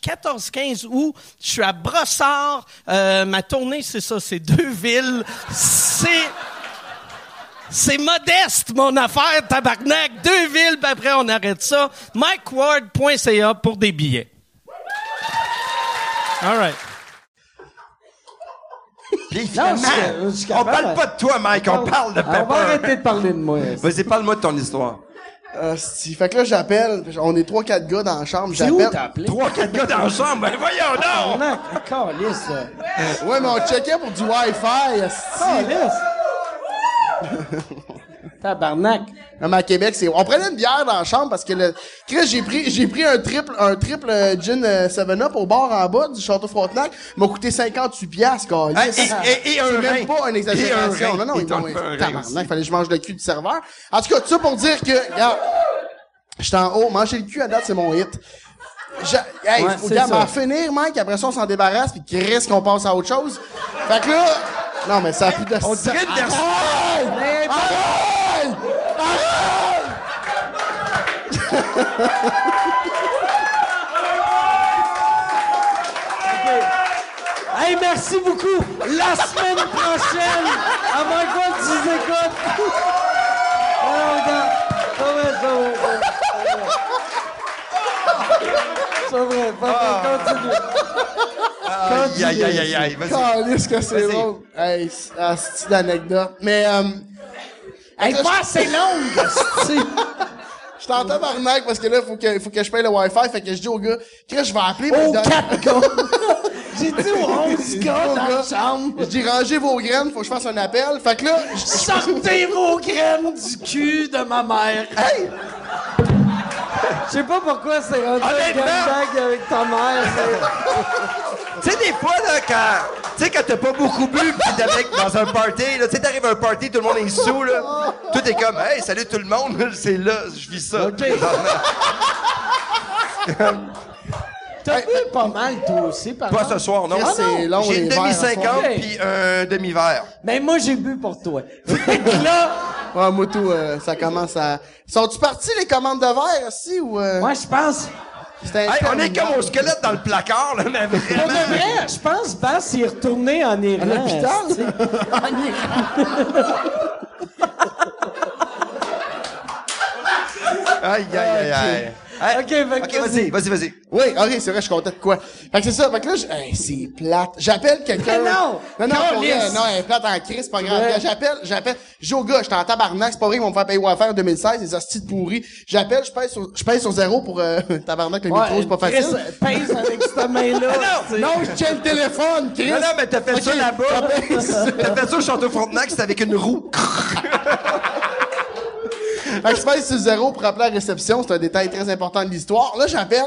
14, 15 août. Je suis à Brossard. Euh, ma tournée, c'est ça, c'est deux villes. C'est... C'est modeste, mon affaire, tabarnak. Deux villes, puis après, on arrête ça. MikeWard.ca pour des billets. All right.
Puis
Non,
finalement,
je suis- je suis
on
capable,
parle
ouais.
pas de toi, Mike, on parle de
On va
Pepper.
arrêter de parler de moi. Asti.
Vas-y, parle-moi de ton
(laughs)
histoire.
Ah, si. Fait que là, j'appelle. On est trois, quatre gars dans la chambre.
C'est où
J'appelle.
t'as appelé?
Trois, quatre gars dans la chambre, ben voyons donc!
Non, calice. euh,
Ouais, mais on checkait pour du Wi-Fi, asti. (laughs)
calice. Tabarnak.
Non, mais à Québec, c'est, on prenait une bière dans la chambre parce que le, Chris, j'ai pris, j'ai pris un triple, un triple euh, gin euh, 7-up au bar en bas du Château Frontenac. M'a coûté 58 piastres, gars.
Ah, et- et- et un
C'est
rein.
même pas une
Et un
exagération.
rein.
Non, non,
Il
il
t'en
m'a-
fait un rein aussi.
tabarnak, fallait que je mange le cul du serveur. En tout cas, tout ça pour dire que, regarde, j'étais en haut, manger le cul à date, c'est mon hit. J'a- hey,
Ouais,
faut
c'est
regarde,
ça.
m'en finir, Mike, après ça, on s'en débarrasse, puis Chris, qu'on passe à autre chose. Fait que là, non, mais ça a plus de
On
sens.
dirait une version-
Arrête! Arrête! Arrête!
Hey, merci beaucoup. La semaine prochaine, avant quoi tu nous écoutes. Oh, regarde. Ça va, ça va, ça va. C'est vrai, pas vrai, continue.
Aïe, aïe, aïe, aïe, aïe, vas-y.
Calisse que c'est
Vas-y.
bon. Hey, c'est ah, c'est une anecdote. Mais, euh,
Hey, pas assez longue, asti.
je t'entends par parce que là, faut que, faut que je paye le Wi-Fi. Fait que je dis au gars, Chris, je vais appeler.
Aux
pour donner- (laughs)
quatre gars. J'ai dit aux onze
Je dis
gars
au
dans
gars,
la chambre.
Je dis, rangez vos graines, faut que je fasse un appel. Fait que là,
(laughs)
je
Sortez vos graines du cul de ma mère.
Hey!
Je sais pas pourquoi c'est rendu
Ah,
un
Honnêtement.
gangbang avec ta mère. mais-
Tu sais, des fois, là, quand, tu sais, quand t'as pas beaucoup bu, pis t'es avec, dans un party, là, tu sais, t'arrives à un party, tout le monde est sous, là. Tout est comme, hey, salut tout le monde, (laughs) c'est là, je vis ça.
T'as bu pas mal, toi aussi, par
Pas
contre.
ce soir, non?
Chris, c'est long,
J'ai une
les verres, à soir.
demi-cinquante
soir.
puis un demi-verre.
Mais moi, j'ai bu pour toi. Fait que là,
Ouais, moi, tout, euh, ça commence à... Sont-tu partis, les commandes de verre, aussi, ou... Euh...
moi, je pense...
c'était
Hey, on est
interminable.
comme au squelette dans le placard, là,
(laughs)
mais (laughs)
Pour
vraiment.
de vrai, je pense Bass il est retourné en Iran.
À l'hôpital?
asti.
Aïe, aïe, aïe, aïe. Hey,
Ok, fait que
ok, vas-y,
(laughs)
vas-y, vas-y.
Oui, ok, c'est vrai, je suis content de quoi. Fait que c'est ça, fait que là, je- hey, c'est plate. J'appelle quelqu'un.
Mais non!
Non, non, pour
Calisse!
vrai, non, elle est plate en crise, c'est pas grave.
Ouais.
J'appelle, j'appelle. Je dis au gars, j'étais en tabarnak, c'est pas vrai, ils vont me faire payer Wi-Fi en 2016, les hosties de pourris. J'appelle, je pèse sur, je pèse sur zéro pour, euh, (laughs) tabarnak, le micro, c'est pas
Chris,
facile.
euh,
pince avec cette main-là. asti.
Non, je tiens le téléphone, Chris!
Non, non, mais t'as fait ça
Ok,
là-bas.
j'appelle-
T'as fait ça au Château Frontenac, c'était avec une roue.
Fait que je pèse sur zéro pour appeler la réception, c'est un détail très important de l'histoire. Là, j'appelle,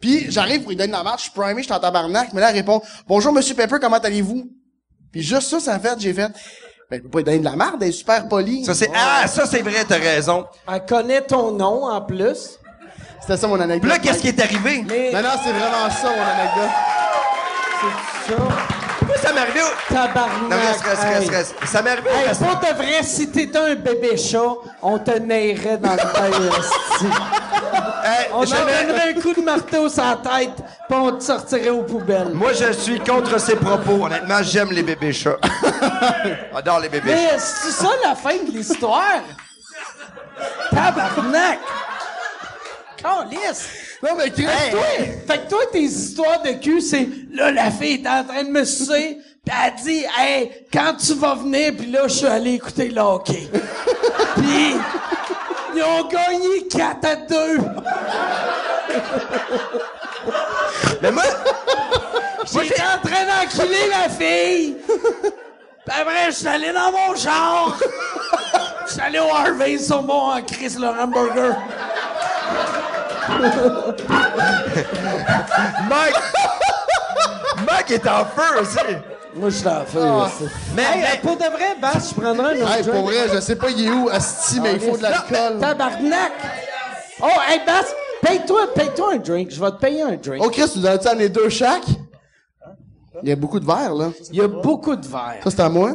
puis j'arrive pour lui donner la marche, je suis primé, je suis en tabarnak, mais là, elle répond « Bonjour, Monsieur Pepper, comment allez-vous? » Puis juste ça, ça fait, j'ai fait « Ben, je peux pas lui donner de la marde, elle est super polie. »
Ça, c'est, ah, ça, c'est vrai, t'as raison.
Elle connaît ton nom, en plus.
C'était ça, mon
Puis
anecdote.
là, qu'est-ce qui est arrivé?
Mais
Non, non, c'est vraiment ça, mon anecdote.
c'est ça.
Moi, ça me m'est arrivé au...
Tabarnak.
Non, mais stress, stress,
hey.
stress. Ça m'est arrivé au
Hey,
restaurant.
pour de vrai, si t'étais un bébé chat, on te nairait dans le taille, (laughs) esti.
Hey,
On te
j'avais-
donnerait un coup de marteau sur la tête, pis on te sortirait aux poubelles.
Moi, je suis contre ces propos. Honnêtement, j'aime les bébés chats. (laughs) J'adore les bébés chats.
Mais c'est ça la fin de l'histoire? Tabarnak! Calisse!
Non, mais Chris,
Fait que
toi,
toi- Fait que toi, tes histoires de cul, c'est là, la fille est en train de me sucer, pis elle dit, hey, quand tu vas venir, pis là, je suis allé écouter le hockey. pis, ils ont gagné 4 à 2.
Mais moi,
J'étais en train d'enculer la (laughs) fille. Pis après, je suis allé dans mon genre. Je suis allé au Harvey, ils sont bons en Chris, leur hamburger.
Mike... Mike est en feu aussi.
Moi, je suis en feu. Ah. Mais, pour de vrai, Bas, je prendrais un autre
hey,
drink.
pour vrai, je sais pas il est où, Asti, mais il faut de l'alcool.
Tabarnak! Oh, hey, Bass, paye-toi, paye-toi un drink. Je vais te payer un drink.
Oh, Chris, tu nous as-tu amené deux chaque? Il y a beaucoup de verres, là.
Il y a beaucoup de verres.
Ça, c'est à moi.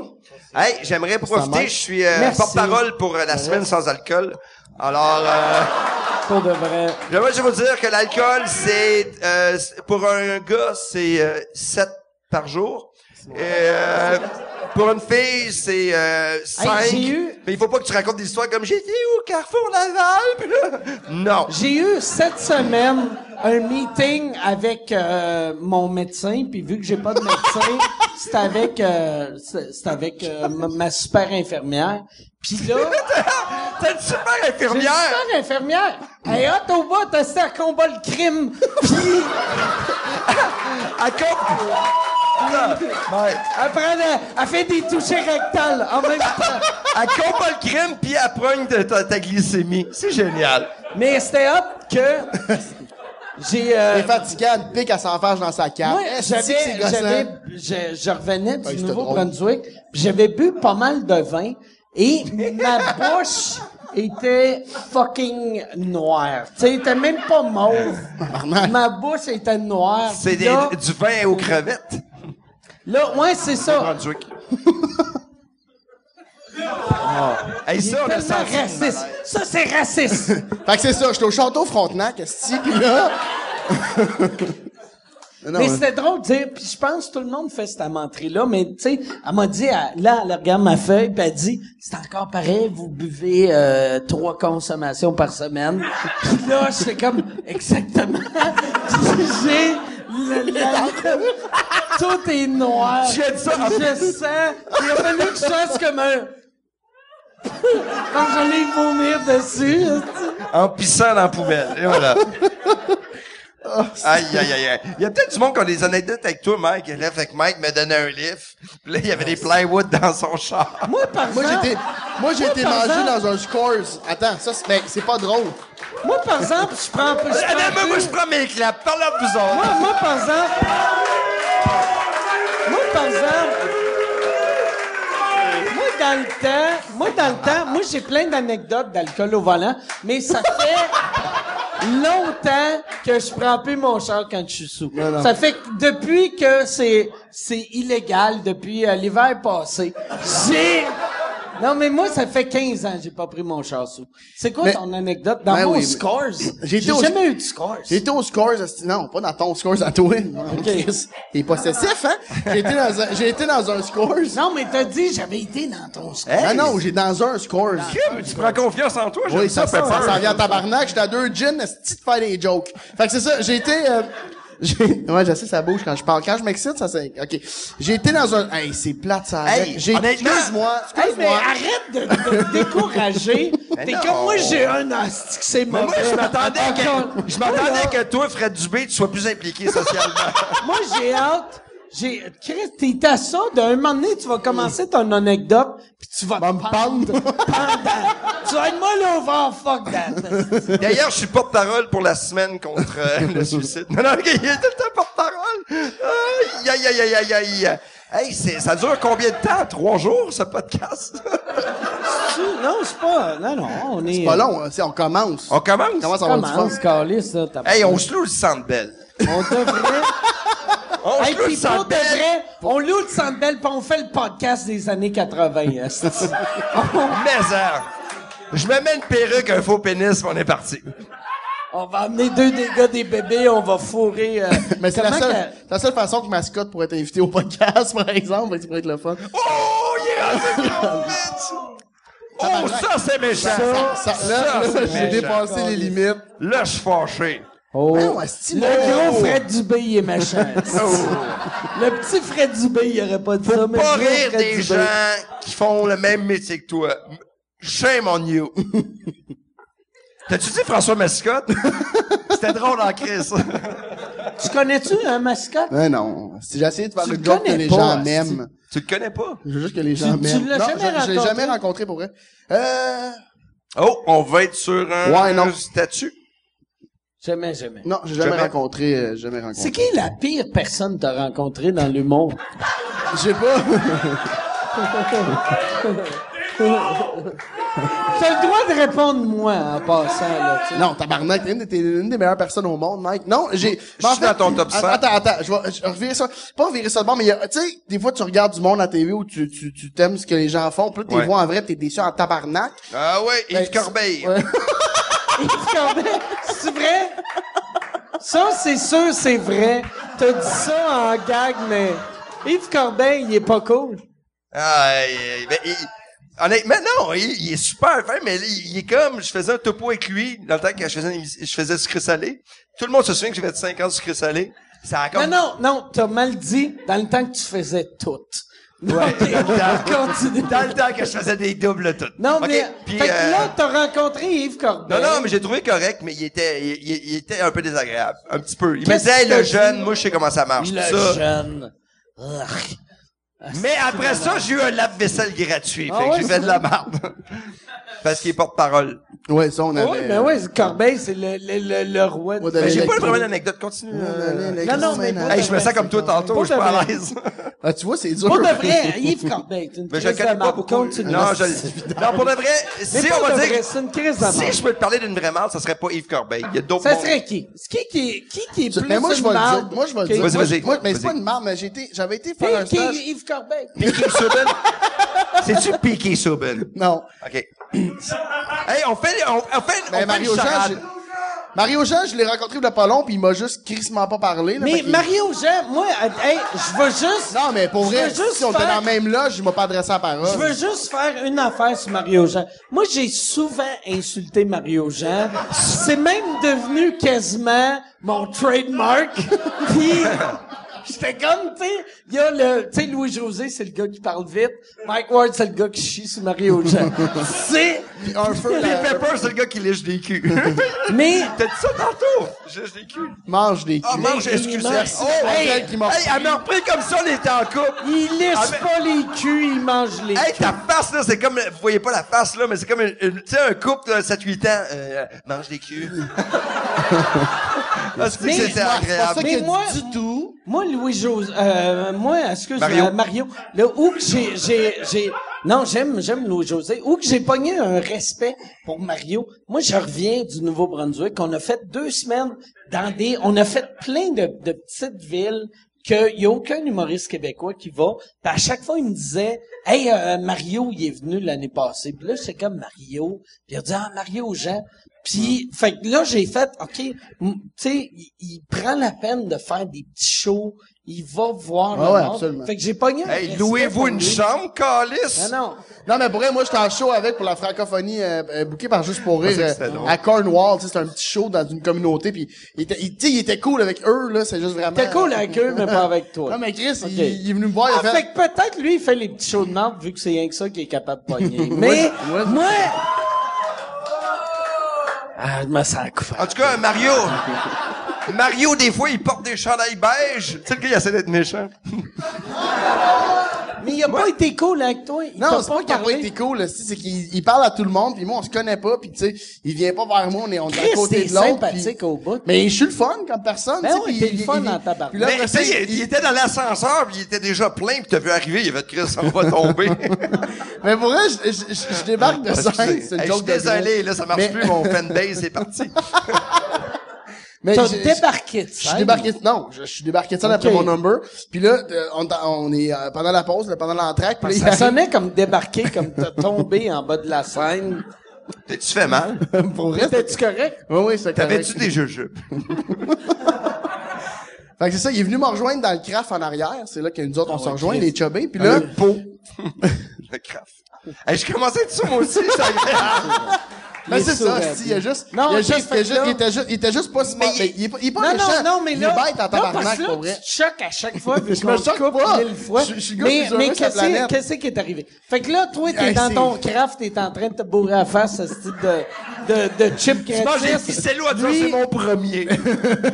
Hey, j'aimerais profiter.
Mike.
Je suis euh,
Merci.
porte-parole pour euh, la semaine sans alcool. Alors, euh,
Pour de vrai.
j'aimerais juste vous dire que l'alcool, c'est euh, c'est- pour un gars, c'est 7 par jour. Et, euh, pour une fille, c'est euh, 5.
j'ai eu-
Mais il faut pas que tu racontes des histoires comme j'étais au Carrefour Laval. puis là- Non.
J'ai eu cette semaine un meeting avec euh, mon médecin, puis vu que j'ai pas de
(laughs)
médecin, c'est avec euh, c'est c'est avec euh, ma- ma super infirmière. Puis
(laughs)
là,
T'es une super
j'ai une
infirmière.
super infirmière. Elle est hot au bout, t'as ça combat le crime. Puis
(laughs) À compte. Ouais.
après, elle, elle fait des touchés rectales en même temps.
Elle compte pas le crime puis elle prend de ta, ta glycémie. C'est génial.
Mais c'était hot que j'ai. euh,
Il est fatigué, elle me pique à s'en faire dans sa cave.
moi,
Asti, que c'est
j'avais,
gossant.
j'avais, je, je revenais
Ah,
du
c'était
Nouveau-Brunswick, puis j'avais bu pas mal de vin et ma bouche était fucking noire. Tu sais, était même pas mauve. ma bouche était noire.
C'est des-
là,
du vin aux crevettes.
là, ouais, c'est ça.
Brunswick. Ah. Hey,
Il est
ça, on a
tellement
senti le
raciste.
malaise.
Ça, c'est raciste.
Fait que c'est ça, j'étais au château Frontenac, Asti, pis là. non,
mais
hein.
mais-
c'était drôle de dire, puis je pense que tout le monde fait cette menterie-là, mais tu sais, elle m'a dit, elle- là, elle regarde ma feuille, puis elle dit, c'est encore pareil, vous buvez euh, trois consommations par semaine. puis là, j'étais comme, exactement, (laughs) j'ai... le- le- tout est noir.
J'ai dit ça en
Je sens. Il a fallu que je fasse comme un... Quand j'allais vomir dessus.
En pissant dans la poubelle. Et voilà.
Oh,
Aïe, aïe, aïe, aïe. Il y a peut-être du monde qui a des anecdotes avec toi, Mike. Là, fait que Mike me donnait un livre. Puis là, il y avait des plywood dans son char.
Ah, Moi, par
Moi,
exemple-
j'étais, moi, j'ai
Moi,
été
par
mangé
exemple-
dans un Scores. Attends, ça, c'est, ben, c'est pas drôle.
Moi, par exemple, je prends un peu... je
Ah,
prends
mais moi,
plus-
je prends mes claps. Parle à vous autres.
Moi, moi, par exemple. Moi, par exemple. Moi, dans le temps, moi, dans le temps, moi, j'ai plein d'anecdotes d'alcool au volant, mais ça fait longtemps que je prends plus mon char quand je suis sous. Ça fait que depuis que c'est, c'est illégal, depuis euh, l'hiver passé, j'ai... Non, mais moi, ça fait 15 ans que j'ai pas pris mon char sous. C'est quoi
Mais-
ton anecdote? Dans
Ben
mon
oui, mais-
scores,
J'ai
j'ai
été au-
jamais eu de scores.
J'ai été au Scores, Asti. Non, pas dans ton Scores, à toi. Chris, il est possessif, hein? J'ai été dans un, j'ai été dans un Scores.
Non, mais t'as dit, j'avais été dans ton score.
Ah non, j'ai dans un Scores.
Kim, tu prends confiance en toi. j'aime
Oui, ça, ça,
Pepper.
ça, s'en vient en tabarnak. J'étais à deux gins, esti, de faire des jokes. Fait que c'est ça, j'ai été, euh, j'ai- ouais, je sais, ça bouge quand je parle. Quand je m'excite, ça, c'est, ok. J'ai été dans un, hey, c'est plate, ça.
Hey,
j'ai,
honnêtement-
excuse-moi,
Hey, mais
excuse-moi.
arrête de, (laughs) de décourager. T'es
non.
comme moi, j'ai un asti que c'est
Mais
mauvais.
moi,
(laughs)
je m'attendais
Encore.
que, je m'attendais que toi, Fred Dubé, tu sois plus
(laughs)
impliqué socialement.
Moi, j'ai hâte. J'ai, Chris, t'es à ça d'un moment donné, tu vas commencer ton anecdote, puis tu vas te pendre pendant. Tu vas être mal au vent, fuck
(laughs)
that.
D'ailleurs, je suis porte-parole pour la semaine contre euh,
(laughs)
le suicide. Non, non, ok, il est tout le temps porte-parole. Aïe, aïe, aïe, aïe, aïe, aïe. Hey, c'est- ça dure combien de temps? Trois jours, ce podcast? (laughs)
non, c'est pas, non, non, on est. euh,
C'est pas long, hein, c'est- on commence.
On commence?
Comment ça va
Comment
du fun?
se caler, ça, t'as
Hey, on se loue le centre belle.
On devrait,
On
Hey,
se loue
puis
le Centre
pour de
Bell.
vrai, on loue le Centre Bell, puis on fait le podcast des années 80. esti. (laughs) on,
Mais hein, Je me mets une perruque, un faux pénis, puis on est parti.
on va amener deux des gars des bébés, on va fourrer... euh, (laughs)
Mais c'est la
comment
seule,
que-
c'est la seule façon que Mascotte pourrait être invité au podcast, (laughs) par exemple, ça pourrait être le fun.
Oh, il est (laughs) rendu gros, bitch! Oh, ça, c'est méchant! Ça,
Ça, ça- là, là,
c'est
j'ai
méchant.
dépassé les limites.
Là, je suis fâché.
Oh.
Ouais, ouais, c'est-tu
Le
beau.
gros Fred Dubé, il est méchant. le petit Fred Dubé, il aurait pas dit ça, mais
Pas
le gros
rire
Fred
des
Dubé.
gens qui font le même métier que toi. Shame on you. (laughs) T'as-tu dit François Mascotte? (laughs) C'était drôle en crise.
Tu connais-tu un mascotte?
Mais non. Si j'ai essayé de faire
Tu
une
le
joke que
connais
les
pas,
gens
asti.
m'aiment.
tu le connais pas?
Je veux juste que les
Tu-
gens
tu
m'aiment.
l'as
Non,
jamais
je- je l'ai
rencontré?
jamais rencontré pour vrai. Euh,
Oh, on va être sur un
Ouais, non.
statut.
Jamais, jamais.
non, j'ai jamais,
Jamais.
rencontré, euh, jamais rencontré.
C'est qui la pire personne que t'as rencontrée dans l'humour?
Je sais pas.
T'as le droit de répondre moi en passant, là, tu sais.
Non, tabarnak, t'es une, t'es une des meilleures personnes au monde, Mike. Non, j'ai...
Je suis dans ton top 100.
Attends, attends, je vais je vais revirer ça. Pas revirer ça de bord, mais il y a- tu sais, des fois, tu regardes du monde à TV où tu, tu, tu t'aimes ce que les gens font, puis là, t'es
Ouais.
vois en vrai, puis t'es déçu en tabarnak.
Ah ouais, Yves
Ben,
Corbeil.
c'est vrai? Ça, c'est sûr, c'est vrai. T'as dit ça en gag, mais Yves Corbeil, il est pas cool.
Ah, euh, ben, il- honnêtement, non, il, il est super fin, mais il, il est comme, je faisais un topo avec lui dans le temps que je faisais, une émis- je faisais sucré salé. Tout le monde se souvient que j'ai fait 5 ans de sucré salé. Ça a comme...
Non, non, non, t'as mal dit dans le temps que tu faisais tout. Non,
Ouais,
mais
dans le temps.
(laughs) continue.
Dans le temps que je faisais des doubles tout.
Non,
Ok,
mais,
puis,
fait que
euh,
là, t'as rencontré Yves Corbeil.
non, non, mais j'ai trouvé correct, mais il était, il, il- il était un peu désagréable. Un petit peu. Il me
Qu'est-ce
disait, hey,
que
le
t'as
jeune,
dit?
moi, je sais comment ça marche.
Le
tout ça.
jeune. Urgh.
Mais après ça, j'ai eu un lave-vaisselle gratuit.
Ah
fait que
ouais,
j'ai
c'est
fait de la merde. (laughs) Parce qu'il est porte-parole.
Ouais, ça, on avait...
Oui, ben oui, Corbeil, c'est le, le, le, le roi de...
Ouais, d'aller-
Mais j'ai
Électro.
pas vraiment l'anecdote. Continue. euh.
Euh,
Ben, Non, non, mais
euh,
pas
Hey, je me sens comme toi tantôt,
Pas
je suis pas à
vrai.
l'aise.
Ah, tu vois, c'est dur.
Pour de vrai, hein, Yves Corbeil, c'est une
Mais
crise
je le connais
de
pas
marde.
beaucoup.
Continue.
Non, je... non, pour de vrai,
Mais
si
pour
on va
de
dire,
vrai, c'est une crise de marde.
si je peux te parler d'une vraie marde, ça serait pas Yves Corbeil. Il y a d'autres
Ça
mondes.
serait qui? C'est Qui qui, qui, qui est plus
Mais moi, je
une
vais le
marde
dire. Moi, je vais le
que-
dire.
Vas-y,
Moi,
vas-y,
je- moi, mais c'est
vas-y.
pas une marde, mais j'ai été, j'avais été
Qui-
faire un
qui est
stage.
Yves Corbeil?
Piqué Souben. C'est-tu Piqué Souben?
Non.
OK. hey, on fait, on, on fait, on
Mais
fait
Mario
une
Jean,
charade.
j'ai- Mario Jean, je l'ai rencontré il y a pas long, puis il m'a juste crissement pas parlé. là, fait
Mais
qu'il-
Mario Jean, moi, euh, hey, je veux juste...
Non, mais pour
je
vrai,
veux juste
si on était
faire-
dans la même loge, il m'a pas adressé la
Je veux
parole.
juste faire une affaire sur Mario Jean. Moi, j'ai souvent insulté Mario Jean. C'est même devenu quasiment mon trademark. (laughs) Puis, j'étais comme, tu sais, il y a le, tu sais, Louis-José, c'est le gars qui parle vite. Mike Ward, c'est le gars qui chie sur Mario Jean. c'est...
Un feu,
Les
là,
Peppers, c'est le gars qui lèche des culs.
Mais...
T'as dit ça tantôt? Je lèche des culs.
mange des
Ah,
culs.
mange,
mais-
excusez.
merci,
Oh,
bordel,
hey,
qui m'a
hey, elle m'a repris comme ça, on était en couple.
Il lisse
Ah, mais-
pas les culs, il mange les
Hey,
culs.
ta face, là, c'est comme, vous voyez pas la face, là, mais c'est comme, une- une- tu sais, un couple, là, 7-8 ans, euh, mange des culs.
(laughs)
Ah, c'est
Mais-
que c'était
non,
c'est pas ça
agréable.
que-
Mais
du
moi,
tout.
Moi, Louis José, euh, moi, excuse
Mario.
Mario. Mario, là où que j'ai, j'ai, j'ai, non, j'aime, j'aime Louis José, où que j'ai pogné un respect pour Mario. Moi, je reviens du Nouveau-Brunswick. On a fait deux semaines dans des, on a fait plein de, de petites villes qu'il y a aucun humoriste québécois qui va. Puis à chaque fois, il me disait, hey, euh, Mario, il est venu l'année passée. Puis là, c'est comme Mario. Puis il a dit, ah, Mario Jean. Puis, fait que là, j'ai fait, OK, m- tu sais, il, il prend la peine de faire des petits shows, il va voir
Ah
le
ouais,
monde.
absolument.
Fait que j'ai pogné un
Hey,
respect
louez-vous
pour
une
lui.
chambre, calice?
Non, non.
Non, mais pour vrai, moi, j'étais en show avec pour la francophonie, euh, euh, booké par Juste pour rire,
que
euh,
c'était drôle.
à Cornwall, tu sais, c'est un petit show dans une communauté, puis il était, il, tu sais, il était cool avec eux, là, c'est juste vraiment...
T'es cool avec eux, mais pas
(laughs)
avec toi.
Non, mais Chris,
Ok.
il, il est venu me voir, il
Ah,
a fait...
fait que peut-être lui, il fait les petits shows de Nantes, vu que c'est rien que ça qu'il est capable de
(laughs)
pogner. mais,
ouais.
moi... Ah, je me sens coupable.
En tout cas, Mario. Mario, des fois, il porte des chandails beige. Tu sais, le gars, il essaie d'être méchant.
Mais il a pas été cool avec toi. Il
Non,
t'a
c'est pas qu'il a pas
parlé.
été cool, là, c'est c'est qu'il il parle à tout le monde, puis moi, on se connaît pas, puis tu sais, il vient pas vers moi, on est, on est à
Chris,
côté
t'es
de l'autre.
sympathique
puis-
au bout.
Mais je suis le fun comme personne,
Ben
tu sais,
ouais,
puis
t'es
il-
le fun
il-
en tabarnak.
puis là,
Mais,
après
Ben, tu
ça,
sais, il,
il-
il était dans l'ascenseur, puis il était déjà plein, puis t'as vu arriver, il a fait Chris, on va tomber.
(laughs) Mais pour vrai, je, je- je- je débarque de
Ah, Excusez.
scène, c'est une
Hey, je
joke
suis
de gros.
désolé, là, ça marche
Mais-
plus, mon fanbase est parti.
Mais
T'as
j'ai- j'ai-
débarqué de
Je
scène.
suis débarqué, non, je, je suis débarqué de ça après mon number. Puis là, euh, on, t'a- on est euh, pendant la pause, là, pendant l'entraque. Puis là,
Ah, Ça sonnait comme débarquer, comme t'as tombé en bas de la scène.
T'as-tu fait
(laughs)
mal?
pour vrai.
T'es-tu correct?
Oui, oui, c'est
T'avais-tu
correct.
des jujubes?
Fait que c'est ça, il est venu me rejoindre dans le craft en arrière. C'est là que nous
Ah
autres, on se rejoint, les chubbés. Puis là,
Le pot. le craft. Hey, je commençais à être ça, moi aussi, ça
mais ben, c'est ça,
sourds, hein.
c'est- il y a juste,
Non,
il y
ok,
a juste, il y a
fait que
juste,
là-
il était juste, il était juste pas smart.
Mais il-
Mais il est pas, il est pas
Non,
méchant.
non, non, mais là.
Il est bête en
non, parce
tabarnak,
que là,
pour vrai.
Tu te choques à chaque
(laughs)
fois, puis
Je me
qu'on te
choque
coupe
pas.
mille fois.
Je- je suis le gars le
mais,
plus
mais
heureux sur la
qu'est-ce qui-
planète.
qu'est-ce qui est arrivé? Fait que là, toi, t'es
Hey,
dans
c'est-
ton craft, t'es en train de te bourrer la face, ce type de, de, de chip
Je mange des
gratis.
ficellos à dire,
Lui-
c'est mon premier.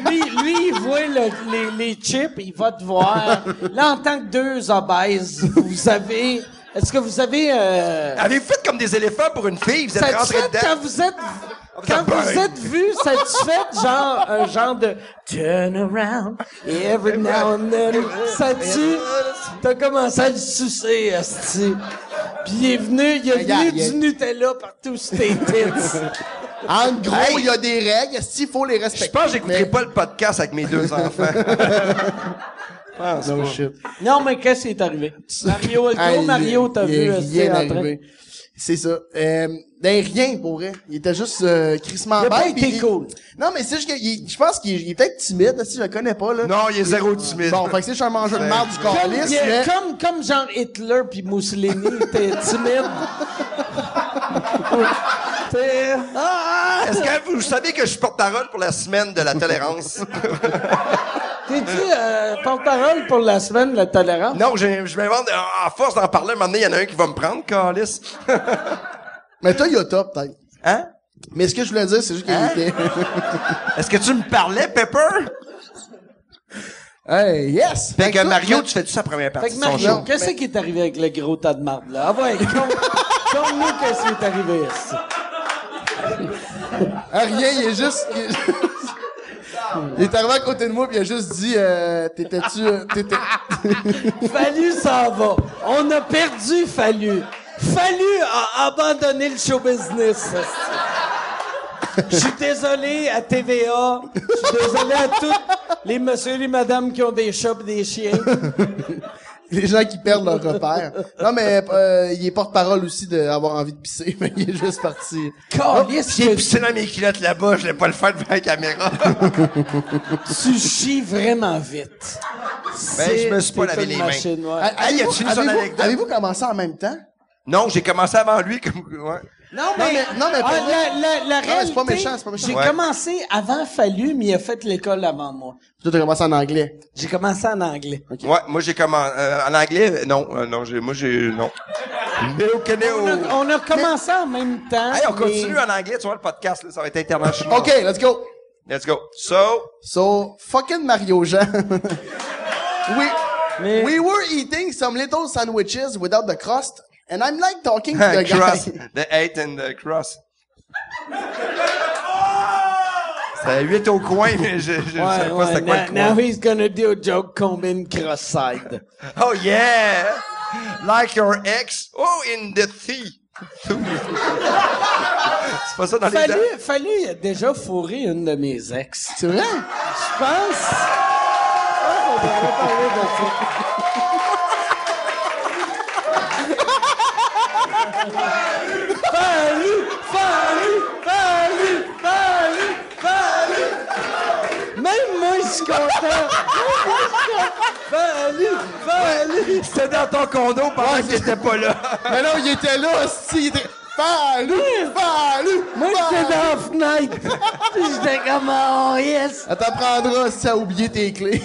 Lui, lui, il voit le- les, les chips, il va te voir. Là, en tant que deux obèses, vous avez... Est-ce que vous avez... euh,
Avez-vous fait comme des éléphants pour une fille? Vous êtes rentrés
Satisfaite quand
dedans?
vous êtes
vous
quand
êtes
vous
bien.
êtes vu satisfaite genre un genre de turn around every now and then ça tu t'as commencé à le sucer esti puis il est venu il est
Regarde,
venu
il y a-
du Nutella partout sur tes tits
En gros,
Hey.
il y a des règles. S'il faut les
Je
respecter.
pense que j'écouterai
Mais-
pas le podcast avec mes deux enfants.
Oh,
No shit.
(laughs) non mais qu'est-ce qui est arrivé Mario le
Hey,
gros Mario t'as
il est
vu esti,
rien
en train-
arrivé. C'est ça. Euh, ben, rien pour vrai. Il était juste euh, crissement
Il a pas
bête,
été
puis il-
cool.
Non, mais c'est juste que il- je pense qu'il est- il est peut-être timide, si je le connais pas là.
Non, il est zéro timide.
Bon, fait que c'est juste un mangeur de
Ouais.
marde du
comme,
calice,
il est-
mais
comme comme genre Hitler puis Mussolini t'es (laughs) timide T'es- Ah!
Est-ce que vous savez que je suis porte-parole pour la semaine de la tolérance?
T'es-tu euh, porte-parole pour la semaine de la tolérance?
non, je, je m'invente. euh, À force d'en parler, un moment donné, il y en a un qui va me prendre, Calis.
mais toi, il a top peut-être.
Hein?
Mais ce que je voulais dire, c'est juste qu'il
(laughs)
était.
Est-ce que tu me parlais, Pepper?
hey, yes.
Fait que
toi,
Mario,
mais-
tu fais-tu sa première
Fait
partie
que
de son
Mario,
show?
qu'est-ce qui est arrivé avec le gros tas de marde, là? Ah ouais, (laughs) comme nous, qu'est-ce qui est arrivé ici?
Ah, rien, il est juste. Il est, (laughs) il est arrivé à côté de moi, puis il a juste dit, euh, t'étais-tu, euh, t'étais.
Fallu s'en va. On a perdu Fallu. Fallu a abandonné le show business. Je suis désolé à TVA. Je suis désolé à tous les messieurs et les madames qui ont des chats et des chiens.
Les gens qui perdent leur repère. Non, mais euh, il est porte-parole aussi d'avoir envie de pisser, (laughs) mais il est juste parti.
Calisse
Ah, J'ai
que
pissé dans mes culottes là-bas, je l'ai pas le faire devant la caméra.
tu chies vraiment vite.
Ben, je me suis pas
C'est-
lavé
t'es
les
une
mains.
machine, ouais.
Ah, il a fini son
avez-vous-
anecdote.
Avez-vous commencé en même temps?
Non, j'ai commencé avant lui. Comme... Ouais.
Non, mais,
mais- non, mais pour
Ah,
vrai-
la, la, la
Non, mais c'est pas
réalité,
méchant, c'est pas méchant.
J'ai
Ouais.
commencé avant Fallu, mais il a fait l'école avant moi.
Toi, t'as commencé en anglais.
J'ai commencé en anglais.
Ouais, moi j'ai commencé en anglais. euh, Non, euh, non, j'ai moi j'ai non. Néo que néo.
On a, on a commencé en même temps.
Hey, on
mais-
continue en anglais, tu vois le podcast là, ça va être international.
OK, let's go.
Let's go.
(laughs)
So,
So, fucking Mario Jean. (laughs) we,
Mais-
we were eating some little sandwiches without the crust, and I'm like talking to
(laughs)
the
cross
guy.
the eight and the
(laughs)
cross. C'est 8 au coin, mais je, je savais
Ouais,
pas
ouais,
c'était quoi le
now,
coin.
now he's gonna do a joke combine cross-side.
Oh yeah! Like your ex, oh in the sea. (laughs) C'est pas ça dans les
Fallu, Fallu, il a déjà fourré une de mes ex.
C'est vrai?
Je pense... Je pense qu'on devrait parler de ça. Fallu, fallu, fallu, fallu, fallu. Même moi, je suis content. Même moi, je suis content. Fallu, fallu.
C'était dans ton condo pendant que Ah, t'étais
(laughs)
pas là.
Mais non, il était là aussi. Il était... Fallu! Fallu!
Moi, j'étais
fallu.
dans la fenêtre. Puis J'étais comme, oh yes.
Elle t'apprendra si t'as oublié tes clés.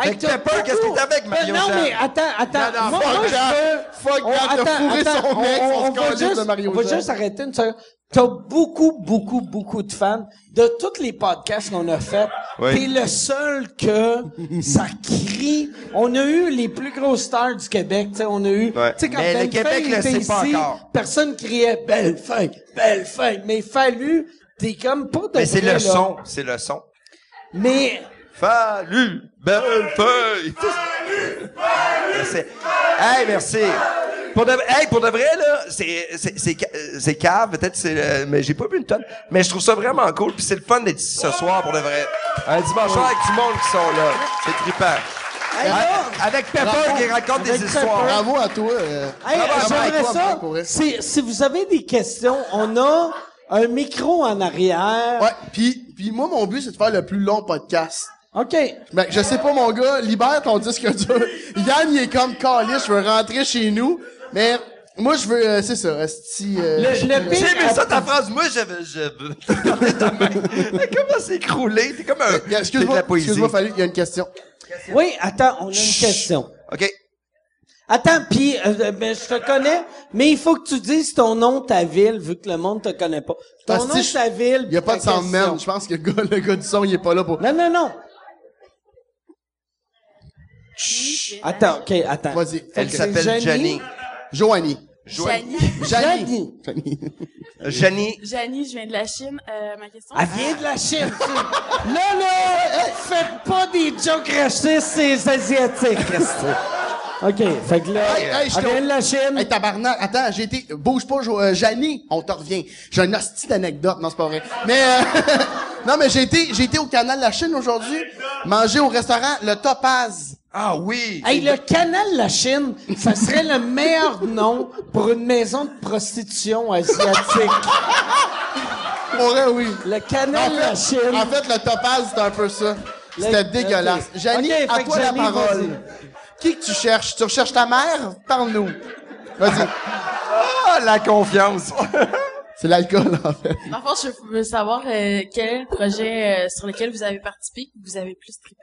Hey,
Fait que t'as peur, qu'est-ce qui est avec, Mario
Ben Non,
Jean?
mais attends, attends.
Non, non,
Moi,
fuck
moi, je
that.
veux-
Fuck
On-
that, t'as fourré
attends,
son ex, on, se
va
calisse
juste,
de Mario
on va
Jean.
juste arrêter une seconde. T'as beaucoup, beaucoup, beaucoup de fans. De tous les podcasts qu'on a fait,
Oui.
t'es le seul que ça crie. On a eu les plus grosses stars du Québec, tu sais, on a eu...
Ouais.
tu sais, quand
Mais le
Bellefeuille
Québec le
était
sait pas
ici,
encore.
Personne criait « Belle fin, belle fin », mais fallu... T'es comme pas de
Mais c'est
vrai,
le
là.
son, c'est le son.
Mais
Fallu, belle feuille. Fallu, Hey, merci. Pour de, hey, pour de vrai, là, c'est, c'est, c'est, ca- euh, c'est cave, peut-être, c'est, euh, mais j'ai pas bu une tonne. Mais je trouve ça vraiment cool, puis c'est le fun d'être ici ce soir, pour de vrai. Un dimanche soir avec tout le monde qui sont là. C'est trippant.
Hey, là,
A- Avec Pepper
Bravo.
qui raconte des
Avec
histoires.
Pepper.
Bravo à toi. euh.
Hey,
Bravo à toi,
j'aimerais
toi,
ça.
Mike, pour vrai.
Si, si vous avez des questions, on a un micro en arrière.
Ouais, puis, puis moi, mon but, c'est de faire le plus long podcast.
OK.
Ben, je sais pas, mon gars, libère ton disque dur. Yann, il est comme calé, je veux rentrer chez nous. Mais moi, je veux... euh, c'est ça, esti... euh,
Le, le
J'ai
pire-
aimé ça, ta phrase. Moi, j'avais, je, (laughs) comment c'est écroulé? T'es comme un,
y a-
t'es de
Excuse-moi,
la poésie.
excuse-moi, Fallu, il y a une question.
Oui, attends, on a une question.
OK.
Attends, puis euh, ben, je te connais, mais il faut que tu dises ton nom, ta ville, vu que le monde te connaît pas. Ton
Parce que
nom,
je-
ta ville.
Il y a pas de
ta question.
soundman. Je pense que le gars, le gars du son, il est pas là pour...
Non, non, non. Chut. Attends, ok, attends.
Vas-y.
Elle
Ok.
s'appelle
Jenny.
Jenny.
Joanie.
Janie.
Janie. Janie.
Jenny.
Janie, je viens de la Chine. Euh, ma question.
Ah,
Elle vient de la Chine. tu- là, là, faites pas des jokes racistes, c'est asiatique. Christy. ok, fait que là,
Hey, hey, je
elle vient
trouve-
de la Chine.
Hey, tabarnak, attends, j'ai été... Bouge pas, Jo- euh, Janie, on te revient. J'ai une hostie d'anecdote, non, c'est pas vrai. Mais, euh, (laughs) non, mais j'ai été, j'ai été au canal de la Chine aujourd'hui, manger au restaurant le Topaz.
Ah oui.
Hey, le canal de la Chine, ça serait le meilleur nom pour une maison de prostitution asiatique.
Pour vrai, oui.
Le canal de la Chine.
en fait, le Topaz, c'est un peu ça.
Le-
C'était dégueulasse.
ok.
Janie,
Ok,
à
fait que
toi
Janie,
la parole.
vas-y.
Qui que tu cherches? Tu recherches ta mère? Parle-nous. Vas-y.
Ah, la
(laughs)
confiance.
C'est l'alcool, en fait.
Dans le fond, je veux savoir euh, quel est le projet euh, sur lequel vous avez participé que vous avez plus trippé.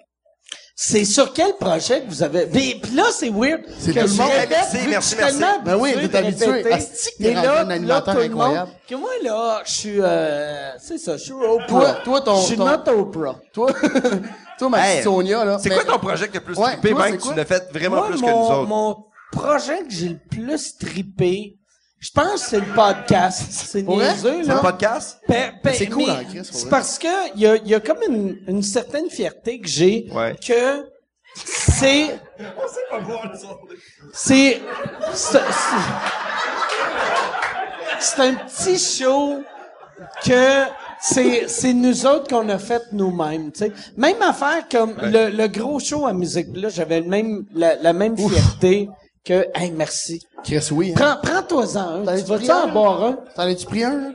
C'est sur quel projet que vous avez... Puis, puis là, c'est weird.
C'est
que
tout le
je
monde.
répète,
Merci,
vu que
merci,
je suis tellement
merci.
Ben oui,
habitué
t'es
de
habitué.
répéter.
Asti que t'es
Et
rendu
là,
un animateur
là, tout le monde-
incroyable.
Que moi, là, je suis... euh, c'est ça, je suis Oprah.
Toi- toi, ton-
Je suis
ton-
not Oprah.
Toi, (laughs) toi, ma petite
Hey,
Sonia, là.
C'est
mais-
quoi ton projet que plus
Ouais,
trippé,
toi,
Ben,
c'est
que
quoi?
tu l'as fait vraiment
Moi,
plus
mon,
que nous autres?
mon projet que j'ai le plus trippé, je pense que c'est le podcast. C'est
vrai?
niaiseux,
C'est un
là.
podcast?
Pe- pe-
c'est cool,
mais
hein, Chris, pour
C'est
vrai.
parce que il y a, y a comme une, une certaine fierté que j'ai
Ouais.
que c'est. C'est. C'est c'est un petit show que c'est c'est nous autres qu'on a fait nous-mêmes, tu sais. Même affaire comme le, le gros show à musique là, j'avais le même la, la même fierté que hey merci.
Chris, oui. hein.
Prends prends-toi-en un.
T'as
Tu
du
vas-tu
prière?
en boire un?
T'en as-tu pris un, là?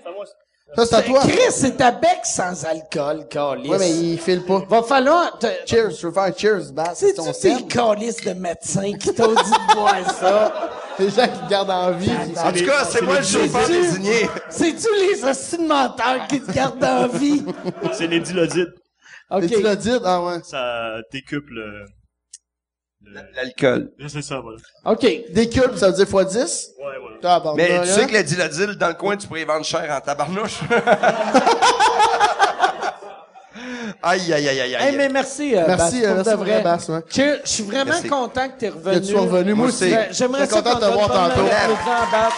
Ça, c'est à toi.
Chris, c'est ta bec sans alcool, calice.
Ouais, mais il file pas.
Va falloir... te-
Cheers, je veux faire cheers, Bass.
C'est-tu
ton
des calices de médecins qui t'ont dit de boire ça?
(laughs) Les gens qui te gardent en vie.
En tout cas, c'est moi le chauffeur
Jésus.
désigné.
(laughs)
C'est-tu les hosties de menteurs qui te gardent en
(laughs)
vie?
C'est les dilodites.
Et
OK.
tu l'as dit, ah ouais.
Ça décuple. euh,
L'alcool.
là, C'est ça, voilà.
OK.
Des cubes, ça veut dire fois 10?
Ouais, voilà.
Tabarnak,
Mais
là.
tu sais que le dilodile, dans le coin, tu pourrais y vendre cher en
(laughs)
tabarnouche. aïe, aïe, aïe, aïe,
Hey, mais
aïe.
merci, euh, Bass,
Merci, euh,
pour
merci
de
pour
vrai.
vrai, Bass, ouais.
Que- je suis vraiment
Merci.
content que t'es revenu.
Que tu sois revenu, moi
Moi
aussi.
aussi.
Euh, J'aimerais
J'étais
ça
content
qu'on
de te
donne
voir
pas mal
tantôt.
d'applaudissements à Bass.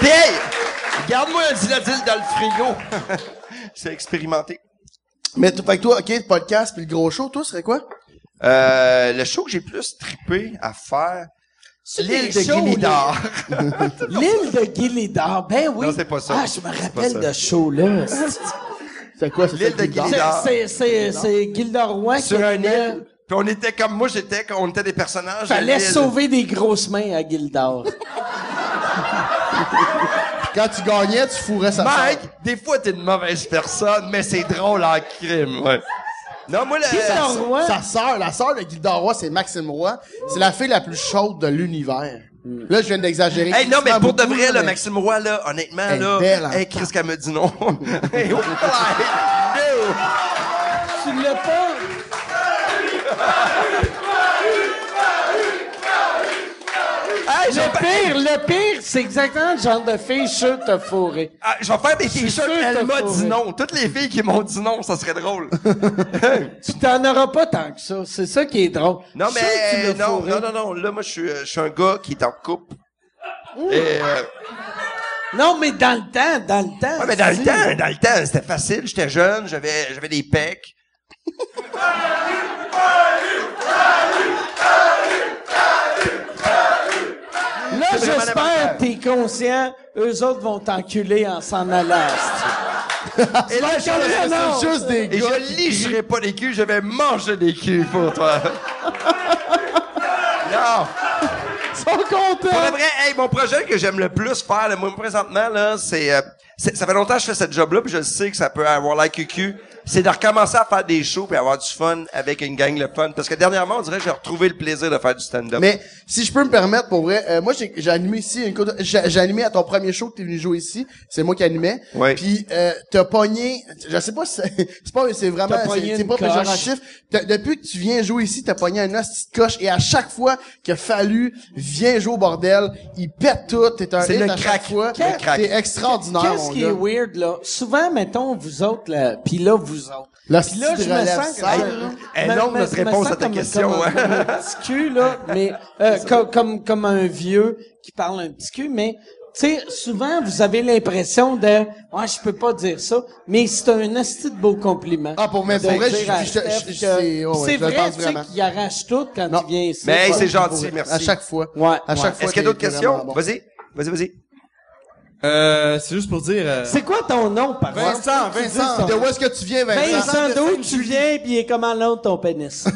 Puis, hey, garde-moi un dilodile dans le frigo. (laughs) c'est expérimenté.
Mais t- fait que toi, ok, le podcast puis le gros show, toi, serait quoi?
Euh, le show que j'ai plus trippé à faire, l'île de
des shows,
Guinidar.
(laughs)
L'île de Guilidard. Ben oui.
Non, c'est pas ça.
Ah, je me
C'est pas
rappelle
ça.
de ce
(laughs)
show-là.
C'est quoi, c'est
L'île
ça,
de
le Gildard?
Guinée. Guilidard.
C'est- C'est c'est- c'est Gilda Roy qui
Sur un
venait-
île. Puis on était comme moi, j'étais, on était des personnages. de
Fallait
l'île.
sauver des grosses mains à Gildor.
(laughs)
Quand tu gagnais, tu fourrais sa
Mike,
sœur.
des fois t'es une mauvaise personne, mais c'est drôle en crime, ouais. Non, moi, le,
Gilda Roy,
Sa sœur, la sœur de Gildor Roy, c'est Maxime Roy. C'est la fille la plus chaude de l'univers. Là, je viens d'exagérer.
Hey, non, mais
Pas
pour de
beaucoup,
vrai, là,
mais-
Maxime Roy, là, honnêtement,
Elle est
là,
belle, hein.
hey, Chris, qu'elle me
(laughs)
dit non. hey, oh, hey,
tu l'as pas.
oh. Hey, je vais
Le pire, le pire, c'est exactement le genre de fille sûre que t'as fourré.
ah, je vais faire des t-shirts,
sûr que t'as
elle m'a dit
fourré.
non. Toutes les filles qui m'ont dit non, ça
(laughs)
serait drôle.
Tu t'en auras pas tant que ça. C'est ça qui est drôle.
Non,
Sûr que tu
mais,
l'as
non,
fourré.
non, non, non, là, moi, je suis, euh, je suis un gars qui est en couple. Et, euh,
Non, mais dans le temps, dans le temps.
ouais, Ah, mais dans le
c'est-
temps, dans le temps, c'était facile, j'étais jeune, j'avais, j'avais des pecs.
Là,
C'est vraiment
j'espère
lamentable.
que t'es conscient, eux autres vont t'enculer en s'en allant.
Et là, je-
non.
C'est juste des
Et
gars.
je licherai pas des culs, je vais manger des culs pour
(laughs)
toi. non!
Ils sont contents.
Pour de vrai, hey, mon projet que j'aime le plus faire, là, moi, présentement, là, c'est, euh, c'est- ça fait longtemps que je fais cette job-là, puis je sais que ça peut avoir la cucu. C'est de recommencer à faire des shows puis avoir du fun avec une gang le fun. Parce que dernièrement, on dirait que j'ai retrouvé le plaisir de faire du stand-up.
Mais si je peux me permettre, pour vrai, euh, moi j'ai j'ai animé ici, une couple de- j'ai j'ai animé à ton premier show que t'es venu jouer ici, c'est moi qui animais.
Ouais.
Puis euh, t'as pogné, je sais pas, si c'est (laughs) c'est pas, c'est vraiment,
T'as pogné
c'est- c'est
une
pas
coche.
péjoratif. T'as- Depuis que tu viens jouer ici, t'as pogné un hostie de coche et à chaque fois qu'il a fallu viens jouer au bordel, il pète tout, t'es un
C'est
hit
le
à
crack,
chaque fois,
le crack.
t'es extraordinaire
Qu'est-ce
mon
qui
gars.
est weird, là? Souvent, mettons, vous autres, là, pis là, vous autres.
La
Puis là, je
petite
me
relève
sens...
sale.
Hey,
me-
énorme
me-
notre
me
réponse
sens
à ta
comme-
question,
Comme,
hein.
comme un petit cul, là, mais euh, comme, comme, comme un vieux qui parle un petit cul, mais... Tu sais, souvent, vous avez l'impression de « Ah, je peux pas dire ça », mais c'est un asti de beau compliment.
Ah, pour- mais pour
De
vrai,
dire
je-
à
je- je-
Steph
je-
que-
c'est- oh ouais,
c'est
je le
vrai,
pense
tu sais,
vraiment.
qu'il arrache tout quand il vient ici.
Mais hey,
Ouais.
c'est gentil, merci.
À chaque fois.
Ouais, ouais.
À chaque fois.
Est-ce qu'il y a
t'es
d'autres questions?
vraiment bon.
Vas-y, vas-y, vas-y.
Euh, c'est juste pour dire... euh,
C'est quoi ton nom, par exemple?
Vincent,
De où est-ce que tu viens, Vincent?
Vincent, d'où tu viens, puis il est comment l'autre ton pénis?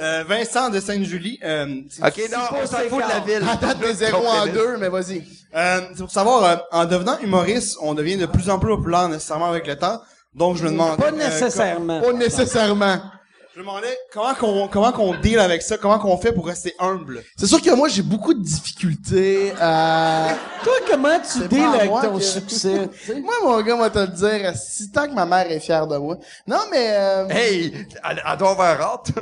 Euh, Vincent de Sainte-Julie. Euh, c'est-
OK, non, on s'en fout de la ville. (laughs)
À date de 0 en 2, mais vas-y.
euh, c'est pour savoir, euh, en devenant humoriste, on devient de plus en plus populaire nécessairement avec le temps. Donc, je me demandais...
Pas
euh,
nécessairement.
Pas nécessairement.
com- je me demandais comment qu'on, comment qu'on deal avec ça, comment qu'on fait pour rester humble.
C'est sûr que moi, j'ai beaucoup de difficultés à...
(laughs) (laughs) Toi, comment tu
C'est
deals
pas à
avec
moi
ton
que- (laughs)
succès? tu sais?
moi, mon gars, moi, te le dire, si tant que ma mère est fière de moi. Non, mais... euh,
Hey, à, à ton verre hâte.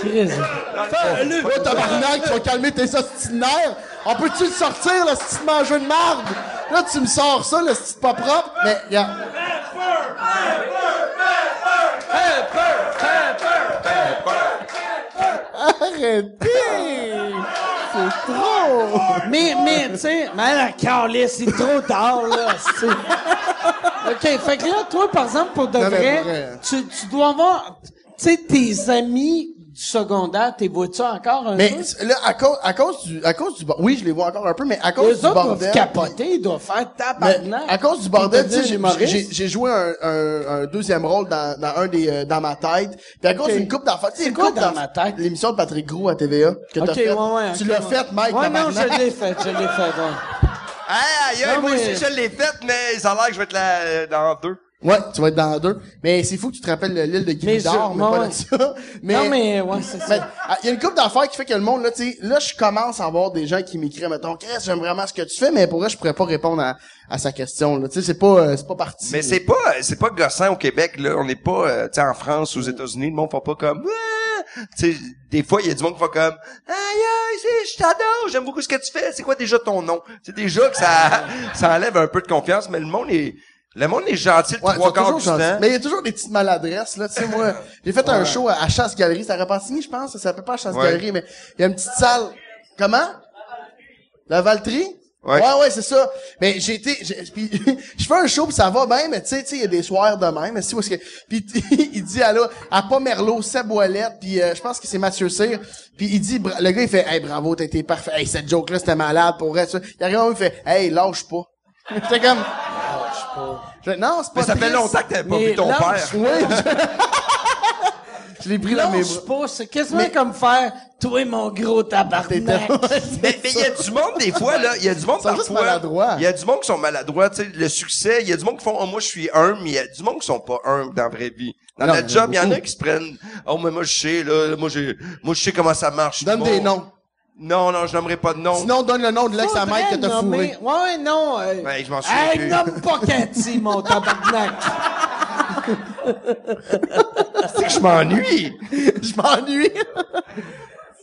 Chris.
Fais-le! Oh, tabarnak, tu vas calmer tes ostinaires! On peut-tu le sortir, le petit mangeux de marde? Là, tu me sors ça, le petit pas propre, mais regarde. Arrêtez! C'est trop!
Mais, mais, tu sais, mais la calice, c'est trop tard, là. c'est- (laughs) OK, fait que là, toi, par exemple, pour de
Non, mais
vrai,
pour vrai.
Tu, tu dois avoir... Tu sais, tes amis du secondaire, t'es vois-tu encore un
Mais
peu?
c'est- là, à cause, à cause du, à cause du, bo- oui, je les vois encore un peu, mais à cause
Eux
du
autres
bordel.
doivent capoter, ils doivent faire
Mais
tabarnak.
à cause du bordel,
Ils
tu sais, j'ai-
deviennent
j'ai
humoristes.
j'ai joué un, un, un deuxième rôle dans, dans un des, euh, dans ma tête. Puis à cause
Ok.
d'une coupe d'enfants, tu sais,
C'est
une
quoi
coupe
dans
d'enfants-
ma tête?
L'émission de Patrick Gros à TVA que t'as
OK,
fait.
ouais, ouais,
tu
ok,
l'as
ouais.
faite, Mike.
Ouais, non,
tabarnak.
je l'ai faite, je l'ai faite, ouais.
Hey, aïe, aïe,
Non,
moi
mais-
aussi, je l'ai faite, mais ça a l'air que je vais être là euh, dans deux.
Ouais, tu vas être dans deux. Mais c'est fou que tu te rappelles l'île de
Mais
Gildor,
je-
mais,
ouais.
pas de ça. Mais,
Non, mais, ouais, c'est ça.
Mais, ah, il y a une couple d'affaires qui fait que le monde, là, tu sais, là, je commence à avoir des gens qui m'écrivent, mettons, Chris, j'aime vraiment ce que tu fais, mais pour vrai, je pourrais pas répondre à, à sa question, là. Tu sais, c'est pas, euh, c'est pas parti.
Mais c'est pas, c'est pas gossant au Québec, là. On n'est pas, euh, tu sais, en France, aux États-Unis, le monde fait pas comme, Ah! tu sais, des fois, il y a du monde qui fait comme, aïe, aïe, c'est- je t'adore, j'aime beaucoup ce que tu fais, c'est quoi déjà ton nom? C'est déjà que ça, (laughs) ça enlève un peu de confiance, mais le monde est, le monde est gentil le
Ouais,
trois
ils sont
quarts
toujours
du
gentils.
temps.
Mais il y a toujours des petites maladresses, là, tu
(laughs)
sais, moi. J'ai fait un show à, à Chasse Galerie, c'est à Repentigny, je pense, ça s'appelle pas Chasse Galerie, mais il y a une petite salle. Comment? La Valtrie?
Ouais.
ouais, ouais, c'est ça. Mais j'ai été, j'ai- puis (laughs) je fais un show pis ça va bien, mais tu sais, tu sais, il y a des soirs de même, mais si, parce que, puis (laughs) il dit à là, à pas Merlot, Seb Ouellet, puis euh, je pense que c'est Mathieu Cyr, puis il dit, bra- le gars il fait, hey bravo, t'as été parfait, hey cette joke là c'était malade pour vrai, ça. Il arrive, il fait, hey lâche pas. (laughs) J'étais comme, lâche pas. Je- non, c'est pas.
Mais ça fait
triste.
longtemps que t'avais pas vu ton père.
Je (laughs) l'ai pris dans mes
Lâche
bras.
pas, c'est quasiment comme faire « Toi, mon gros tabarnak! » (laughs)
Mais il y a du monde des fois là, il y a du monde
sont juste
parfois.
maladroits.
Il y a du monde qui sont maladroits, tu sais, le succès, il y a du monde qui font oh, moi je suis humble, mais il y a du monde qui sont pas humbles dans la vraie vie. Dans
Non,
notre
mais
job, il y en a
beaucoup.
qui se prennent oh mais moi je sais là, moi j'ai moi je sais comment ça marche.
Donne
tout le
des
monde.
noms.
Non non, je nommerai pas de nom.
Sinon, donne le nom de l'ex à
Faudrait
Mike que t'as
nommer-
fourré.
Ouais, ouais, non. euh,
Ouais, je m'en souviens
hey,
plus.
nomme pas Cathy, mon tabarnak.
(laughs) C'est que je m'ennuie.
Je m'ennuie.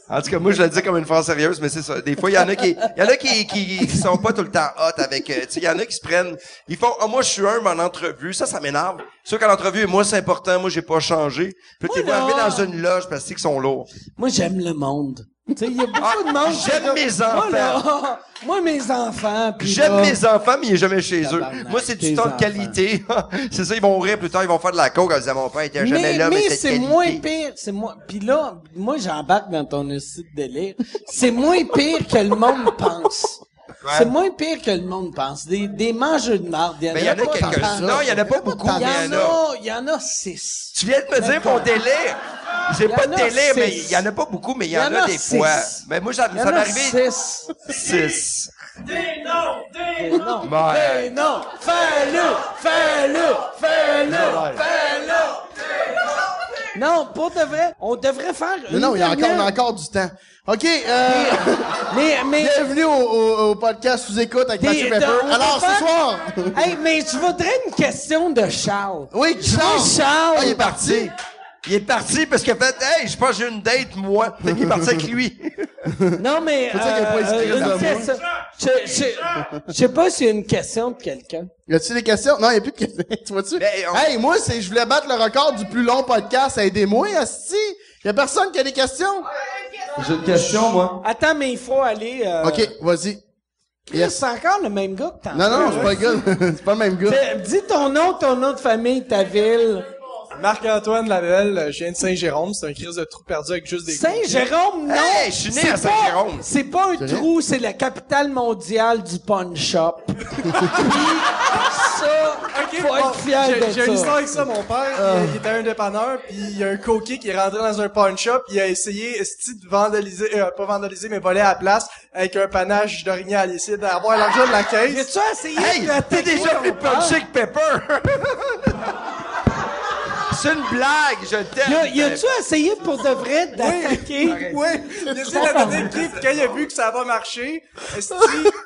En tout cas, moi je le dis comme une phrase sérieuse, mais c'est ça. Des fois, il y en a qui il y en a qui qui, qui sont pas tout le temps hot avec euh, tu sais, il y en a qui se prennent, ils font oh moi je suis humble en entrevue, ça ça m'énerve. Sûr qu'en entrevue, moi c'est important, moi j'ai pas changé. Puis tu
Moi,
vas arriver
là-
dans une loge parce que c'est qu'ils sont lourds.
Moi, j'aime le monde. Tu sais, il y a beaucoup
Ah,
de monde.
j'aime mes enfants.
Moi, là, (laughs) moi, mes enfants. puis
J'aime
là,
mes enfants, mais il est jamais chez eux.
Tabarnak,
Moi, c'est du
tes
temps
enfants.
de qualité. (laughs) c'est ça, ils vont rire plus tard, ils vont faire de la coke en disant, mon père était jamais
mais,
là, mais,
mais
c'était
c'est
de
moins
qualité.
pire, c'est moins. Puis là, moi j'embarque dans ton site de délire. C'est moins pire que le monde pense. C'est moins pire que le monde pense. Des, des mangeurs de marde, il y en
Mais Ben, il y en
a
a
pas
quelques-uns.
tant.
Non, il y en a pas beaucoup,
Il
mais
y
il
en
y en a.
a, il y en a six.
Tu viens de me dire mon délire. J'ai
Il y
pas
en
de
a
délire,
six.
mais il y en a pas beaucoup, mais il y, en a, des
six.
fois. Mais moi, ça,
Il y en
ça m'est
a
arrivé
six.
six.
Mais non,
Bah,
Ouais.
mais non, fais-le, fais-le,
Bah,
fais-le, fais-le. Non, pour de vrai, on devrait faire.
Mais non, il y a encore, on
littéralement-
a encore du temps. OK, euh,
Mais,
(laughs)
mais,
bienvenue au, au- au podcast Sous-Écoute avec Mathieu
Des- de- on
Pepper.
va
Alors, ce
faire-
soir...
hey, mais je voudrais une question de Charles.
(laughs) Oui, Charles!
Oui, Charles.
Ah, il est parti!
Il est parti parce qu'il a fait, hey, je pense que j'ai une date, moi. Fait qu'il est parti avec
(laughs)
lui.
Non, mais.
dire qu'il y a pas
euh,
écrit
une
dans le
question- Je, je, je sais pas s'il y a une question de quelqu'un.
Y a-tu des questions? Non, y a plus de questions. (laughs) tu vois-tu?
Ben, on-
Hey, moi, c'est, je voulais battre le record du plus long podcast. Aidez-moi, Asti! Y a personne qui a des questions?
J'ai une question, moi.
Attends, mais il faut aller. euh,
OK, vas-y.
Chris,
yes.
C'est encore le même gars que t'en
Non, non, c'est pas le gars. (laughs) c'est pas le même gars.
Dis ton nom, ton nom de famille, ta ville.
Marc-Antoine Lavelle, euh, je viens de Saint-Jérôme, c'est un crise de trou perdu avec juste des
Saint-Jérôme, non!
Hey, je suis né
C'est
à Saint-Jérôme.
pas- C'est pas un trou, c'est la capitale mondiale du pawn shop. Puis, ça, faut être fier de
J'ai j'ai une histoire
ça.
avec ça, mon père, il, il était un dépanneur, puis il y a un coquet qui est rentré dans un pawn shop, il a essayé esti, de vandaliser, euh, pas vandaliser, mais voler à la place avec un panache d'orignal. Il essayait d'avoir l'argent de la caisse.
As-tu essayé
Hey,
de la
t'es
technique
déjà
qu'on
plus
parle?
punché que Pepper. (laughs) c'est une blague, je t'aime.
Y a- Y a-tu essayé pour de vrai d'attaquer?
Oui, il a essayé d'attaquer, puis quand il a vu que ça a pas marché, esti,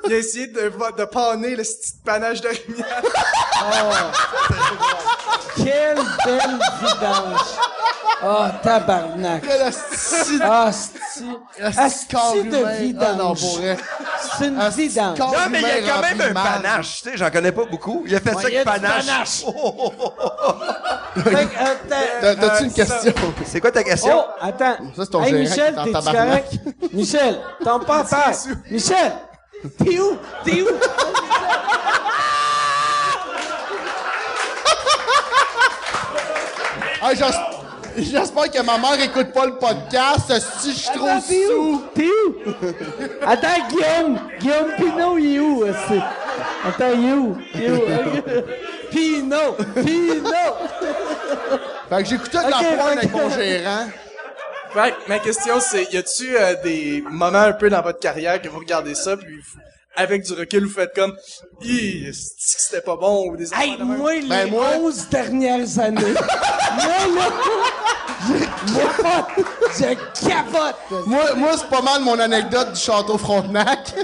il a essayé de, de panner le petit
(laughs)
panache d'orignal.
Quelle belle vidange! Ah, tabarnak!
Quel asti-
Ah, asti! Asti
Ah, corps humain.
de
Ah, non,
vidange!
pour vrai.
C'est une
Asti
vidange!
corps
Non, mais il y a
humain
quand même
rempli
un
de marde.
panache, tu sais, j'en connais pas beaucoup. Il a fait ça
il y a
avec
du
panache.
panache.
Oh, oh, oh, oh, oh.
Fait que, euh, t'as-
T'as- T'as-tu une
Euh, ça-
question?
(laughs) C'est quoi ta question?
Oh, attends.
Ça, c'est ton
hey,
gérant
Michel,
qui est en
t'es
tabarnak.
correct? Michel, tombe pas à terre. Michel, t'es où? T'es où?
Ah, j'as- J'espère que ma mère écoute pas le podcast. Si je suis trop
Attends, t'es
sous.
où? T'es où? Attends, Guillaume. Guillaume Pinot, il est où? aussi? Attends, il est où? Il est où? (laughs) Pinot! Pinot!
Fait que j'écoutais de la
Ok,
pointe
fait
avec
que-
mon gérant.
Right, ma question c'est, y a-tu euh, des moments un peu dans votre carrière que vous regardez ça puis vous- avec du recul vous faites comme, Hi, c'est-tu que c'était pas bon ou des affaires
Hey,
de même?
moi, les
Ben, moi-
11 dernières années, moi, là, je capote! Je capote!
Moi, moi c'est pas mal mon anecdote du château Frontenac.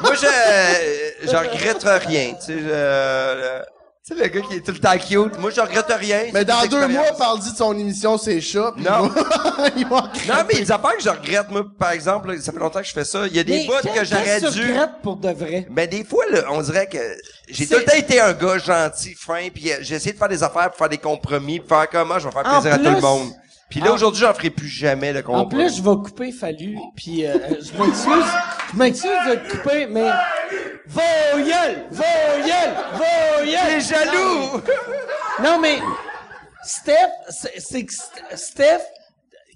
Moi, euh, je, je regrette rien. Tu sais, je- le- tu sais, le gars qui est tout le temps cute, moi, je regrette rien.
Mais
C'est
dans
des
deux mois,
expériences.
parle-y de son émission C'est chat. puis
Non.
(laughs) il va- il va-
Non, mais les affaires que je regrette, moi, par exemple, là, ça fait longtemps que je fais ça. Il y a des bouts
qu'est-
que j'aurais
qu'est-ce
dû.
tu regrettes pour de vrai?
Mais des fois, là, on dirait que j'ai
C'est-
tout le temps été un gars gentil, fin, puis euh, j'ai essayé de faire des affaires, pour faire des compromis, pour faire comment je vais faire
En
plaisir à tout
plus-
le monde. Puis là, aujourd'hui, j'en ferai plus jamais le compromis.
En plus, je vais couper Fallu, puis euh, je m'excuse, je m'excuse de te couper, mais... Voyelle! Voyelle! Voyelle!
T'es jaloux!
Non, mais Steph, c'est- c'est que St- Steph,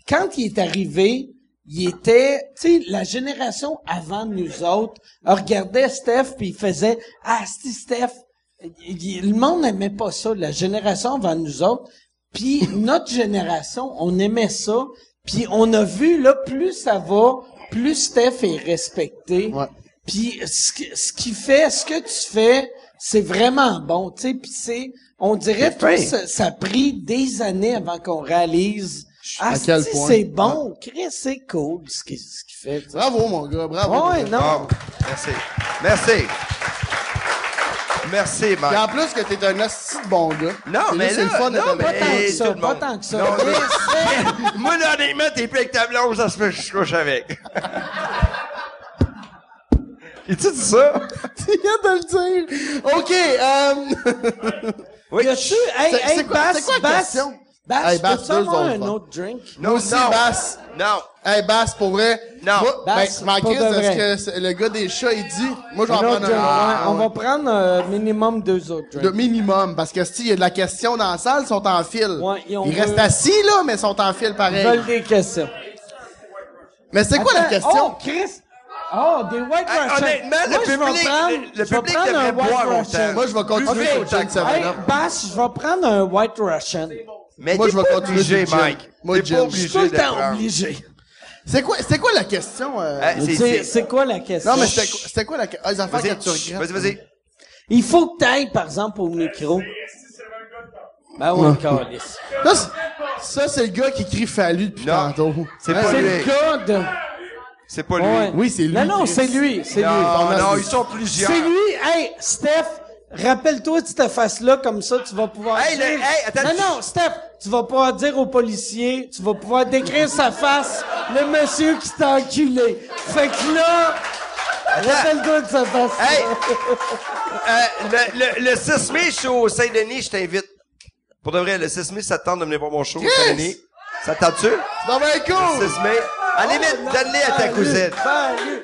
quand il est arrivé, il était, tu sais, la génération avant nous autres regardait Steph puis il faisait ah si Steph, Il- il- le monde n'aimait pas ça, la génération avant nous autres, puis notre génération, on aimait ça, puis on a vu là plus ça va, plus Steph est respecté.
Ouais.
Puis ce, que- ce qui fait, ce que tu fais, c'est vraiment bon, tu sais. Puis c'est, on dirait que ça, ça a pris des années avant qu'on réalise. Ah,
quel
si,
point?
c'est bon, Chris, c'est cool ce qu'il ce qu'il fait. tu sais.
Bravo, mon gars, bravo.
Ouais, non.
Wow. Merci. Ah, Merci. Merci,
Et
Mike.
en plus que t'es un hostie de bon gars.
Non,
Et
mais
c'est le
là,
fun de
non,
ta
Pas
mais-
tant que
tout
ça,
le
pas
monde.
tant que ça.
Non,
Mais
mais-
c'est-
(laughs) Moi, là, honnêtement, t'es plus avec ta blonde, ça se fait que je couche
(laughs)
avec. Et tu dis ça?
(laughs) Tu viens de le dire. OK, euh...
Oui.
Y a-tu, hey,
C'est-
hey,
c'est quoi-
Bass,
c'est quoi la
Bass,
question?
Bass,
Hey, Bass,
peux-tu avoir
deux
un
autres,
autre drink?
Non,
Moi aussi,
non.
Bass.
Non.
Hey, Bass, pour vrai.
Non.
Moi,
Bass,
ben, ma
pour
crise,
de vrai.
parce que c'est- le gars des chats, il dit, moi, je vais en
Un autre
prendre
drink,
un.
ouais. On va prendre euh, minimum deux autres drinks.
De minimum, parce que si il y a de la question dans la salle, ils sont en file.
Ouais, ils ont
ils
deux-
restent assis, là, mais ils sont en file
Ils
pareil.
veulent des questions.
Mais c'est quoi la
Attends,
question?
Oh, Chris! Oh, des White
Hey,
Russians!
honnêtement, le
Moi, je vais
public-
prendre-
le- le
je vais
public
prendre un
devrait
White
boire
Russian.
autant.
Moi, je vais continuer
Buvez
sur hein.
autant
Jack
que ça va,
Hey,
Savannah.
Bass, je vais prendre un White Russian.
Mais
Moi,
t'es
je vais
pas
continuer
obligé,
du gin.
Mike.
Moi,
T'es
gin.
pas
Je
Je
obligé
suis tout le
de
temps
prendre.
obligé.
C'est quoi, c'est quoi la question? euh?
Hey, Eh, c'est-
C'est
c'est-
c'est quoi la question?
non, mais c'était quoi- c'était quoi la question? Ah, les affaires
Vas-y,
que tu regrettes.
vas-y, vas-y.
Il faut que t'ailles, par exemple, au micro. Ben
Ah.
oui, câlisse.
Là, c'est- ça, c'est le gars qui crie fallu depuis
Non.
tantôt.
C'est pas
C'est
lui.
le gars de...
C'est pas
Ouais.
lui.
Oui, c'est lui,
Non, non,
Chris.
c'est lui, c'est lui.
Non,
lui.
non, ils sont plusieurs.
C'est lui. Hey, Steph, rappelle-toi de cette face-là, comme ça, tu vas pouvoir
Hey,
dire...
le- hey, attends,
non,
tu-
non, Steph, tu vas pouvoir dire au policier, tu vas pouvoir décrire sa face, le monsieur qui t'a enculé. Fait que là, rappelle-toi de sa face
Hey! Euh, le, le, le 6 mai, je suis au Saint-Denis, je t'invite. Pour de vrai, le 6 mai, ça te tente de venir voir mon show au Saint-Denis. Ça te tente-tu? Le
Non, mais cool!
6 mai. À la limite, donne-les à ta cousine. Tu
Oh,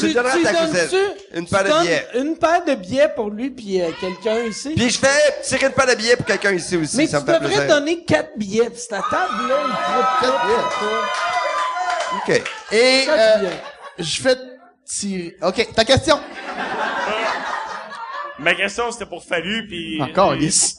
Tu,
donneras
tu
à ta
donnes-tu-
cousine une
tu
paire de
donnes
billets.
Une paire de billets pour lui puis euh, quelqu'un ici.
Puis je fais tirer une paire de billets pour quelqu'un ici aussi.
Mais
ça
tu
me fait
devrais
plaisir.
donner quatre billets. Puis ta table là, il
Quatre billets.
OK.
Et,
Ça, tu
euh,
viens.
je fais tirer. OK, ta question.
Ma question, c'était pour Fallu, puis...
Encore,
puis-
Alice.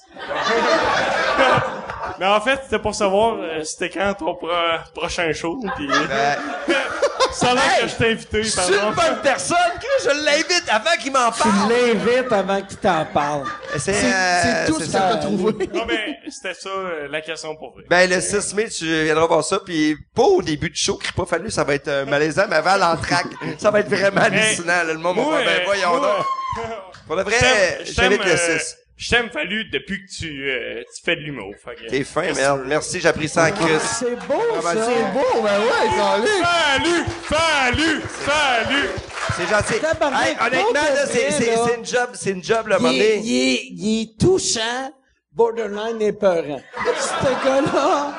Mais en fait, c'était pour savoir euh, c'était quand ton pro- prochain show, puis...
Ben,
(laughs) Ça a l'air
Hey!
que je t'ai invité,
je
par
suis une
exemple.
bonne personne, que je l'invite avant qu'il m'en
Tu
parle.
l'invites avant qu'il t'en parle.
C'est
C'est c'est
euh,
tout ce
c'est
que
ça.
t'as trouvé.
Non, mais c'était ça, euh, la question pour vrai.
Ben, le 6 mai, tu viendras voir ça, puis pas au début du show, crie pas fallu, ça va être euh, malaisant, mais avant l'entraque, ça va être vraiment hallucinant, là, le moment où on va, ben,
euh,
voyons
moi,
donc.
(laughs)
Pour le
je
vrai,
t'aime- je t'aime,
j'invite le
euh,
6.
Je t'aime, Fallu, depuis que tu, euh, tu fais de l'humour. fait que-
T'es fin, merde. Merci, j'apprécie ça en Chris.
Ah, C'est beau
Ah,
ça.
C'est beau, ben ouais, Carlis.
Fallu! Fallu! Fallu!
C'est gentil.
Tabarnak,
Hey, honnêtement,
pour de
là, c'est,
vrai,
c'est,
là.
c'est une job, c'est une job, le moment
Il est,
donné.
il est- il est touchant, borderline épeurant. hein? Ce gars-là.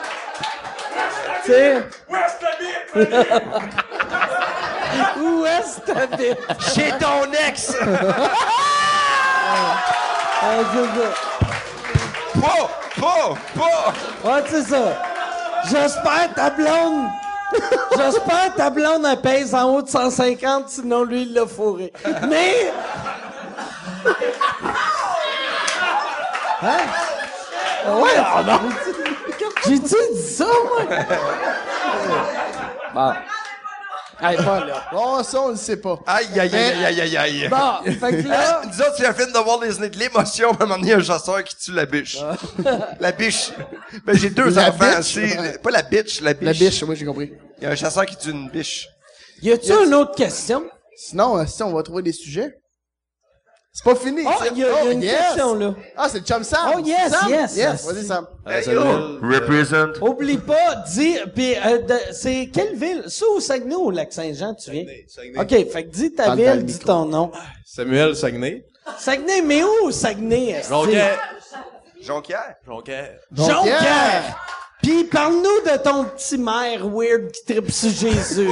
Tu sais. Où est-ce que t'habites?
Chez ton ex!
Ah, c'est ça.
Pas! Pas! Pas!
Ouais, c'est ça. J'espère ta blonde. J'espère ta blonde, elle pèse en haut de 150, sinon lui, il l'a fourré. Mais. Hein? Ah Ouais, oh non! J'ai-tu dit ça, moi? Bon. Hey, pas là.
Bon, ça, on le sait pas.
Aïe, aïe, aïe, aïe, aïe, aïe.
Bon, fait que là.
Là, nous autres, c'est un film de Walt Disney de l'émotion, à un moment donné, un chasseur qui tue la biche. la biche. Ben, j'ai deux
La
enfants,
biche,
c'est,
ouais.
pas la biche, la biche.
La biche, oui, j'ai compris.
Il y a un chasseur qui tue une biche.
Y a-tu une autre question?
Sinon, euh, si on va trouver des sujets. C'est pas fini.
Oh,
c'est-
il y a- il y a une question, là.
Ah, c'est le chum Sam.
Oh, yes,
Sam?
yes.
Yes, vas-y, Sam.
Hey, yo!
Oublie pas, dis, pis, euh, de- c'est quelle ville? Ça au Saguenay ou au Lac-Saint-Jean, tu viens?
Saguenay.
OK, fait que dis ta
Parle dans le
ville, dis
micro.
ton nom.
Samuel Saguenay.
Saguenay, mais où au Saguenay? esti?
Jonquière?
Jonquière.
Jonquière! Puis parle-nous de ton petit maire weird qui tripe sur Jésus. esti.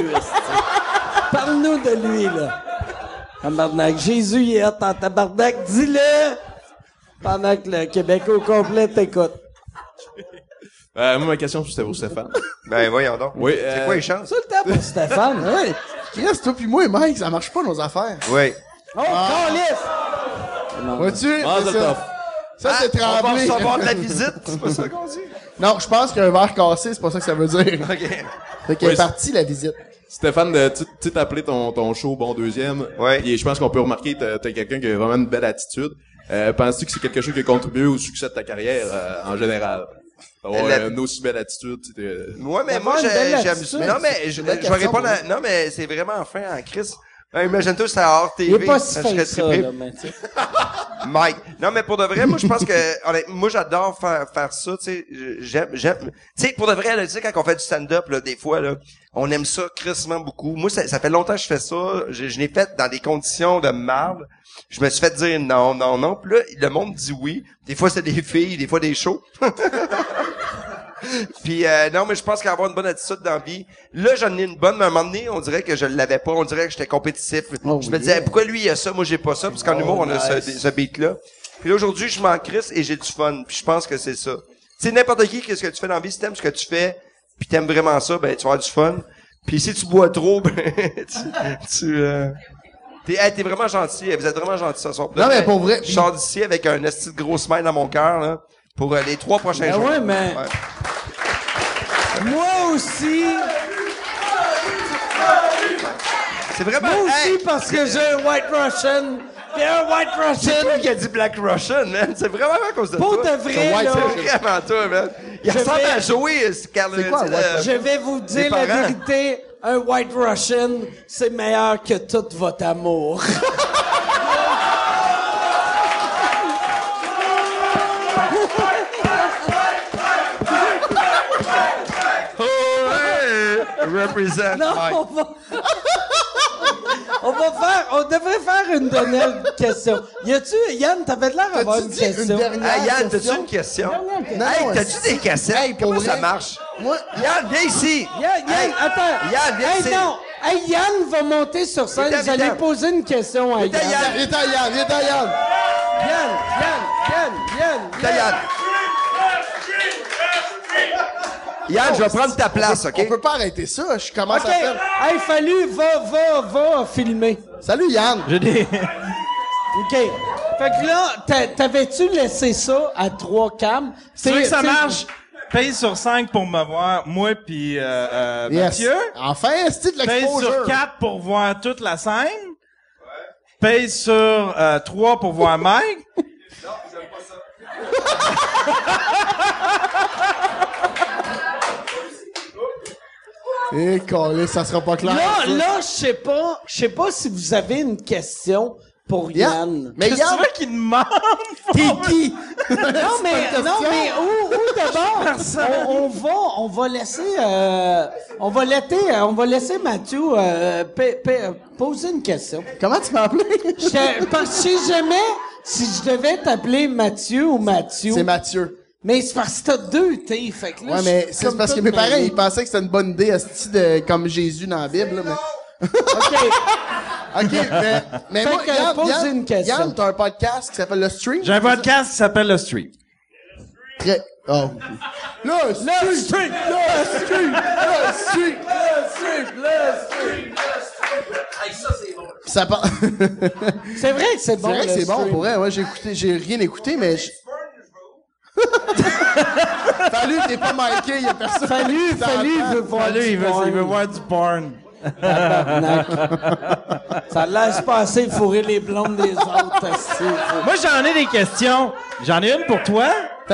parle-nous de lui, là. Tabarnak, Jésus il est hot en tabarnak, dis-le! Pendant que le Québec au complet t'écoute.
Euh, moi, ma question, c'était pour Stéphane.
Ben, voyons donc.
Oui,
C'est
euh,
quoi les chances?
Ça, le temps pour Stéphane. hein?
Hey, Chris, toi pis moi et Mike, ça marche pas, nos affaires.
Oui.
Oh, câlisse!
Vois-tu?
Mazel
C'est ça.
tov.
Ça, c'est
Ah, on va
tremblé.
recevoir de la visite, c'est pas ça qu'on dit?
Non, je pense qu'un verre cassé, c'est pas ça que ça veut dire.
(laughs) OK.
Fait qu'elle
Oui,
est partie, la visite.
(laughs) Stéphane, euh, tu tu sais, t'as appelé ton, ton show Bon Deuxième.
Ouais.
Et je pense qu'on peut remarquer que t'as t'as quelqu'un qui a vraiment une belle attitude. Euh, Penses-tu que c'est quelque chose qui a contribué au succès de ta carrière euh, en général? Avoir
La-
une aussi belle attitude. tu sais, euh,
Ouais, mais
D'avoir
moi,
une belle
j'ai- j'aime
attitude.
ça. Non, mais je, je vais répondre à... Non, mais c'est vraiment fin en Chris. Ben, Imagine-toi, c'est à hors TV.
Il est pas si
je
fin que
serais
ça,
trippé.
là, mais tu sais.
Mike. Non, mais pour de vrai, moi, je pense que, (laughs) honnêtement, moi, j'adore faire, faire ça, tu sais. Je- J'aime, j'aime. Tu sais, pour de vrai, là, tu sais, quand on fait du stand-up, là, des fois, là, on aime ça crissement beaucoup. Moi, ça, ça fait longtemps que je fais ça. Je, je l'ai fait dans des conditions de marde. Je me suis fait dire non, non, non. Puis là, le monde dit oui. Des fois, c'est des filles, des fois, des shows. Puis euh, non, mais je pense qu'avoir une bonne attitude dans la vie. Là, j'en ai une bonne, mais à un moment donné, on dirait que je l'avais pas. On dirait que j'étais compétitif. je me disais, Hey, pourquoi lui, il a ça, moi, j'ai pas ça. Parce qu'en humour, on a ce, ce beat-là. Puis là, aujourd'hui, je m'en crisse et j'ai du fun. Puis je pense que c'est ça. Tu sais, n'importe qui, qu'est-ce que tu fais dans la vie, si t'aimes ce que tu fais, puis t'aimes vraiment ça, ben, tu vas avoir du fun. Puis si tu bois trop, (laughs) ben, tu... tu euh, T'es hey, t'es vraiment gentil, vous êtes vraiment gentil ce soir.
Non, mais pour vrai,
Je sors d'ici avec un esti de grosse main dans mon cœur, là, pour euh, les trois prochains
Ben
jours.
ouais, mais- Moi aussi,
C'est vraiment...
moi aussi
hey!
parce que j'ai un White Russian. Puis un White
C'est toi
Russian.
qui a dit Black Russian, man. C'est vraiment à cause de
Pour
toi.
de vrai,
Ouais,
là.
C'est vraiment toi, man. Il
Je
ressemble
vais-
à Joey, euh, ce Carl.
quoi,
tu sais,
ouais,
le-
Je vais vous dire la
parents.
vérité, un White Russian, c'est meilleur que tout votre amour. (laughs)
Oh, hey! Represent.
Non,
Mike.
on va... (laughs) on va faire... On devrait faire une dernière question. Y a-tu... Yann, t'avais l'air d'avoir
T'as-tu
une
dit une
question.
dernière-
Hey, Yann,
question?
t'as-tu une question?
Dernière question.
Hey,
Non,
t'as-tu des cassettes?
pour
Comment ça
vrai?
marche?
Moi,
Yann, viens ici!
Yann, Yann,
Hey,
attends.
Yann, viens
hey,
ici!
non. Hey, Yann va monter sur scène.
Viens,
Vous allez
viens.
poser une question à Yann.
Viens, Yann.
Yann,
viens t'en, Yann, viens t'en, Yann.
Yann, Yann, Yann,
T'as Yann. Yann, je vais prendre ta place, OK?
On peut pas arrêter ça, je commence
OK.
à faire.
Hey, Fallu, va, va, va filmer.
Salut Yann.
OK. Fait que là, t'a- t'avais-tu laissé ça à trois cams?
Tu veux que ça
T'es-
marche? Paye sur 5 pour me voir, moi puis euh, euh,
Yes.
Mathieu.
Enfin, c'est de
Paye sur
l'exposure.
4 pour voir toute la scène. Paye sur 3 pour voir Mike.
Eh, collé, ça sera pas clair.
Là,
ça.
là, je sais pas, je sais pas si vous avez une question pour
Yann.
Yann.
Mais
Qu'est-ce que
Yann,
tu veux qu'il demande?
t'es qui?
(laughs) Non, mais,
une
non,
question.
mais où,
(laughs)
où d'abord? on, on va, on va laisser, euh, on va laisser, on va laisser Mathieu, euh, pa- pa- poser une question.
Comment tu m'as appelé?
Je- parce que si jamais, si je devais t'appeler Mathieu ou Mathieu.
(laughs) C'est Mathieu.
Mais c'est parce que t'as deux T, fait que là,
Ouais,
je
mais
suis
c'est
comme
parce que
tout
mes parents,
mêlé.
ils pensaient que c'était une bonne idée, esti, de, comme Jésus dans la Bible, là, mais... (laughs)
OK.
OK, mais, mais
Fait
moi,
que,
Yann,
pose
Yann,
une question.
Yann, t'as un podcast qui s'appelle Le Stream?
J'ai un podcast qui s'appelle Le Street.
Très... Oh. Le Stream! Le Stream! Le Stream! Le Stream! Ça par- (laughs)
C'est vrai que c'est bon.
c'est vrai que
le
c'est bon,
stream.
pour vrai. Ouais, j'ai écouté, j'ai rien écouté, mais... (laughs) je- Fallu, t'es pas marqué, y a personne.
Fallu,
Dans
Fallu, il
le
veut voir du porn.
voir du porn.
Tabarnak. Ça laisse passer fourrer les blondes (laughs) des autres. asti.
Moi, j'en ai des questions. J'en ai une pour toi.
temps.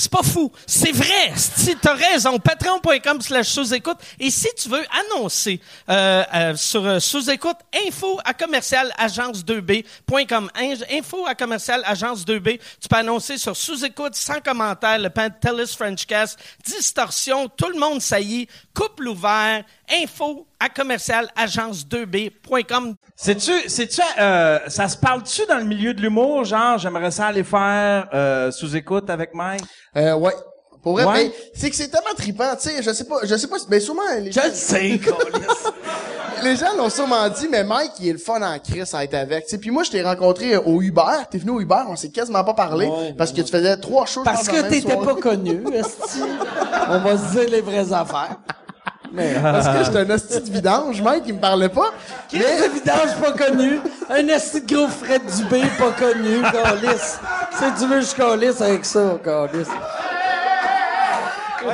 C'est pas fou. C'est vrai. Si t'as raison, patreon.com slash sous-écoute. Et si tu veux annoncer euh, euh, sur euh, sous-écoute, info à commercial agence2b.com. In- Info à commercial agence2b. Tu peux annoncer sur sous-écoute, sans commentaire, le Pantelis Frenchcast, distorsion, tout le monde saillit, couple ouvert, info à commercial agence2b.com.
C'est-tu, c'est-tu, euh, ça se parle-tu dans le milieu de l'humour? Genre, j'aimerais ça aller faire euh, sous-écoute avec Mike.
Euh, ouais. Pour vrai,
Ouais.
mais c'est que c'est tellement trippant, tu sais, je sais pas, je sais pas, si- mais sûrement, les gens,
Je le sais, câlisse.
les gens l'ont sûrement dit, mais Mike, il est le fun en Chris à être avec, tu sais. Puis moi, je t'ai rencontré euh, au Uber, t'es venu au Uber, on s'est quasiment pas parlé, parce que tu faisais trois choses
Parce que t'étais pas connu, esti. On va se dire les vraies affaires.
Parce que j'étais un hostie de vidange, Mike, il me parlait pas.
Chris de Vidange, pas connu. Un esti de gros Fred Dubé, pas connu, câlisse. Si tu veux, je câlisse avec ça, câlisse.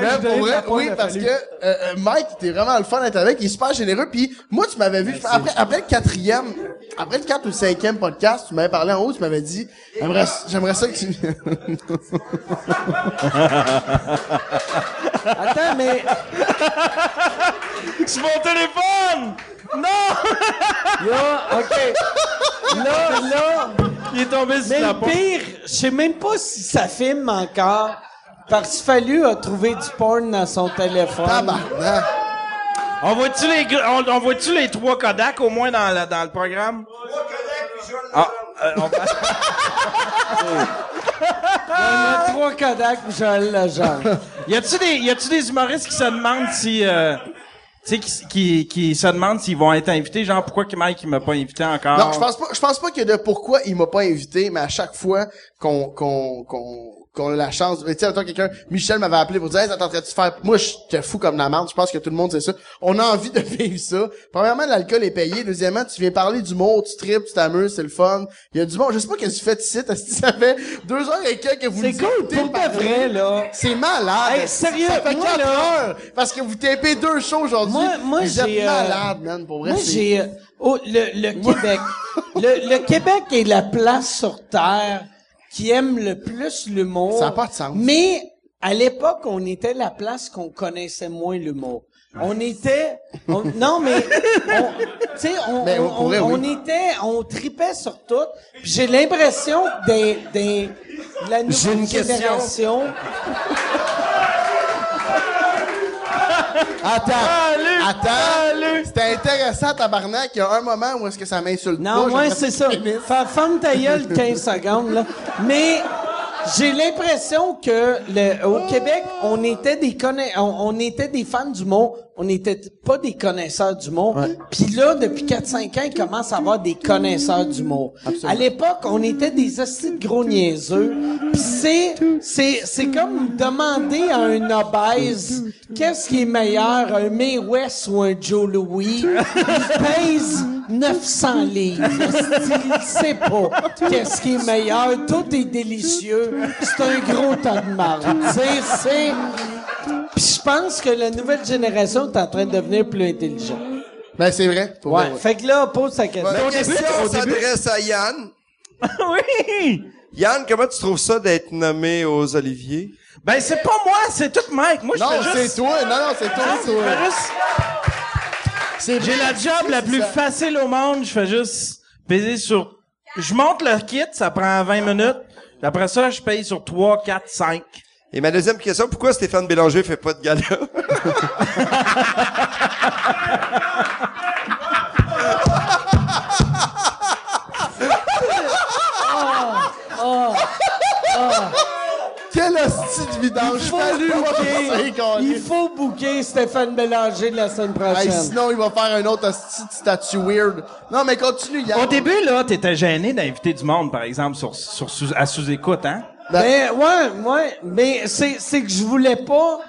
Mais pour vrai, oui, parce que euh, euh, Mike, t'es vraiment le fun d'être avec, il est super généreux, puis moi, tu m'avais vu, je- après, après le quatrième, après le quatre ou cinquième podcast, tu m'avais parlé en haut, tu m'avais dit, j'aimerais, j'aimerais ça que tu (laughs) viennes.
Attends, mais
C'est mon téléphone! Non!
là, OK. Là, là,
Il est tombé sur
mais
la
le
porte.
pire, je sais même pas si ça filme encore. Parce que Fallu a trouvé du porn dans son téléphone.
Tabarnak.
On voit-tu les, gr- on, on voit-tu les trois Kodak au moins dans, la- dans le programme? Ah, euh, on va-
On a trois Kodak, Joël Legendre.
y a-tu des, y a-tu des humoristes qui se demandent si, euh, tu sais, qui, qui, qui se demandent s'ils vont être invités? Genre, pourquoi que Mike, il m'a pas invité encore?
Non, je pense pas, je pense pas que de pourquoi il m'a pas invité, mais à chaque fois qu'on, qu'on, qu'on, qu'on a la chance, tu sais, attends quelqu'un, Michel m'avait appelé pour dire, hey, ça tenterait-tu de faire, moi, je te fous comme la merde, je pense que tout le monde sait ça. On a envie de (laughs) vivre ça. Premièrement, l'alcool est payé. Deuxièmement, tu viens parler du monde, tu tripes, tu t'amuses, c'est le fun. Il y a du monde, je sais pas qu'est-ce que tu fais ici, (laughs) parce que ça fait deux heures et quelques que vous
C'est cool,
écoutez
pour de
parler.
vrai, là.
C'est malade.
Hey, sérieux,
ça fait
moi,
quatre
là-
heures, parce que vous tapez deux shows aujourd'hui.
Moi, moi
vous êtes
j'ai. euh,
malade, man, pour vrai.
Moi,
c'est-
j'ai. euh, oh, le, le Québec. le, le Québec est la place sur Terre qui aime le plus l'humour.
Ça a pas de sens.
Mais à l'époque, on était la place qu'on connaissait moins l'humour. On était, on- non mais, on- tu sais, on,
Mais
on,
pour vrai,
on-
oui.
on était, on tripait sur tout. Puis J'ai l'impression des, des, la nouvelle
une question.
génération.
Attends, attends, c'était intéressant, tabarnak, il y a un moment où est-ce que ça m'insulte
Non,
pas,
moi,
j'aimerais
c'est ça. Fa- Ferme ta gueule 15
(laughs)
secondes, là. Mais j'ai l'impression que le, au Québec, on était des conna- on, on était des fans du mot. On n'était pas des connaisseurs du mot. Puis là, depuis 4-5 ans, il commence à avoir des connaisseurs du mot. À l'époque, on était des hosties de gros niaiseux. Puis c'est, c'est, c'est comme demander à un obèse qu'est-ce qui est meilleur, un May West ou un Joe Louis. Il pèse 900 livres. (laughs) Il sait pas qu'est-ce qui est meilleur. Tout est délicieux. C'est un gros tas de marde. C'est, c'est... Puis je pense que la nouvelle génération est en train de devenir plus intelligente.
Ben, c'est vrai. pour
Ouais.
vrai, ouais.
Fait que là, pose ta question.
La question s'adresse à Yann.
(laughs) oui!
Yann, comment tu trouves ça d'être nommé aux Oliviers?
Ben, c'est pas moi, c'est tout Mike. Moi, je
Non,
fais juste...
c'est toi, non, non, c'est toi,
Ah,
c'est
je
toi.
fais juste-
C'est
J'ai
vrai.
la job la plus
Ça-
facile au monde. Je fais juste baiser sur. Je monte le kit, ça prend 20 minutes. Puis Après ça, je paye sur 3, 4, 5.
Et ma deuxième question, pourquoi Stéphane Bélanger fait pas de
(laughs)
gala?
Quel hostie de vidange,
Il faut
fallu
bouquer. Il
faut...
faut booker Stéphane Bélanger la semaine
Hey,
prochaine.
sinon, il va faire un autre hostie de statue weird. Non, mais continue, Yann.
Au début, là, t'étais gêné d'inviter du monde, par exemple, sur, sur, sous- à sous-écoute, hein?
Mais Ben, ouais, ouais, mais c'est c'est que je voulais pas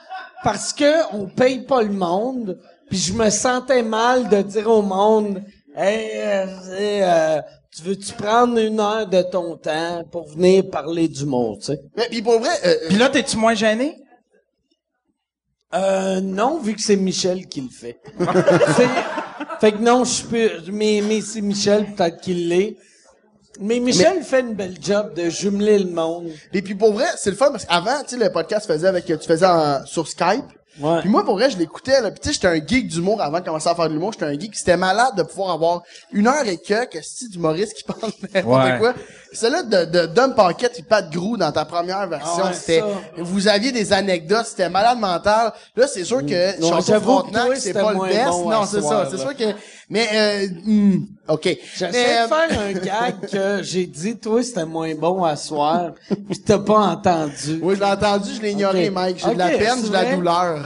parce que on paye pas le monde, puis je me sentais mal de dire au monde "Hey, euh, euh, tu veux tu prendre une heure de ton temps pour venir parler du monde, tu sais
Mais pis pour vrai, euh, euh,
Puis là, t'es-tu moins gêné?
Euh non, vu que c'est Michel qui le fait. C'est- fait que non, je peux mais mais c'est Michel peut-être qu'il l'est. Mais Michel fait une belle job de jumeler le monde.
Et puis pour vrai, c'est le fun parce qu'avant, tu sais, le podcast faisait avec tu faisais en- sur Skype.
Ouais.
Puis moi pour vrai, je l'écoutais là, puis tu sais, j'étais un geek d'humour avant de commencer à faire de l'humour, j'étais un geek, c'était malade de pouvoir avoir une heure et quelques style d'humoriste qui (laughs) parle de n'importe
Ouais.
quoi. Celle-là de de Dom Paquette et Pat Grou dans ta première version,
Ah ouais,
c'était
ça.
vous aviez des anecdotes, c'était malade mental. Là, c'est sûr que
Mm. Non,
Chantal
j'avoue que
Frontenac,
toi,
c'est
c'était
pas le
moins
best.
bon à
non, c'est
soir,
ça,
là.
c'est sûr que mais euh, hmm, OK. Mais,
J'essaie
euh,
de faire un gag que j'ai dit, toi, c'était moins bon à soir, pis t'as pas entendu.
Oui, je l'ai entendu, je l'ai ignoré,
Ok.
Mike. J'ai de la
Ok,
peine,
c'est
j'ai de la
vrai?
douleur.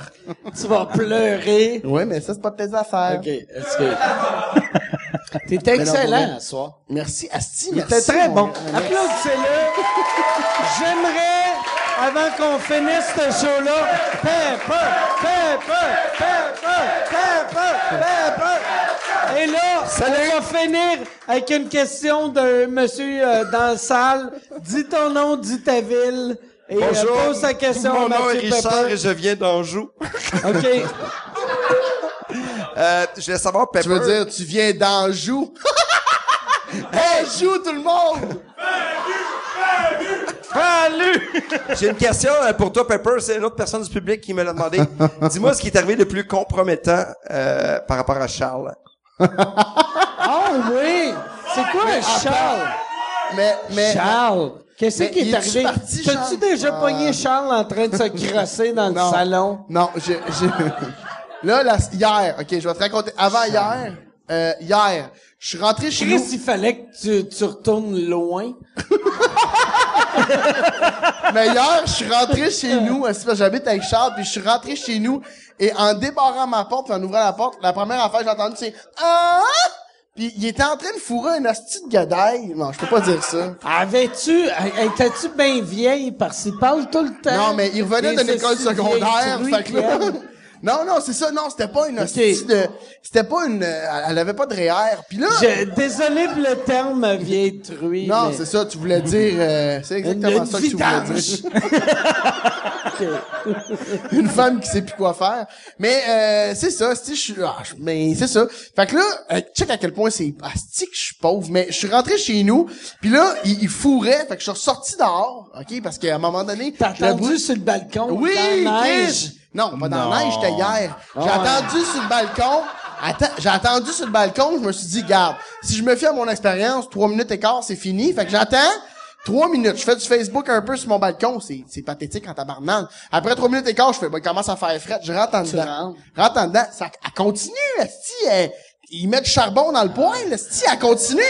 Tu vas pleurer.
Ouais, mais ça, c'est pas tes affaires.
OK, est-ce que... T'es excellent à soir.
Merci, Asti, merci.
T'es très
mon
bon.
gars.
Applaudissez-le. J'aimerais, avant qu'on finisse ce show-là, Pepper, Pepper, Pepper, Pepper, Pepper. Et là, on va finir avec une question d'un monsieur euh, dans la salle. Dis ton nom, dis ta ville. et euh, pose sa question
Mon
à
nom est
Mathieu
Richard
Pepper.
et je viens d'Anjou.
OK.
(laughs)
Euh, je voulais savoir, Pepper.
Tu veux dire, tu viens d'Anjou? Anjou, tout le monde!
J'ai une question euh, pour toi, Pepper. C'est une autre personne du public qui me l'a (laughs) demandé. Dis-moi ce qui est arrivé le plus compromettant euh, par rapport à Charles.
Ah oui! C'est quoi, Charles?
Mais, mais.
Charles! Qu'est-ce
Mais
qui
il
est
est-tu
arrivé?
parti,
T'as-tu
Charles?
déjà
Ah.
pogné Charles en train de se crasser dans le
Non.
salon?
Non, je, je- Là, la- hier, ok, je vais te raconter. Avant hier, euh, hier, je suis rentré chez
Chris,
nous.
il fallait que tu, tu retournes loin.
Mais hier, je suis rentré chez nous, euh, c'est parce que j'habite avec Charles, puis je suis rentré chez nous, et en débarrant ma porte, puis en ouvrant la porte, la première affaire que j'ai entendue, c'est « Ah! » Puis il était en train de fourrer un hostie de gadaille. Non, je peux pas dire ça.
Avais-tu, étais-tu bien vieille parce qu'il parle tout le temps?
Non, mais il revenait de
Des
l'école
hosties de
secondaire,
vieilles
fait que là-
truites,
(laughs) Non, non, c'est ça, non, c'était pas une hostie
Ok.
de... C'était pas une... euh, Elle avait pas de REER, puis là...
Je- désolé pour le terme euh, vieille truie.
Non,
mais-
c'est ça, tu voulais dire... euh, c'est exactement
Une
ça que tu voulais
vidange.
dire. (laughs) une femme qui sait plus quoi faire. Mais euh, c'est ça, si je suis ah, je- mais c'est ça. Fait que là, euh, check à quel point c'est asti que je suis pauvre, mais je suis rentré chez nous, puis là, il, il fourrait, fait que je suis ressorti dehors, OK, parce qu'à un moment donné,
T'as
le bruit-
entendu sur le balcon?
Oui,
dans Oh la
Chris!
neige.
Non, pas dans
Non. Ah
la neige, j'étais hier. J'ai attendu sur le balcon. Atta- j'ai attendu sur le balcon, je me suis dit, garde, si je me fie à mon expérience, trois minutes et quart, c'est fini. Fait que j'attends trois minutes. Je fais du Facebook un peu sur mon balcon. C'est, c'est pathétique en tabarnane. Après trois minutes et quart, je fais, ben, il commence à faire fret. Je rentre en dedans. Je rentre en dedans. Ça, elle continue, esti. Elle- Ils mettent du charbon dans le poêle, esti. Elle continue.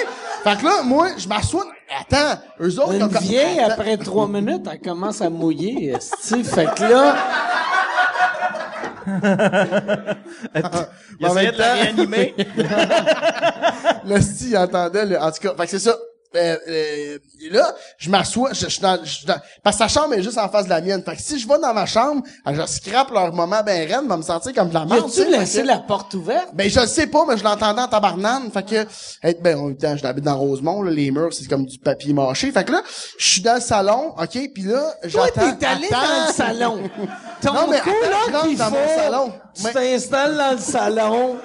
Fait que là, moi, je m'assois. Attends, eux autres... ils
Une
ont comme-
vieille,
Attends.
après
(laughs)
trois minutes, elle commence à mouiller, esti. Fait que là,
Il essayait de la
temps- (laughs)
réanimer.
le style, il entendait le, en tout cas, fait que c'est ça. Euh, euh, et là, je m'assois, je, je suis dans, je suis dans- parce que sa chambre est juste en face de la mienne. Fait que si je vais dans ma chambre, je scrape leur moment ben reine, va me sentir comme de la
y
merde. tu
a-tu
sais,
laissé
fait que-
la porte ouverte?
Ben, je le sais pas, mais je l'entendais en tabarnane. Fait que, eh, ben, en même temps, je l'habite dans Rosemont, là, les murs, c'est comme du papier mâché. Fait que là, je suis dans le salon, ok, puis là,
Toi,
j'attends.
t'es allé dans le
attends.
salon. Ton
Non, mais attends, je
coloc,
rentre
il
dans mon
faut-
salon.
Tu
Mais-
t'installes dans le salon.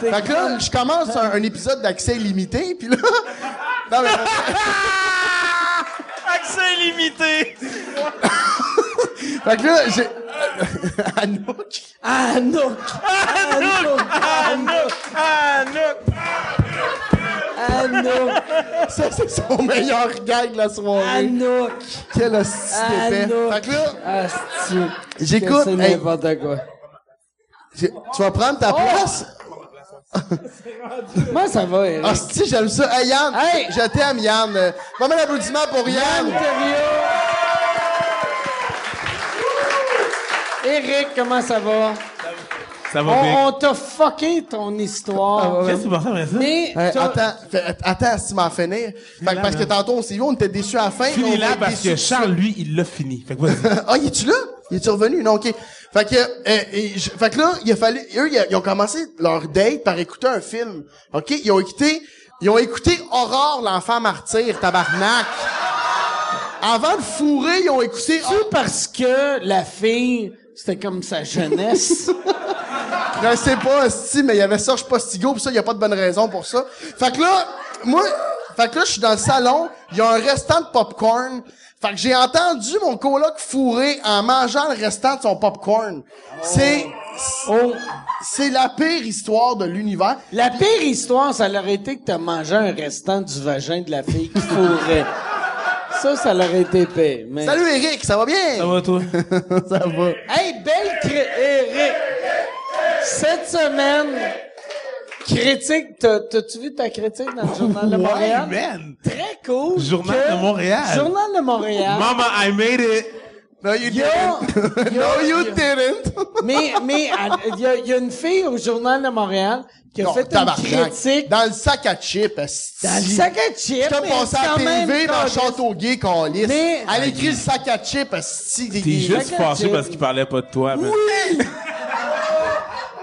T'es
Fait que là,
comme-
je commence un, un épisode d'accès illimité, puis là... (laughs) Non, mais...
Accès limité.
Fait que là, j'ai... (laughs) Anouk.
Anouk! Anouk! Anouk! Anouk!
Ça, c'est son meilleur gag de la soirée.
Anouk!
Quel hostie d'épais.
Anouk!
Fait que là,
Asti.
J'écoute,
C'est
hey.
n'importe quoi.
j'ai- tu vas prendre ta place.
Moi, ça va, Eric.
Hostie, j'aime ça. Hey, Yann,
Hey!
je t'aime, Yann. Euh, Va mettre l'applaudissement pour Yann.
Yann Terriot! Eric, comment ça va?
Ça va bien.
On, on t'a fucké ton histoire.
Qu'est-ce que tu vas faire ça?
Mais
Hey,
t'as-
attends, fais- attends, si tu m'en finis. Fait que parce que tantôt, on s'est vu, on était déçus à la fin.
Finis
on
là
était
parce
déçus.
que Charles, lui, il l'a fini. Fait que vas-y.
(laughs) Ah, il est-tu là? Il est-tu revenu? Non, OK. Fait que, euh, et je- fait que là, il a fallu, eux, ils, a- ils ont commencé leur date par écouter un film. OK? Ils ont écouté, ils ont écouté Aurore, l'enfant martyr, tabarnak. Avant de fourrer, ils ont écouté,
tu parce que la fille, c'était comme
(laughs)
sa jeunesse.
je sais pas, si, mais il y avait Serge Postigo, pis ça, il y a pas de bonne raison pour ça. Fait que là, moi, fait que là, je suis dans le salon, il y a un restant de popcorn. Fait que j'ai entendu mon coloc fourrer en mangeant le restant de son popcorn. C'est,
oh.
C'est la pire histoire de l'univers.
La pire histoire, ça aurait été que t'as mangé un restant du vagin de la fille qui fourrait. ça, ça aurait été pire. Mais...
Salut Eric, ça va bien?
Ça va, toi?
(laughs) Ça va.
Hey, belle cri- Eric! Cette semaine, critique, t'as- t'as-tu vu ta critique dans le Journal de Montréal?
man.
Très cool.
Journal
que-
de Montréal.
Journal de Montréal.
Mama, I made it.
No, you
Yo,
(laughs)
didn't.
yo,
no, you
yo.
didn't.
Mais, mais, il y, a- y a une fille au Journal de Montréal qui a
Non,
fait une
tabarnak.
critique
Dans le sac à chips. esti.
dans le sac à chips.
C'est comme
mais
passer
quand
à la
même
TV dans
calé.
Châteauguay, Calis.
Mais-
Elle écrit le sac à chips. esti, des-
T'es
des-
juste
Regarde,
fâché
j'ai-
parce qu'il parlait pas de toi, man.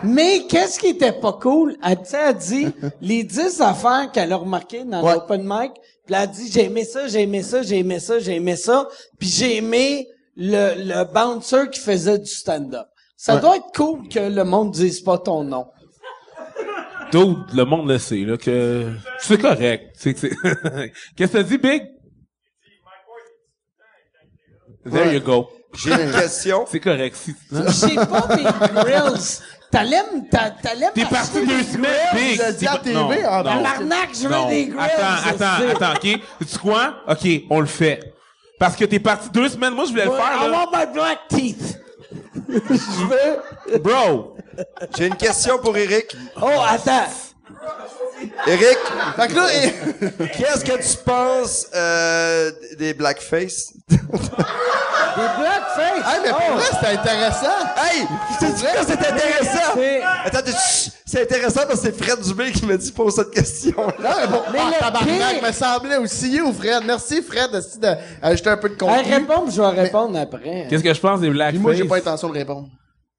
Mais qu'est-ce qui était pas cool? Elle, tu sais, elle a dit les 10 affaires qu'elle a remarquées dans
Ouais.
l'open mic. Puis elle a dit, j'ai aimé ça, j'ai aimé ça, j'ai aimé ça, j'ai aimé ça. Puis j'ai aimé le, le bouncer qui faisait du stand-up. Ça doit être cool que le monde dise pas ton nom.
D'autres, le monde le sait, là, que c'est correct. C'est- c'est- (laughs) Qu'est-ce que t'as dit, Big? There
Ouais.
you go.
J'ai (laughs) une question.
C'est correct. Si- hein?
Je sais pas, mais Grills, t'allais me... t'a- T'allais
T'es parti deux semaines, Ah, Big.
vous a dit
T'es
à
pas-
TV,
non,
en
non.
plus.
L'arnaque, je
Non.
veux des Grills.
Attends,
je sais.
attends, attends, OK? Tu quoi? OK, on le fait. Parce que t'es parti deux semaines. Moi, je voulais le faire,
I
là.
want my black teeth.
Bro!
J'ai une question pour Eric.
Oh, attends.
Eric,
Fait que là, et-
(laughs) qu'est-ce que tu penses euh, des (laughs) blackface?
Des blackface.
Hey, mais pour
Oh.
vrai, c'était intéressant.
Hey! C'est c'est intéressant!
C'est-
Attends, t'es- chut! c'est intéressant parce que c'est Fred Dubé qui me dit pose cette question-là.
Non, mais bon,
Mais
ah,
le
tabarnak,
pire-
me semblait aussi you, Fred. Merci, Fred, de, de ajouter un peu de
Elle
contenu.
répond, puis je vais répondre après.
Qu'est-ce que je pense des
Puis moi, j'ai pas
blackface?
intention de répondre.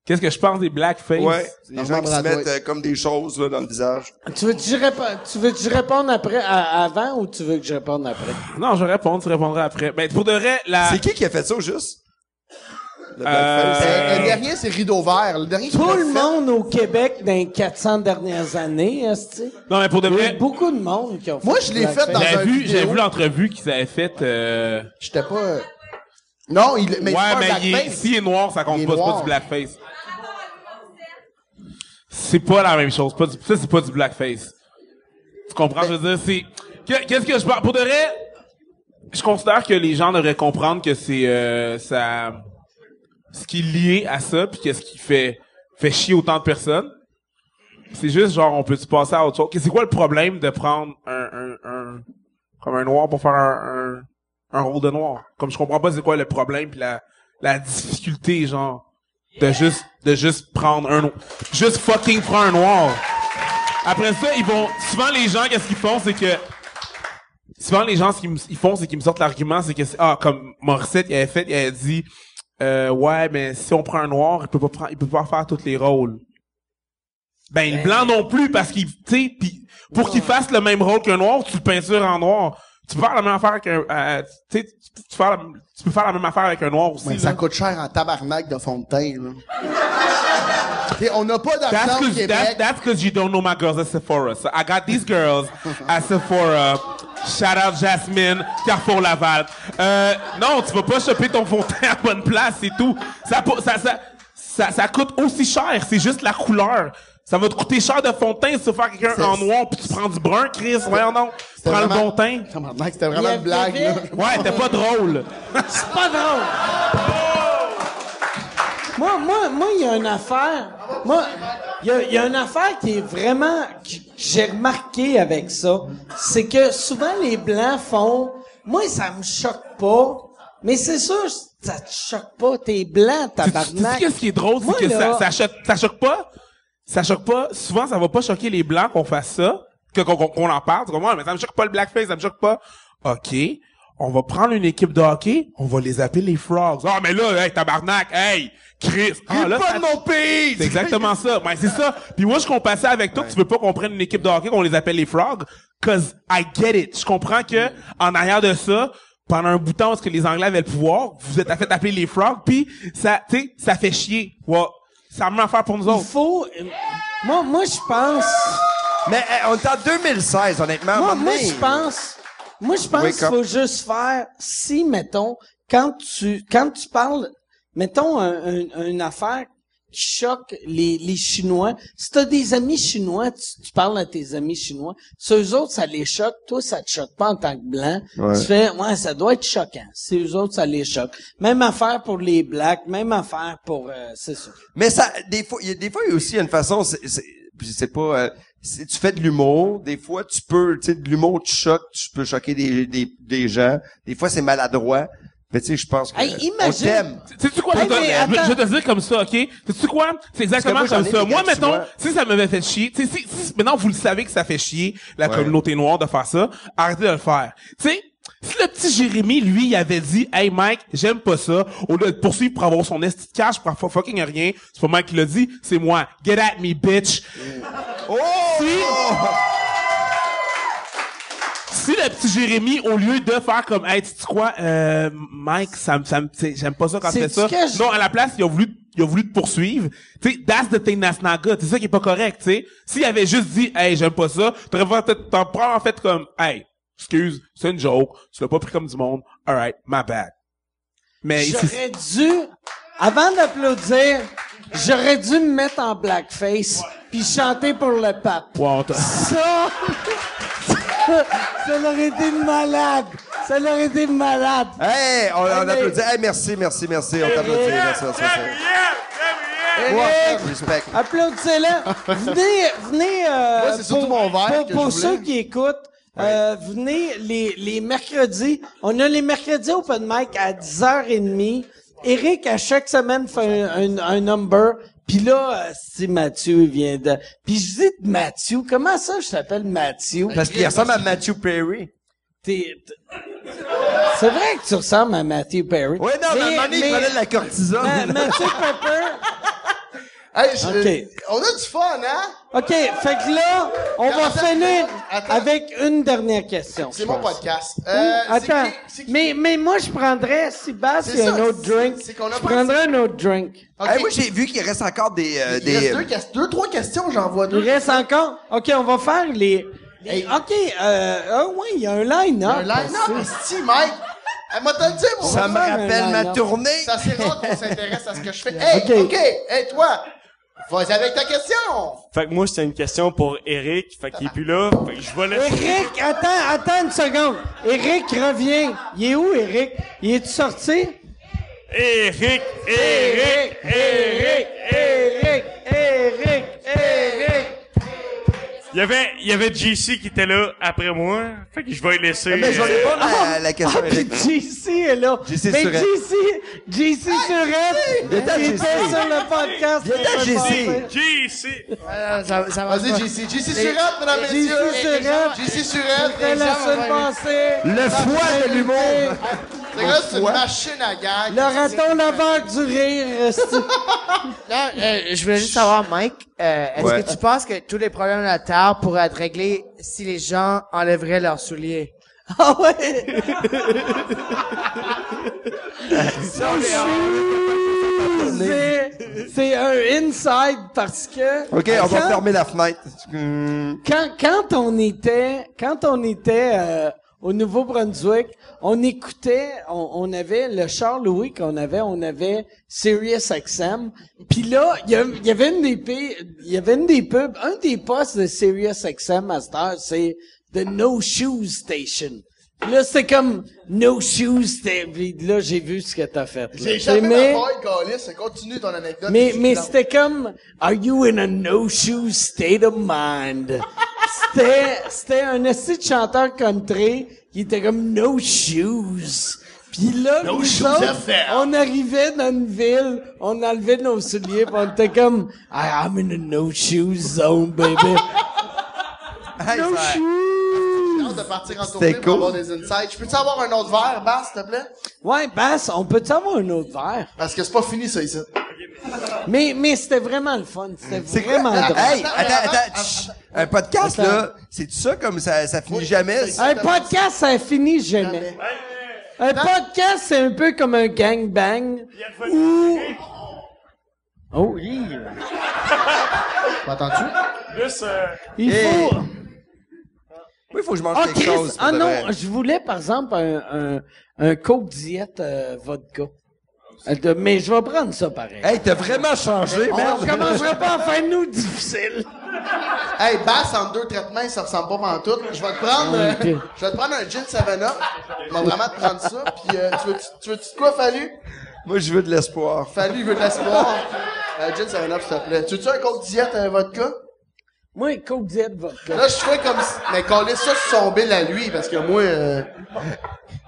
Qu'est-ce que je pense des blackface?
Ouais, les
Normand
gens qui se
Bradois.
mettent euh, comme des choses là, dans le visage.
Tu veux que je réponde, tu veux que je réponde après, à- avant ou tu veux que je réponde après?
Non, je réponds, tu répondras après. Ben, pour de vrai, la...
C'est qui qui a fait ça au juste? Le
Euh,
blackface.
Euh, Le dernier, c'est Rideau Vert. Le dernier qui
Tout
l'a
le
fait-
monde au Québec dans les 400 dernières années, esti.
Non, mais pour de
Il y a
vrai,
beaucoup de monde qui ont fait
Moi, je
du
l'ai fait
blackface.
dans-
j'avais
un
vu,
vidéo.
j'avais vu l'entrevue qu'ils avaient faite, euh...
J'étais pas... euh, Non, il... mais c'est pas
ouais,
un
mais il est-
blackface.
s'il est noir, ça
Il est
compte pas, c'est pas
noir.
du blackface. C'est pas la même chose. Pas du- ça, c'est pas du blackface. Tu comprends? Je veux dire, c'est. que- Qu'est-ce que je parle? Pour de vrai, je considère que les gens devraient comprendre que c'est euh, ça. Ce qui est lié à ça, puis qu'est-ce qui fait, fait chier autant de personnes. C'est juste genre, on peut-tu passer à autre chose? C'est quoi le problème de prendre un, un, un, comme un noir pour faire un, un, un rôle de noir? Comme je comprends pas c'est quoi le problème pis la, la difficulté, genre, de juste, de juste prendre un, no- juste fucking prendre un noir. Après ça, ils vont, souvent les gens, qu'est-ce qu'ils font, c'est que, souvent les gens, ce qu'ils me- ils font, c'est qu'ils me sortent l'argument, c'est que, c'est- ah, comme Morissette, il avait fait, il avait dit, euh, ouais, mais si on prend un noir, il peut pas prendre, il peut pas faire tous les rôles. Ben, le blanc non plus, parce qu'il, tu sais, pis pour qu'il fasse le même rôle qu'un noir, tu le peintures en noir. Tu peux faire la même affaire qu'un, euh, tu sais, tu peux faire la, tu peux faire la même affaire avec un noir aussi.
Mais ça
là.
coûte cher en tabarnak de fond de teint, là. T'sais, on n'a pas
That's
d'argent au
cause,
Québec.
that, that's 'cause you don't know my girls at Sephora. So I got these girls at Sephora. Shout out Jasmine, Carrefour Laval. Euh, non, tu vas pas choper ton fond de teint à bonne place, c'est tout. Ça, po- ça, ça, ça, ça coûte aussi cher, c'est juste la couleur. Ça va te coûter cher de fond de teint si tu veux faire quelqu'un
C'est-
en noir puis tu prends du brun, Chris. Voyons donc.
C'était
Prends le
vraiment-
bon teint.
Tabarnak, c'était
Il y
vraiment une
avait-
blague, là.
Ouais, t'es pas drôle.
C'est pas drôle. Moi, moi, moi, il y a une affaire. Moi, il y a, il y a une affaire qui est vraiment que j'ai remarqué avec ça, c'est que souvent les blancs font. Moi, ça me choque pas, mais c'est sûr, ça te choque pas. T'es blanc,
Tu- tu- Tu sais
tabarnak.
qu'est-ce qui est drôle,
Moi,
c'est que
là-
ça, ça choque, ça choque pas. Ça choque pas. Souvent, ça va pas choquer les blancs qu'on fasse ça, que qu'on qu'on- qu'on en parle. Tu comprends? Mais ça me choque pas le blackface, ça me choque pas. Ok. On va prendre une équipe de hockey, on va les appeler les frogs. Ah, mais là, hey, tabarnak, hey, Chris, ah, là, ça-
pays!
c'est exactement ça. Ouais, c'est ça. Puis moi, je compare ça avec toi. que Tu veux pas qu'on prenne une équipe de hockey, qu'on les appelle les Frogs, cause I get it. Je comprends que, en arrière de ça, pendant un bout de temps, parce que les Anglais avaient le pouvoir, vous êtes fait appeler les Frogs, puis ça, tu sais, ça fait chier. Ouais. Ça me affaire pour nous
Il
autres.
faut. Moi, moi, je pense.
Mais eh, on est en 2016, honnêtement. à un
Moi,
moment
moi
donné.
je pense, moi, je pense
Wake
qu'il
up.
faut juste faire, si, mettons, quand tu, quand tu parles, mettons, un- un- une affaire qui choque les, les Chinois, si t'as des amis chinois, tu, tu parles à tes amis chinois, si eux autres, ça les choque, toi, ça te choque pas en tant que blanc, tu fais, ouais, ça doit être choquant. Si eux autres, ça les choque. Même affaire pour les blacks, même affaire pour, euh, c'est ça.
Mais ça, des fois, il y a, des fois, il y a aussi une façon, c'est, c'est, puis c'est pas, euh, si tu fais de l'humour, des fois, tu peux, tu sais, de l'humour, tu choques, tu peux choquer des, des, des gens. Des fois, c'est maladroit. Mais tu sais, je pense que,
Hey,
on
imagine-
t'aime.
Tu sais quoi,
Hey,
je, te,
mais attends.
je vais te dire comme ça, ok? Tu sais quoi? C'est exactement
moi, j'en
comme
ai
ça.
des
Moi,
gars, tu
mettons,
vois.
si ça m'avait fait chier, tu sais, si, si- maintenant vous le savez que ça fait chier la
Ouais.
communauté noire de faire ça, arrêtez de le faire. Tu sais, si le petit Jérémy, lui, il avait dit, hey Mike, j'aime pas ça. Au lieu de poursuivre pour avoir son esti de cash pour avoir fucking rien, c'est pas Mike qui l'a dit, c'est moi. Get at me, bitch.
Oh!
Si le petit Jérémy, au lieu de faire comme, hey, tu sais quoi, euh, Mike, ça me, ça me, tu sais, j'aime pas ça quand tu fais
C'est-tu
ça.
que je-
Non, à la place, il a voulu, il a voulu te poursuivre. Tu sais, that's the thing that's not good. C'est ça qui est pas correct, tu sais. S'il avait juste dit, hey, j'aime pas ça, t'aurais peut-être, t'en prends en fait comme, hey, excuse, c'est une joke, tu l'as pas pris comme du monde, alright, my bad. Mais, c'est-
J'aurais dû, avant d'applaudir, j'aurais dû me mettre en blackface puis chanter pour le pape.
Ouais, on t'a-
Ça, (laughs) ça aurait été malade. Ça aurait été malade.
Hey, on, on
mais-
applaudit. Hey, merci, merci, merci. On t'applaudit. Merci, merci, merci.
Eric,
Respect. (laughs)
applaudissez-le. Venez, venez, euh,
Moi, c'est surtout
pour,
mon verre
pour-
que
pour
je voulais.
ceux qui écoutent, euh, venez les, les mercredis. On a les mercredis open mic à 10h30. Eric, à chaque semaine, fait un, un, un number. Puis là, euh, si Mathieu vient de... Puis je dis de Mathieu. Comment ça, je t'appelle Mathieu?
Parce qu'il ressemble à Matthew Perry.
T'es- t- C'est vrai que tu ressembles à Matthew Perry.
Oui, non, mais à un moment donné, il prenait de la cortisone.
Ma-
(laughs)
Mathieu Pepper...
Hey, je-
Ok.
on a du fun, hein?
OK, fait que là, on va
Attends,
finir
attends.
avec une dernière question.
C'est
je
mon
pense.
podcast.
Ou-
Euh, c'est
attends,
qui- c'est qui-
mais, mais moi, je prendrais, si Bass,
C'est
il y a
ça,
un autre
c'est-
drink,
c'est qu'on a
je
pas-
prendrais un autre drink.
Ok.
Hey, moi, j'ai vu qu'il reste encore des, euh,
Il reste
des,
deux, ques- deux, trois questions, j'en vois
Il
deux.
reste encore? OK, on va faire les... les- OK, euh, ah ouais, il y a un line-up.
Un line
aussi.
Non, si, Mike. Elle m'a dit, mon
Ça me
gars,
rappelle
un
ma
line-up.
tournée.
ça c'est rare qu'on s'intéresse à ce que je fais. Hey,
Ok.
ok, hey, toi, vas-y avec ta question.
Fait que moi, c'était une question pour Eric. Fait qu'il est plus là. Fait que je vais laisser.
Eric, attends, attends une seconde. Eric, reviens. Il est où, Eric? Il est-tu sorti?
Eric! Eric! Eric!
Eric, Eric, Eric.
Il y avait, il y avait JC qui était là après moi. Fait que je vais le laisser.
Mais Eh ben, je vais
euh,
répondre à la question.
Ah, puis JC est là.
JC
Mais
Surette.
JC, JC Surette, Ah, il
Viens t'en,
était
JC.
sur le podcast.
Viens t'en,
la semaine
JC.
passée.
JC!
Vas-y, JC. JC Surette, mesdames,
JC
messieurs.
Surette.
JC Surette.
C'était la semaine passée.
Le foie de l'humour.
C'est gars, c'est une machine à gag.
Le raton laveur du (laughs) rire. esti.
Là, euh, je voulais juste savoir, Mike, euh, est-ce
Ouais.
que tu penses que tous les problèmes de la Terre pourraient être réglés si les gens enlèveraient leurs souliers?
Ah ouais. C'est- C'est un inside parce que.
OK, on va
quand-
fermer la fenêtre. Hum.
quand, quand on était, quand on était euh, au Nouveau-Brunswick, on écoutait, on, on avait le Charles Louis qu'on avait, on avait Sirius XM. Puis là, il y, a- il y avait une des pi- il y avait une des pubs, un des postes de Sirius XM à cette heure, c'est The No Shoes Station. Puis Là, c'est comme No Shoes Station. Puis Là, j'ai vu ce que t'as fait. là.
J'ai jamais
Mais-
ma boy, Calis. Continue ton anecdote.
mais,
Je suis
mais
dans-
c'était comme, are you in a no-shoes state of mind? c'était, c'était un esti de chanteur country qui était comme no shoes. Puis là, nous
shoes
autres,
à faire.
on arrivait dans une ville, on enlevait nos souliers, pis on était comme, I- I'm in a no shoes zone, baby.
Hey,
no
ça-
shoes!
J'ai hâte de partir en
C'était
tournée pour
cool.
avoir des insights. Je peux-tu avoir un autre verre, Bas, s'il te plaît?
Ouais, Bass, on peut-tu avoir un autre verre?
Parce que c'est pas fini, ça, ici.
Mais, mais c'était vraiment le fun, c'était
C'est quoi?
vraiment drôle.
Ah, Hey,
Attends,
attends,
attends,
attends. chut. Un podcast,
Attends.
là, c'est ça comme ça, ça finit jamais? ça?
Un podcast, ça finit jamais. Un podcast, c'est un peu comme un gangbang. Où... Oh, oui.
M'entends-tu?
Juste, euh,
Il
Hey.
faut...
Oui, il faut que je mange
Ah,
Eh, quelque
Chris!
chose. pour
Ah
de
non,
vrai.
je voulais, par exemple, un, un, un Coke Diet euh, vodka. Euh, de- Mais je vais prendre ça pareil.
Hey, t'as vraiment changé,
On
merde.
commencera pas à faire nous difficile.
Hey, Bass, en deux traitements, ça ressemble pas pantoute. Je vais te prendre, euh,
Ah, Ok.
je vais te prendre un gin 7-up. Je vais vraiment te prendre ça. Puis, euh, tu veux, tu veux, tu quoi, Fallu?
Moi, je veux de l'espoir.
Fallu, il veut de l'espoir. Euh, gin 7-up, s'il te plaît. Tu veux-tu un coke diète, un vodka?
Moi, Coke Diet vodka.
Là, je fais comme si, mais coller ça sur son bill à lui, parce que moi, euh,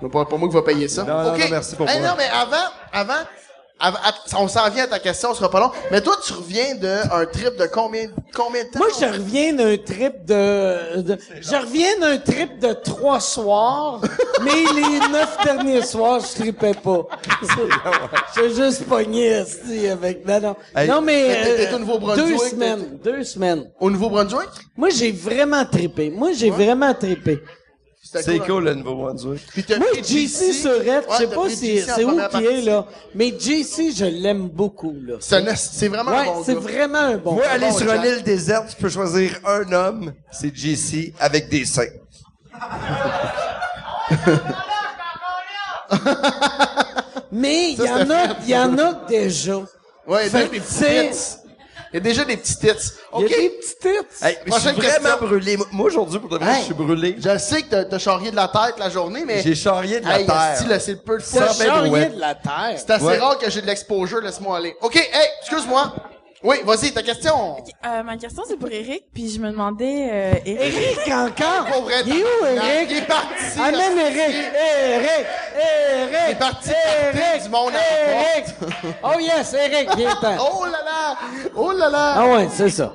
c'est pas, pas moi qui va payer ça.
Non, non,
Ok.
non, merci pour
Hey,
moi.
non, mais avant, avant, av- av- on s'en vient à ta question, on sera pas long. Mais toi, tu reviens d'un trip de combien, combien de temps?
Moi, je reviens d'un trip de, de- je reviens d'un trip de trois
(laughs)
soirs, mais les neuf derniers soirs, je tripais pas. J'ai juste pogné, esti, avec, ben non, non.
Hey,
non, mais,
mais t'es-
euh,
t'es au Nouveau-Brunswick,
deux
t'es-
semaines, deux semaines.
Au Nouveau-Brunswick?
Moi, j'ai vraiment trippé. Moi, j'ai vraiment trippé.
C'est cool, le Nouveau-Brunswick.
Moi, JC Surette, je sais pas si, c'est où qui est, là. Mais JC, je l'aime beaucoup, là.
C'est un- c'est vraiment un
Ouais,
bon
c'est
gars.
vraiment un bon
Moi,
gars.
aller
Ah, Bon,
sur une
Jack.
île déserte, tu peux choisir un homme, c'est JC, avec des seins.
Mais il y
Ça, c'est
en a,
fait.
il y en a déjà.
Ouais, il y a
Fait
déjà des
que,
petits
t'sais,
tits. Il y a déjà des petits tits.
Il y a
OK.
des petits tits.
Hey, mais je suis
Prochaine
vraiment
question.
brûlé. Moi, Moi, aujourd'hui, pour de vrai,
Hey.
je suis brûlé.
Je le sais que t'as- t'as charrié de la tête la journée, mais...
J'ai charrié de la
Hey,
terre.
esti, là, c'est le peu de
T'as
fois.
charrié de la terre.
C'est assez
Ouais.
rare que j'ai de l'exposure, laisse-moi aller. OK, hey, excuse-moi. Oui, vas-y, ta question.
Euh, ma question, c'est pour Eric, puis je me demandais... Euh, Eric,
Eric encore?
Pour vrai,
Il est où,
tabarnak.
Eric?
Il est parti.
Amène
là.
Eric! Eric! Eric!
Il est parti
Eric!
du monde à
Eric! (laughs) Oh yes, Eric, il
(laughs)
est temps.
Oh là là! Oh là là!
Ah ouais, c'est ça.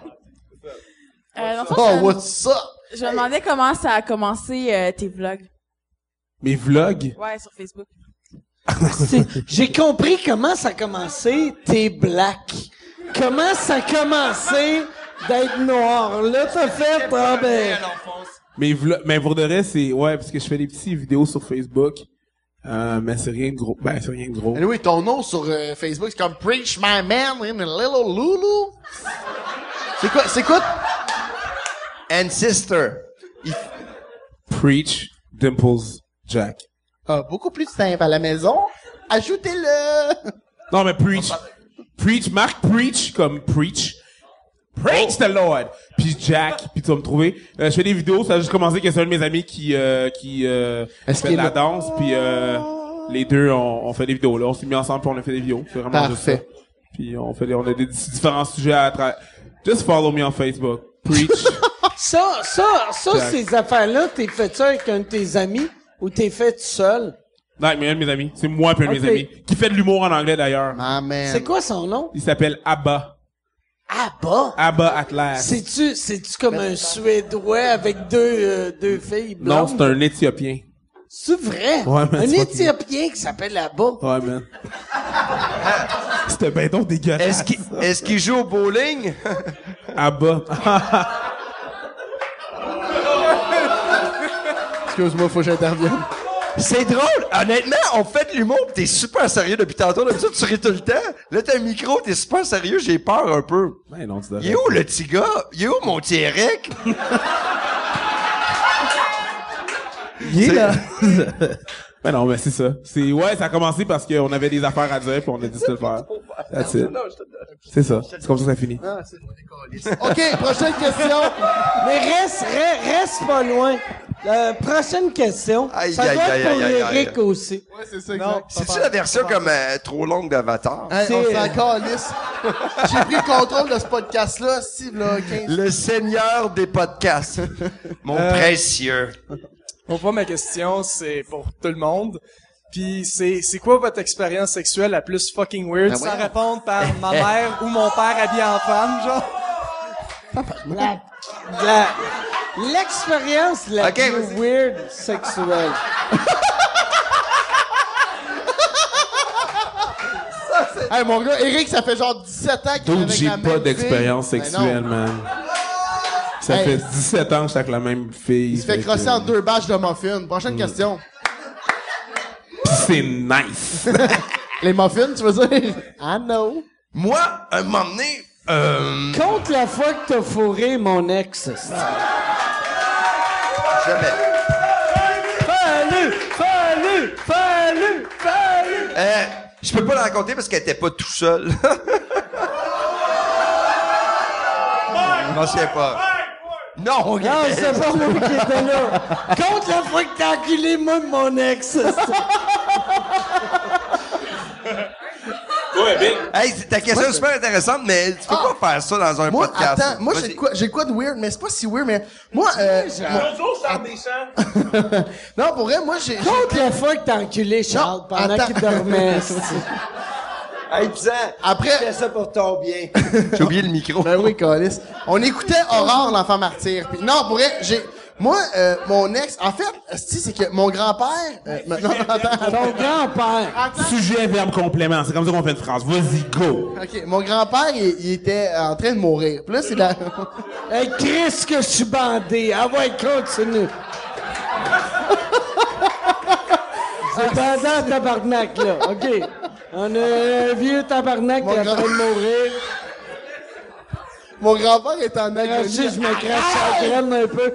euh, dans le fond,
Oh,
je, me-
what's up?
je me demandais comment ça a commencé euh, tes vlogs.
Mes vlogs?
Ouais, sur Facebook.
C'est- J'ai compris comment ça a commencé, t'es black. Comment ça a commencé d'être noir. Là, t'as fait, ah ben...
Mais, vlo- mais pour de vrai, c'est, ouais, parce que je fais des petites vidéos sur Facebook. Euh, mais c'est rien de gros. Ben, c'est rien de gros.
Mais oui, ton nom sur euh, Facebook, c'est comme Preach My Man in a Little Lulu. C'est quoi, c'est quoi?
And sister. Il-
Preach, Dimples, Jack.
Ah, beaucoup plus simple à la maison. Ajoutez-le!
Non, mais preach. Preach, Marc, preach comme preach. Preach the Lord. Puis Jack, puis tu vas me trouver. Euh, je fais des vidéos, ça a juste commencé que c'est un de mes amis qui euh, qui euh,
Est-ce
fait
qu'il
de
est là?
la danse, puis euh, les deux on, on fait des vidéos là, on s'est mis ensemble puis on a fait des vidéos. C'est vraiment juste ça.
Parfait.
Puis on fait des- on a des différents sujets à travers. Just follow me on Facebook.
(laughs)
Preach.
Ça, ça, ça,
Jack.
ces affaires-là, t'es fait ça avec un de tes amis ou t'es fait tout seul?
non, mais un de mes amis, c'est moi puis un de
Ok.
mes amis qui fait de l'humour en anglais d'ailleurs.
Ah, man.
C'est quoi son nom?
Il s'appelle Abba.
Ah, bah!
Abba Atlas.
C'est-tu, c'est-tu comme un Suédois avec deux, euh, deux filles
Non,
blondes?
c'est un Éthiopien.
C'est vrai?
Ouais, mais
un
c'est pas-
Éthiopien qui s'appelle là-bas.
Ouais, man. C'était ben donc dégueulasse.
Est-ce qu'il est-ce qu'il joue au bowling?
À bas.
Excuse-moi, faut que j'intervienne.
C'est drôle. Honnêtement, on fait de l'humour pis t'es super sérieux depuis tantôt. D'habitude, tu ris tout le temps. Là, t'as un micro, t'es super sérieux, j'ai peur un peu.
Ben non, tu dois-
Il est où le petit gars? Il est où mon petit Eric?
Il est là. ben non, mais c'est ça. C'est, ouais, ça a commencé parce qu'on avait des affaires à dire puis on a décidé de le faire. That's it. C'est ça. C'est comme ça que ça finit.
OK, prochaine question.
Mais reste, reste, reste pas loin. Euh, prochaine question.
Aïe,
ça
aïe,
doit être
aïe,
pour
aïe, aïe, aïe.
Eric aussi.
Ouais, c'est ça,
Non,
exact.
C'est-tu la version comme euh, trop longue d'Avatar?
Euh,
Hey, on
c'est-
s'en calisse. J'ai pris le contrôle de ce podcast-là, si, là, 15.
Le seigneur des
(laughs)
podcasts. Mon
Euh,
précieux.
Bon, moi, ma question, c'est pour tout le monde. Puis c'est, c'est quoi votre expérience sexuelle la plus fucking weird?
Ben
sans
voyons.
répondre par ma mère ou mon père habillé en femme, genre.
La- la- l'expérience la
euh,
Ok,
plus weird sexuelle.
Hey, mon gars, Eric, ça fait genre 17 ans qu'il est
Donc,
avec
j'ai
la même
pas d'expérience
fille. Ben non.
sexuelle, man. Ça
Hey.
fait 17 ans que je suis avec la même fille.
Il se fait crosser en deux bâches de muffins. Prochaine
Mm.
question. (laughs)
C'est nice.
Les muffins, tu veux dire? Ah, non.
Moi, un moment donné, euh,
Compte la fois que t'as fourré mon ex.
jamais.
Fallu, fallu, fallu, fallu.
Euh, je peux pas la raconter parce qu'elle était pas tout seule. (laughs) Non, je sais pas. Non, on
Non, Ah, c'est pas moi qui étais là. Compte la fois que t'as enculé moi de mon ex.
Ouais, big.
Hey, c'est- ta question est super intéressante, mais tu peux pas faire ça dans un
Moi,
podcast.
attends, moi, j'ai de quoi, j'ai de quoi de weird, mais c'est pas si weird, mais moi, euh, moi- (laughs) non, pour vrai, moi, j'ai, j'ai-
Compte la fois que t'as enculé Charles
Non,
pendant
attends.
qu'il dormait.
Hey, Pisan,
Après-
je fais ça pour ton bien.
J'ai oublié le micro.
(laughs) Ben oui, Calis. On écoutait Aurore, l'enfant martyr. Puis non, pour vrai, j'ai. Moi, euh, mon ex, en fait, esti, c'est que mon grand-père. euh, (laughs) maintenant,
Ton
grand-père.
Sujet, verbe, complément. C'est comme ça qu'on fait de France. Vas-y, go.
Ok, mon grand-père, il, il était en train de mourir. Puis là, c'est la.
(laughs) Hey, Chris, que je suis bandé. Ah ouais,
(laughs)
continue. C'est bandé en tabarnak, là. OK. On a un vieux tabarnak qui est en train de mourir. Ah,
Mon grand-père est en
agonie. Je me crache la graine un peu.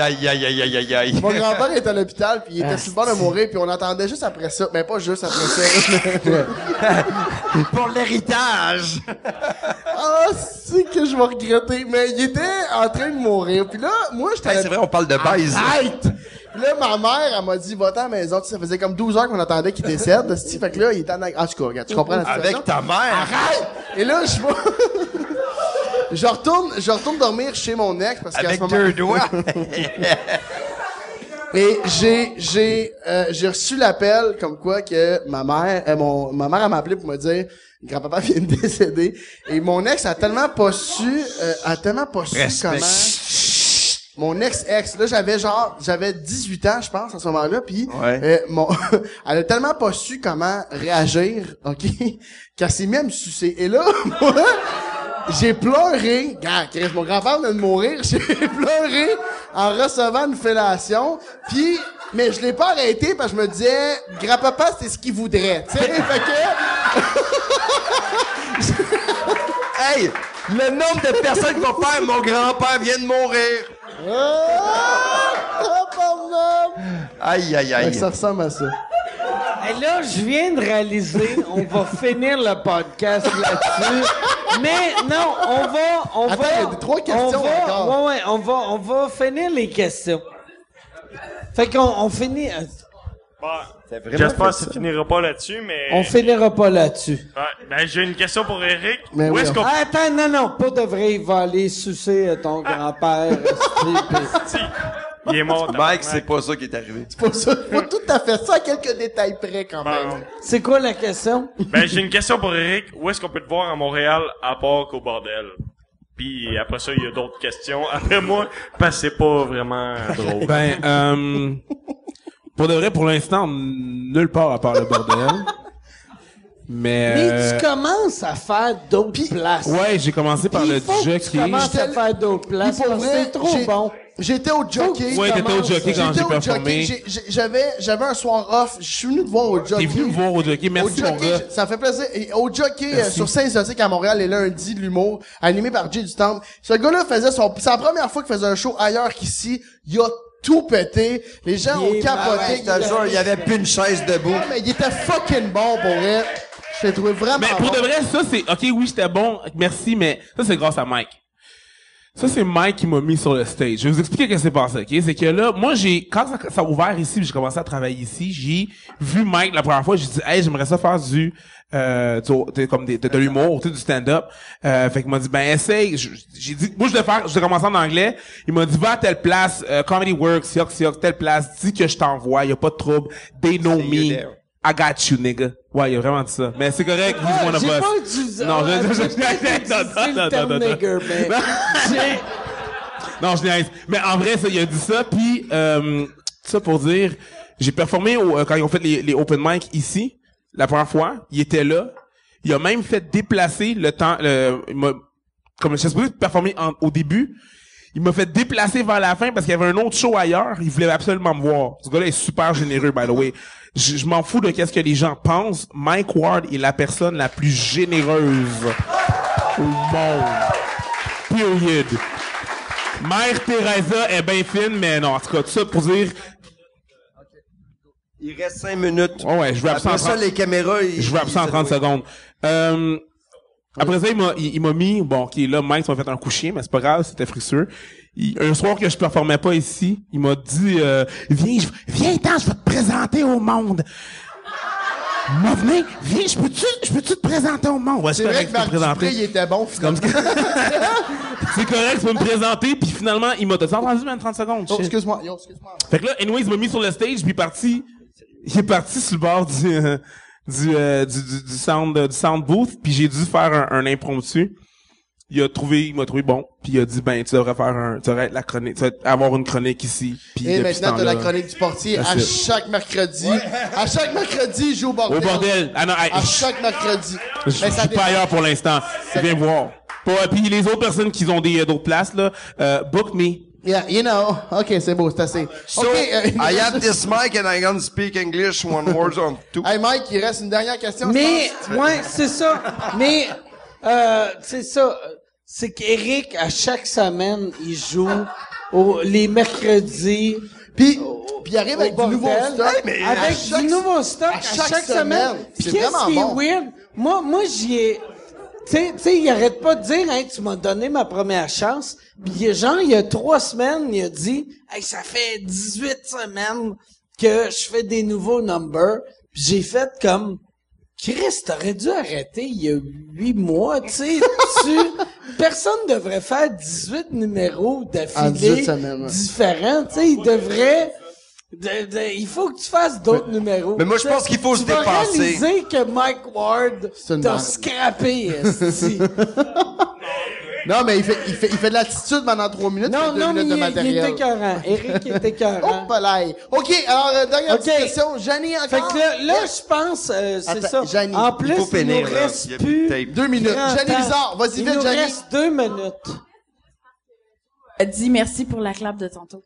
Aïe, aïe, aïe, aïe, aïe, aïe, aïe.
Mon grand-père était à l'hôpital, puis il était
Ah,
sur le bord de mourir, puis on entendait juste après ça. Mais pas juste après ça.
(laughs) Pour l'héritage!
Ah, c'est que je vais regretter. Mais il était en train de mourir. Puis là, moi, j'étais...
Hey, c'est vrai, on parle de baise.
Arrête! Puis là, ma mère, elle m'a dit, va-t'en à la maison. Tu sais, ça faisait comme 12 heures qu'on attendait qu'il décède. de ce type. Fait que là, il était en... ag- Ah, en tout cas, regarde, tu comprends la situation.
Avec ta mère!
Arrête! Et là, je vois... (laughs) je retourne, je retourne dormir chez mon ex parce qu'à Ah, ce
Avec
moment...
deux doigts!
Et j'ai j'ai euh, j'ai reçu l'appel comme quoi que ma mère euh, mon ma mère elle m'a appelé pour me dire grand-papa (laughs) vient de décéder et mon ex a tellement pas su euh, a tellement pas su
Respect.
comment mon ex-ex, là, j'avais genre, j'avais 18 ans, je pense, à ce moment-là, puis
Ouais.
euh, mon, (laughs) elle a tellement pas su comment réagir, OK, (laughs) qu'elle s'est même sucée. Et là, (laughs) moi, j'ai pleuré. Gars, Chris, mon grand-père venait de mourir, (laughs) j'ai pleuré en recevant une fellation, puis... Mais je l'ai pas arrêté parce que je me disais, grand-papa, c'est ce qu'il voudrait, tu sais, (laughs) fait que...
hey! Le nombre de personnes qui vont faire mon grand-père vient de mourir!
Ah, pardon.
Aïe, aïe,
Fait que
aïe.
Ça ressemble à ça.
Et là, je viens de réaliser, on va finir le podcast là-dessus. Mais non, on va, on
Attends,
va,
il y a des- trois questions
on va,
encore.
ouais, ouais, on va, on va finir les questions. Fait qu'on on finit, euh,
vraiment
J'espère
fait
que ça
ça.
finira pas là-dessus, mais.
on finira pas là-dessus.
Ouais, ben, j'ai une question pour Eric.
Mais
Où
oui,
est-ce qu'on.
Ah, Attends, non, non, pas de vrai, il va aller sucer euh, ton grand-père. esti,
pis- Il est mort.
Mike, c'est pas ça qui est arrivé.
C'est pas ça. Pas tout à fait ça, à quelques détails près, quand même.
C'est quoi la question?
Euh,
Ben, j'ai une question pour Eric. Où est-ce qu'on peut te voir à Montréal à part qu'au bordel? Puis après ça, il y a d'autres questions. Après moi, parce que c'est pas vraiment drôle.
Ben, euh, pour de vrai, pour l'instant, nulle part à part le bordel. Mais.
Mais
euh,
tu commences à faire d'autres places.
Ouais, j'ai commencé par
Il
le
faut que tu
jockey.
commences à faire d'autres places
Puis pour
parce que
vrai,
c'est trop
j'ai-
bon.
J'étais au jockey.
Ouais, t'étais au jockey quand
J'étais
j'ai
au
performé.
jockey. J'ai- j'ai- J'avais, j'avais un soir off. Je suis venu te voir au jockey.
T'es venu me voir au jockey.
Au
Merci, mon
jockey,
gars.
j- ça me fait plaisir. Et au jockey euh,
Merci.
sur saint zotique à Montréal les lundis de l'humour, animé par Jay du Temple. Ce gars-là faisait son, c'est la première fois qu'il faisait un show ailleurs qu'ici. Il a tout pété. Les
Il
gens ont
est malade,
capoté.
Ah je te jure, il y avait plus une chaise debout.
Non, mais il était fucking bon pour vrai. Je l'ai trouvé vraiment
Mais pour
bon.
de vrai, ça c'est. Ok, oui, j'étais bon. Merci, mais ça c'est grâce à Mike. Ça c'est Mike qui m'a mis sur le stage. Je vais vous expliquer ce qui s'est passé. Ok, c'est que là, moi j'ai quand ça, ça a ouvert ici, puis j'ai commencé à travailler ici, j'ai vu Mike la première fois. J'ai dit, hey, j'aimerais ça faire du, euh, du- t'sais, comme des, de, de l'humour, tu sais, du stand-up. Euh, fait qu'il m'a dit, ben essaye. Je- J'ai dit, moi je vais faire, je vais commencer en anglais. Il m'a dit, va à telle place, euh, Comedy Works, yox yox, telle place, dis que je t'envoie, y a pas de trouble, they know me. I got you, nigga. Ouais, il a vraiment dit ça. Mais c'est correct, he's one of
Ah, J'ai
us.
pas Ah, utilisé-
Non, je, je, je, (laughs)
utilisé le terme
non, non, non, non, non.
nigger, mais j'ai-
Non, je niaise. Mais en vrai, ça, il a dit ça, puis euh, ça pour dire, j'ai performé au- euh, quand ils ont fait les, les open mic ici, la première fois, il était là. Il a même fait déplacer le temps, le, il m'a- comme je supposé performer en- au début, il m'a fait déplacer vers la fin parce qu'il y avait un autre show ailleurs. Il voulait absolument me voir. Ce gars-là est super généreux, by the way. Je, je m'en fous de qu'est-ce que les gens pensent. Mike Ward est la personne la plus généreuse au monde. Period. Mère Teresa est bien fine, mais non, en tout cas, tout ça pour dire,
Il reste cinq minutes.
Oh Ouais, ouais, je vais
Après
absent
ça, les caméras, ils-
je vais absent en
ils-
30 secondes. Euh, après ça, il m'a, il, il m'a mis, bon, ok, là, Mike, ça m'a fait un coup chien, mais c'est pas grave, c'était fructueux. Il- un soir que je performais pas ici, il m'a dit, euh, viens, je- viens, attends, je vais te présenter au monde. Moi, venez, viens, je peux-tu, je peux-tu te présenter au monde? Ouais,
C'est vrai
correct,
que
je peux
Marc
te
Dupré,
présenter.
il était bon, finalement.
C'est correct, tu peux me présenter, puis finalement, il m'a, t'as entendu, man, 30 secondes?
Oh,
shit.
excuse-moi, yo, excuse-moi.
Fait que là, anyways, il m'a mis sur le stage, puis il est parti, il est parti sur le bord du, euh, du, euh, du, du, du sound, euh, du sound booth, puis j'ai dû faire un, un impromptu. Il a trouvé, il m'a trouvé bon, puis il a dit ben tu devrais faire un, tu devrais être la chronique, tu devrais avoir une chronique ici. Puis
Et maintenant,
depuis ce
t'as la
temps-là-
chronique du portier à
That's it.
chaque mercredi. À chaque mercredi, il joue au bordel.
Au bordel. Ah non, hey.
À chaque mercredi.
Je
Mais ça
suis pas
dépend.
ailleurs pour l'instant. Viens voir. Pour, euh, puis les autres personnes qui ont des euh, d'autres places là, euh, book me.
Yeah, you know. OK, c'est beau, c'est assez. euh,
So, I
(laughs)
have this mic and I'm gonna speak English one word on (laughs) two.
Hey Mike, il reste une dernière question.
(laughs)
Mais,
je pense.
ouais, c'est ça. Mais, euh, c'est ça. C'est qu'Éric, à chaque semaine, il joue au, les mercredis.
Puis,
Oh,
puis il arrive avec du nouveau stock. mais à
avec
chaque-
du nouveau stock
à
à
chaque
chaque,
semaine.
semaine.
C'est
Puis qu'est-ce
vraiment
qui
bon.
est weird? Moi, moi, j'y ai... Tu sais- tu sais, il arrête pas de dire, hey, tu m'as donné ma première chance. Puis il y a genre, il y a trois semaines, il a dit, hey, ça fait 18 semaines que je fais des nouveaux numbers. Puis j'ai fait comme, Chris, t'aurais dû arrêter il y a huit mois, tu
(laughs)
sais, tu, personne devrait faire 18 numéros
En 18
d'affilée
semaines, ouais.
différents, tu sais, il devrait, de- de- il faut que tu fasses d'autres numéros.
mais moi, je
Tu sais,
pense qu'il faut se
tu vas
dépasser.
réaliser que Mike Ward
une
t'a
merde. (laughs)
scrappé, esti.
Non, mais il fait, il fait, il fait de l'attitude pendant trois minutes.
Non,
il fait deux
non, mais
minutes
il,
de
il
matériel. Oh, bah,
était écœurant. Eric était écœurant.
Hop là. OK, alors, euh, dernière
OK.
petite question. Jeannie, encore.
Fait que là, là, je pense, euh, c'est
Attends,
ça.
Janie,
en
il
plus,
faut
il,
finir,
nous
là.
reste
Il y a plus
plus
de tape. Deux minutes.
30
Janie
ans.
Bizarre, vas-y
Il
vite,
nous
Janie.
reste deux minutes.
Euh, Dis merci pour la clap de tantôt.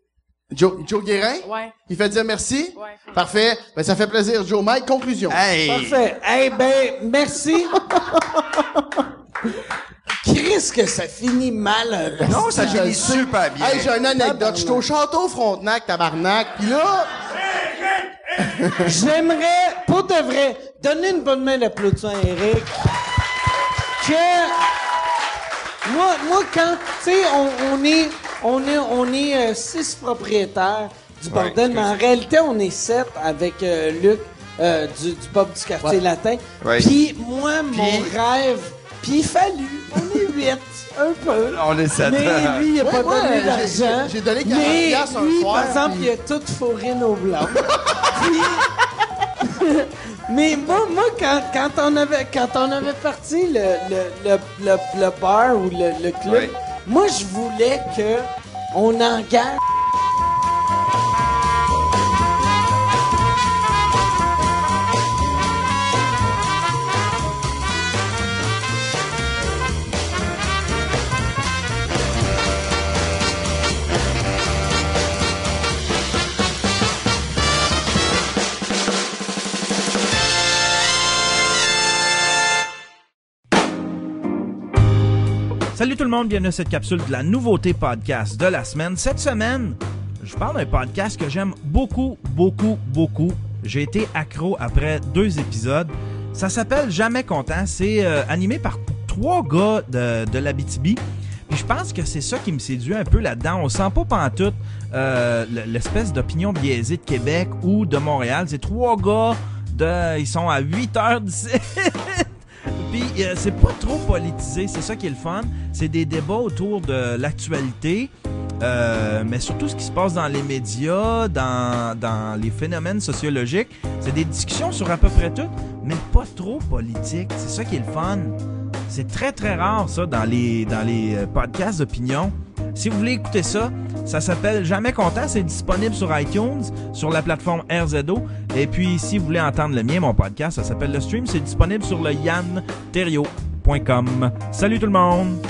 Joe, Joe Guérin?
Ouais.
Il fait dire merci?
Ouais.
Parfait. Ben, ça fait plaisir, Joe. Mike, conclusion.
Parfait. Eh ben, merci.
(laughs)
Chris, que ça finit mal. un
Non, ça
bastard.
finit super bien.
Hey, j'ai une anecdote. J'étais au château Frontenac, tabarnak. Puis là,
J'aimerais, pour de vrai, donner une bonne main d'applaudissement à Eric. Que, moi, moi, quand, tu sais, on, on est, on est, on est euh, six propriétaires du bordel, mais en réalité, on est sept avec euh, Luc euh, du, du pub du quartier
Ouais.
latin.
Ouais.
Puis, moi, mon rêve, puis fallu, on est huit, un peu.
On est sept. (laughs)
Mais lui, il n'a
Ouais,
pas
moi,
donné
j'ai-
d'argent.
j'ai donné 40
Mais
piastres un
lui,
soir,
par exemple,
puis-
il a tout fourré nos blancs. Puis- (laughs) Mais moi, moi quand, quand, on avait, quand on avait parti le, le, le, le, le bar ou le, le club,
Ouais.
moi, je voulais que on engage...
Salut tout le monde, bienvenue à cette capsule de la nouveauté podcast de la semaine. Cette semaine, je parle d'un podcast que j'aime beaucoup, beaucoup, beaucoup. J'ai été accro après deux épisodes. Ça s'appelle Jamais Content. C'est euh, animé par trois gars de, de l'Abitibi. Puis je pense que c'est ça qui me séduit un peu là-dedans. On sent pas pantoute euh, l- l'espèce d'opinion biaisée de Québec ou de Montréal. C'est trois gars de... Ils sont à 8h17 Puis euh, c'est pas trop politisé, c'est ça qui est le fun. C'est des débats autour de l'actualité, euh, mais surtout ce qui se passe dans les médias, dans, dans les phénomènes sociologiques. C'est des discussions sur à peu près tout, mais pas trop politique. C'est ça qui est le fun. C'est très très rare ça dans les, dans les euh, podcasts d'opinion. Si vous voulez écouter ça, ça s'appelle Jamais Content. C'est disponible sur iTunes, sur la plateforme RZO. Et puis, si vous voulez entendre le mien, mon podcast, ça s'appelle Le Stream. C'est disponible sur le yanterio.com. Salut tout le monde!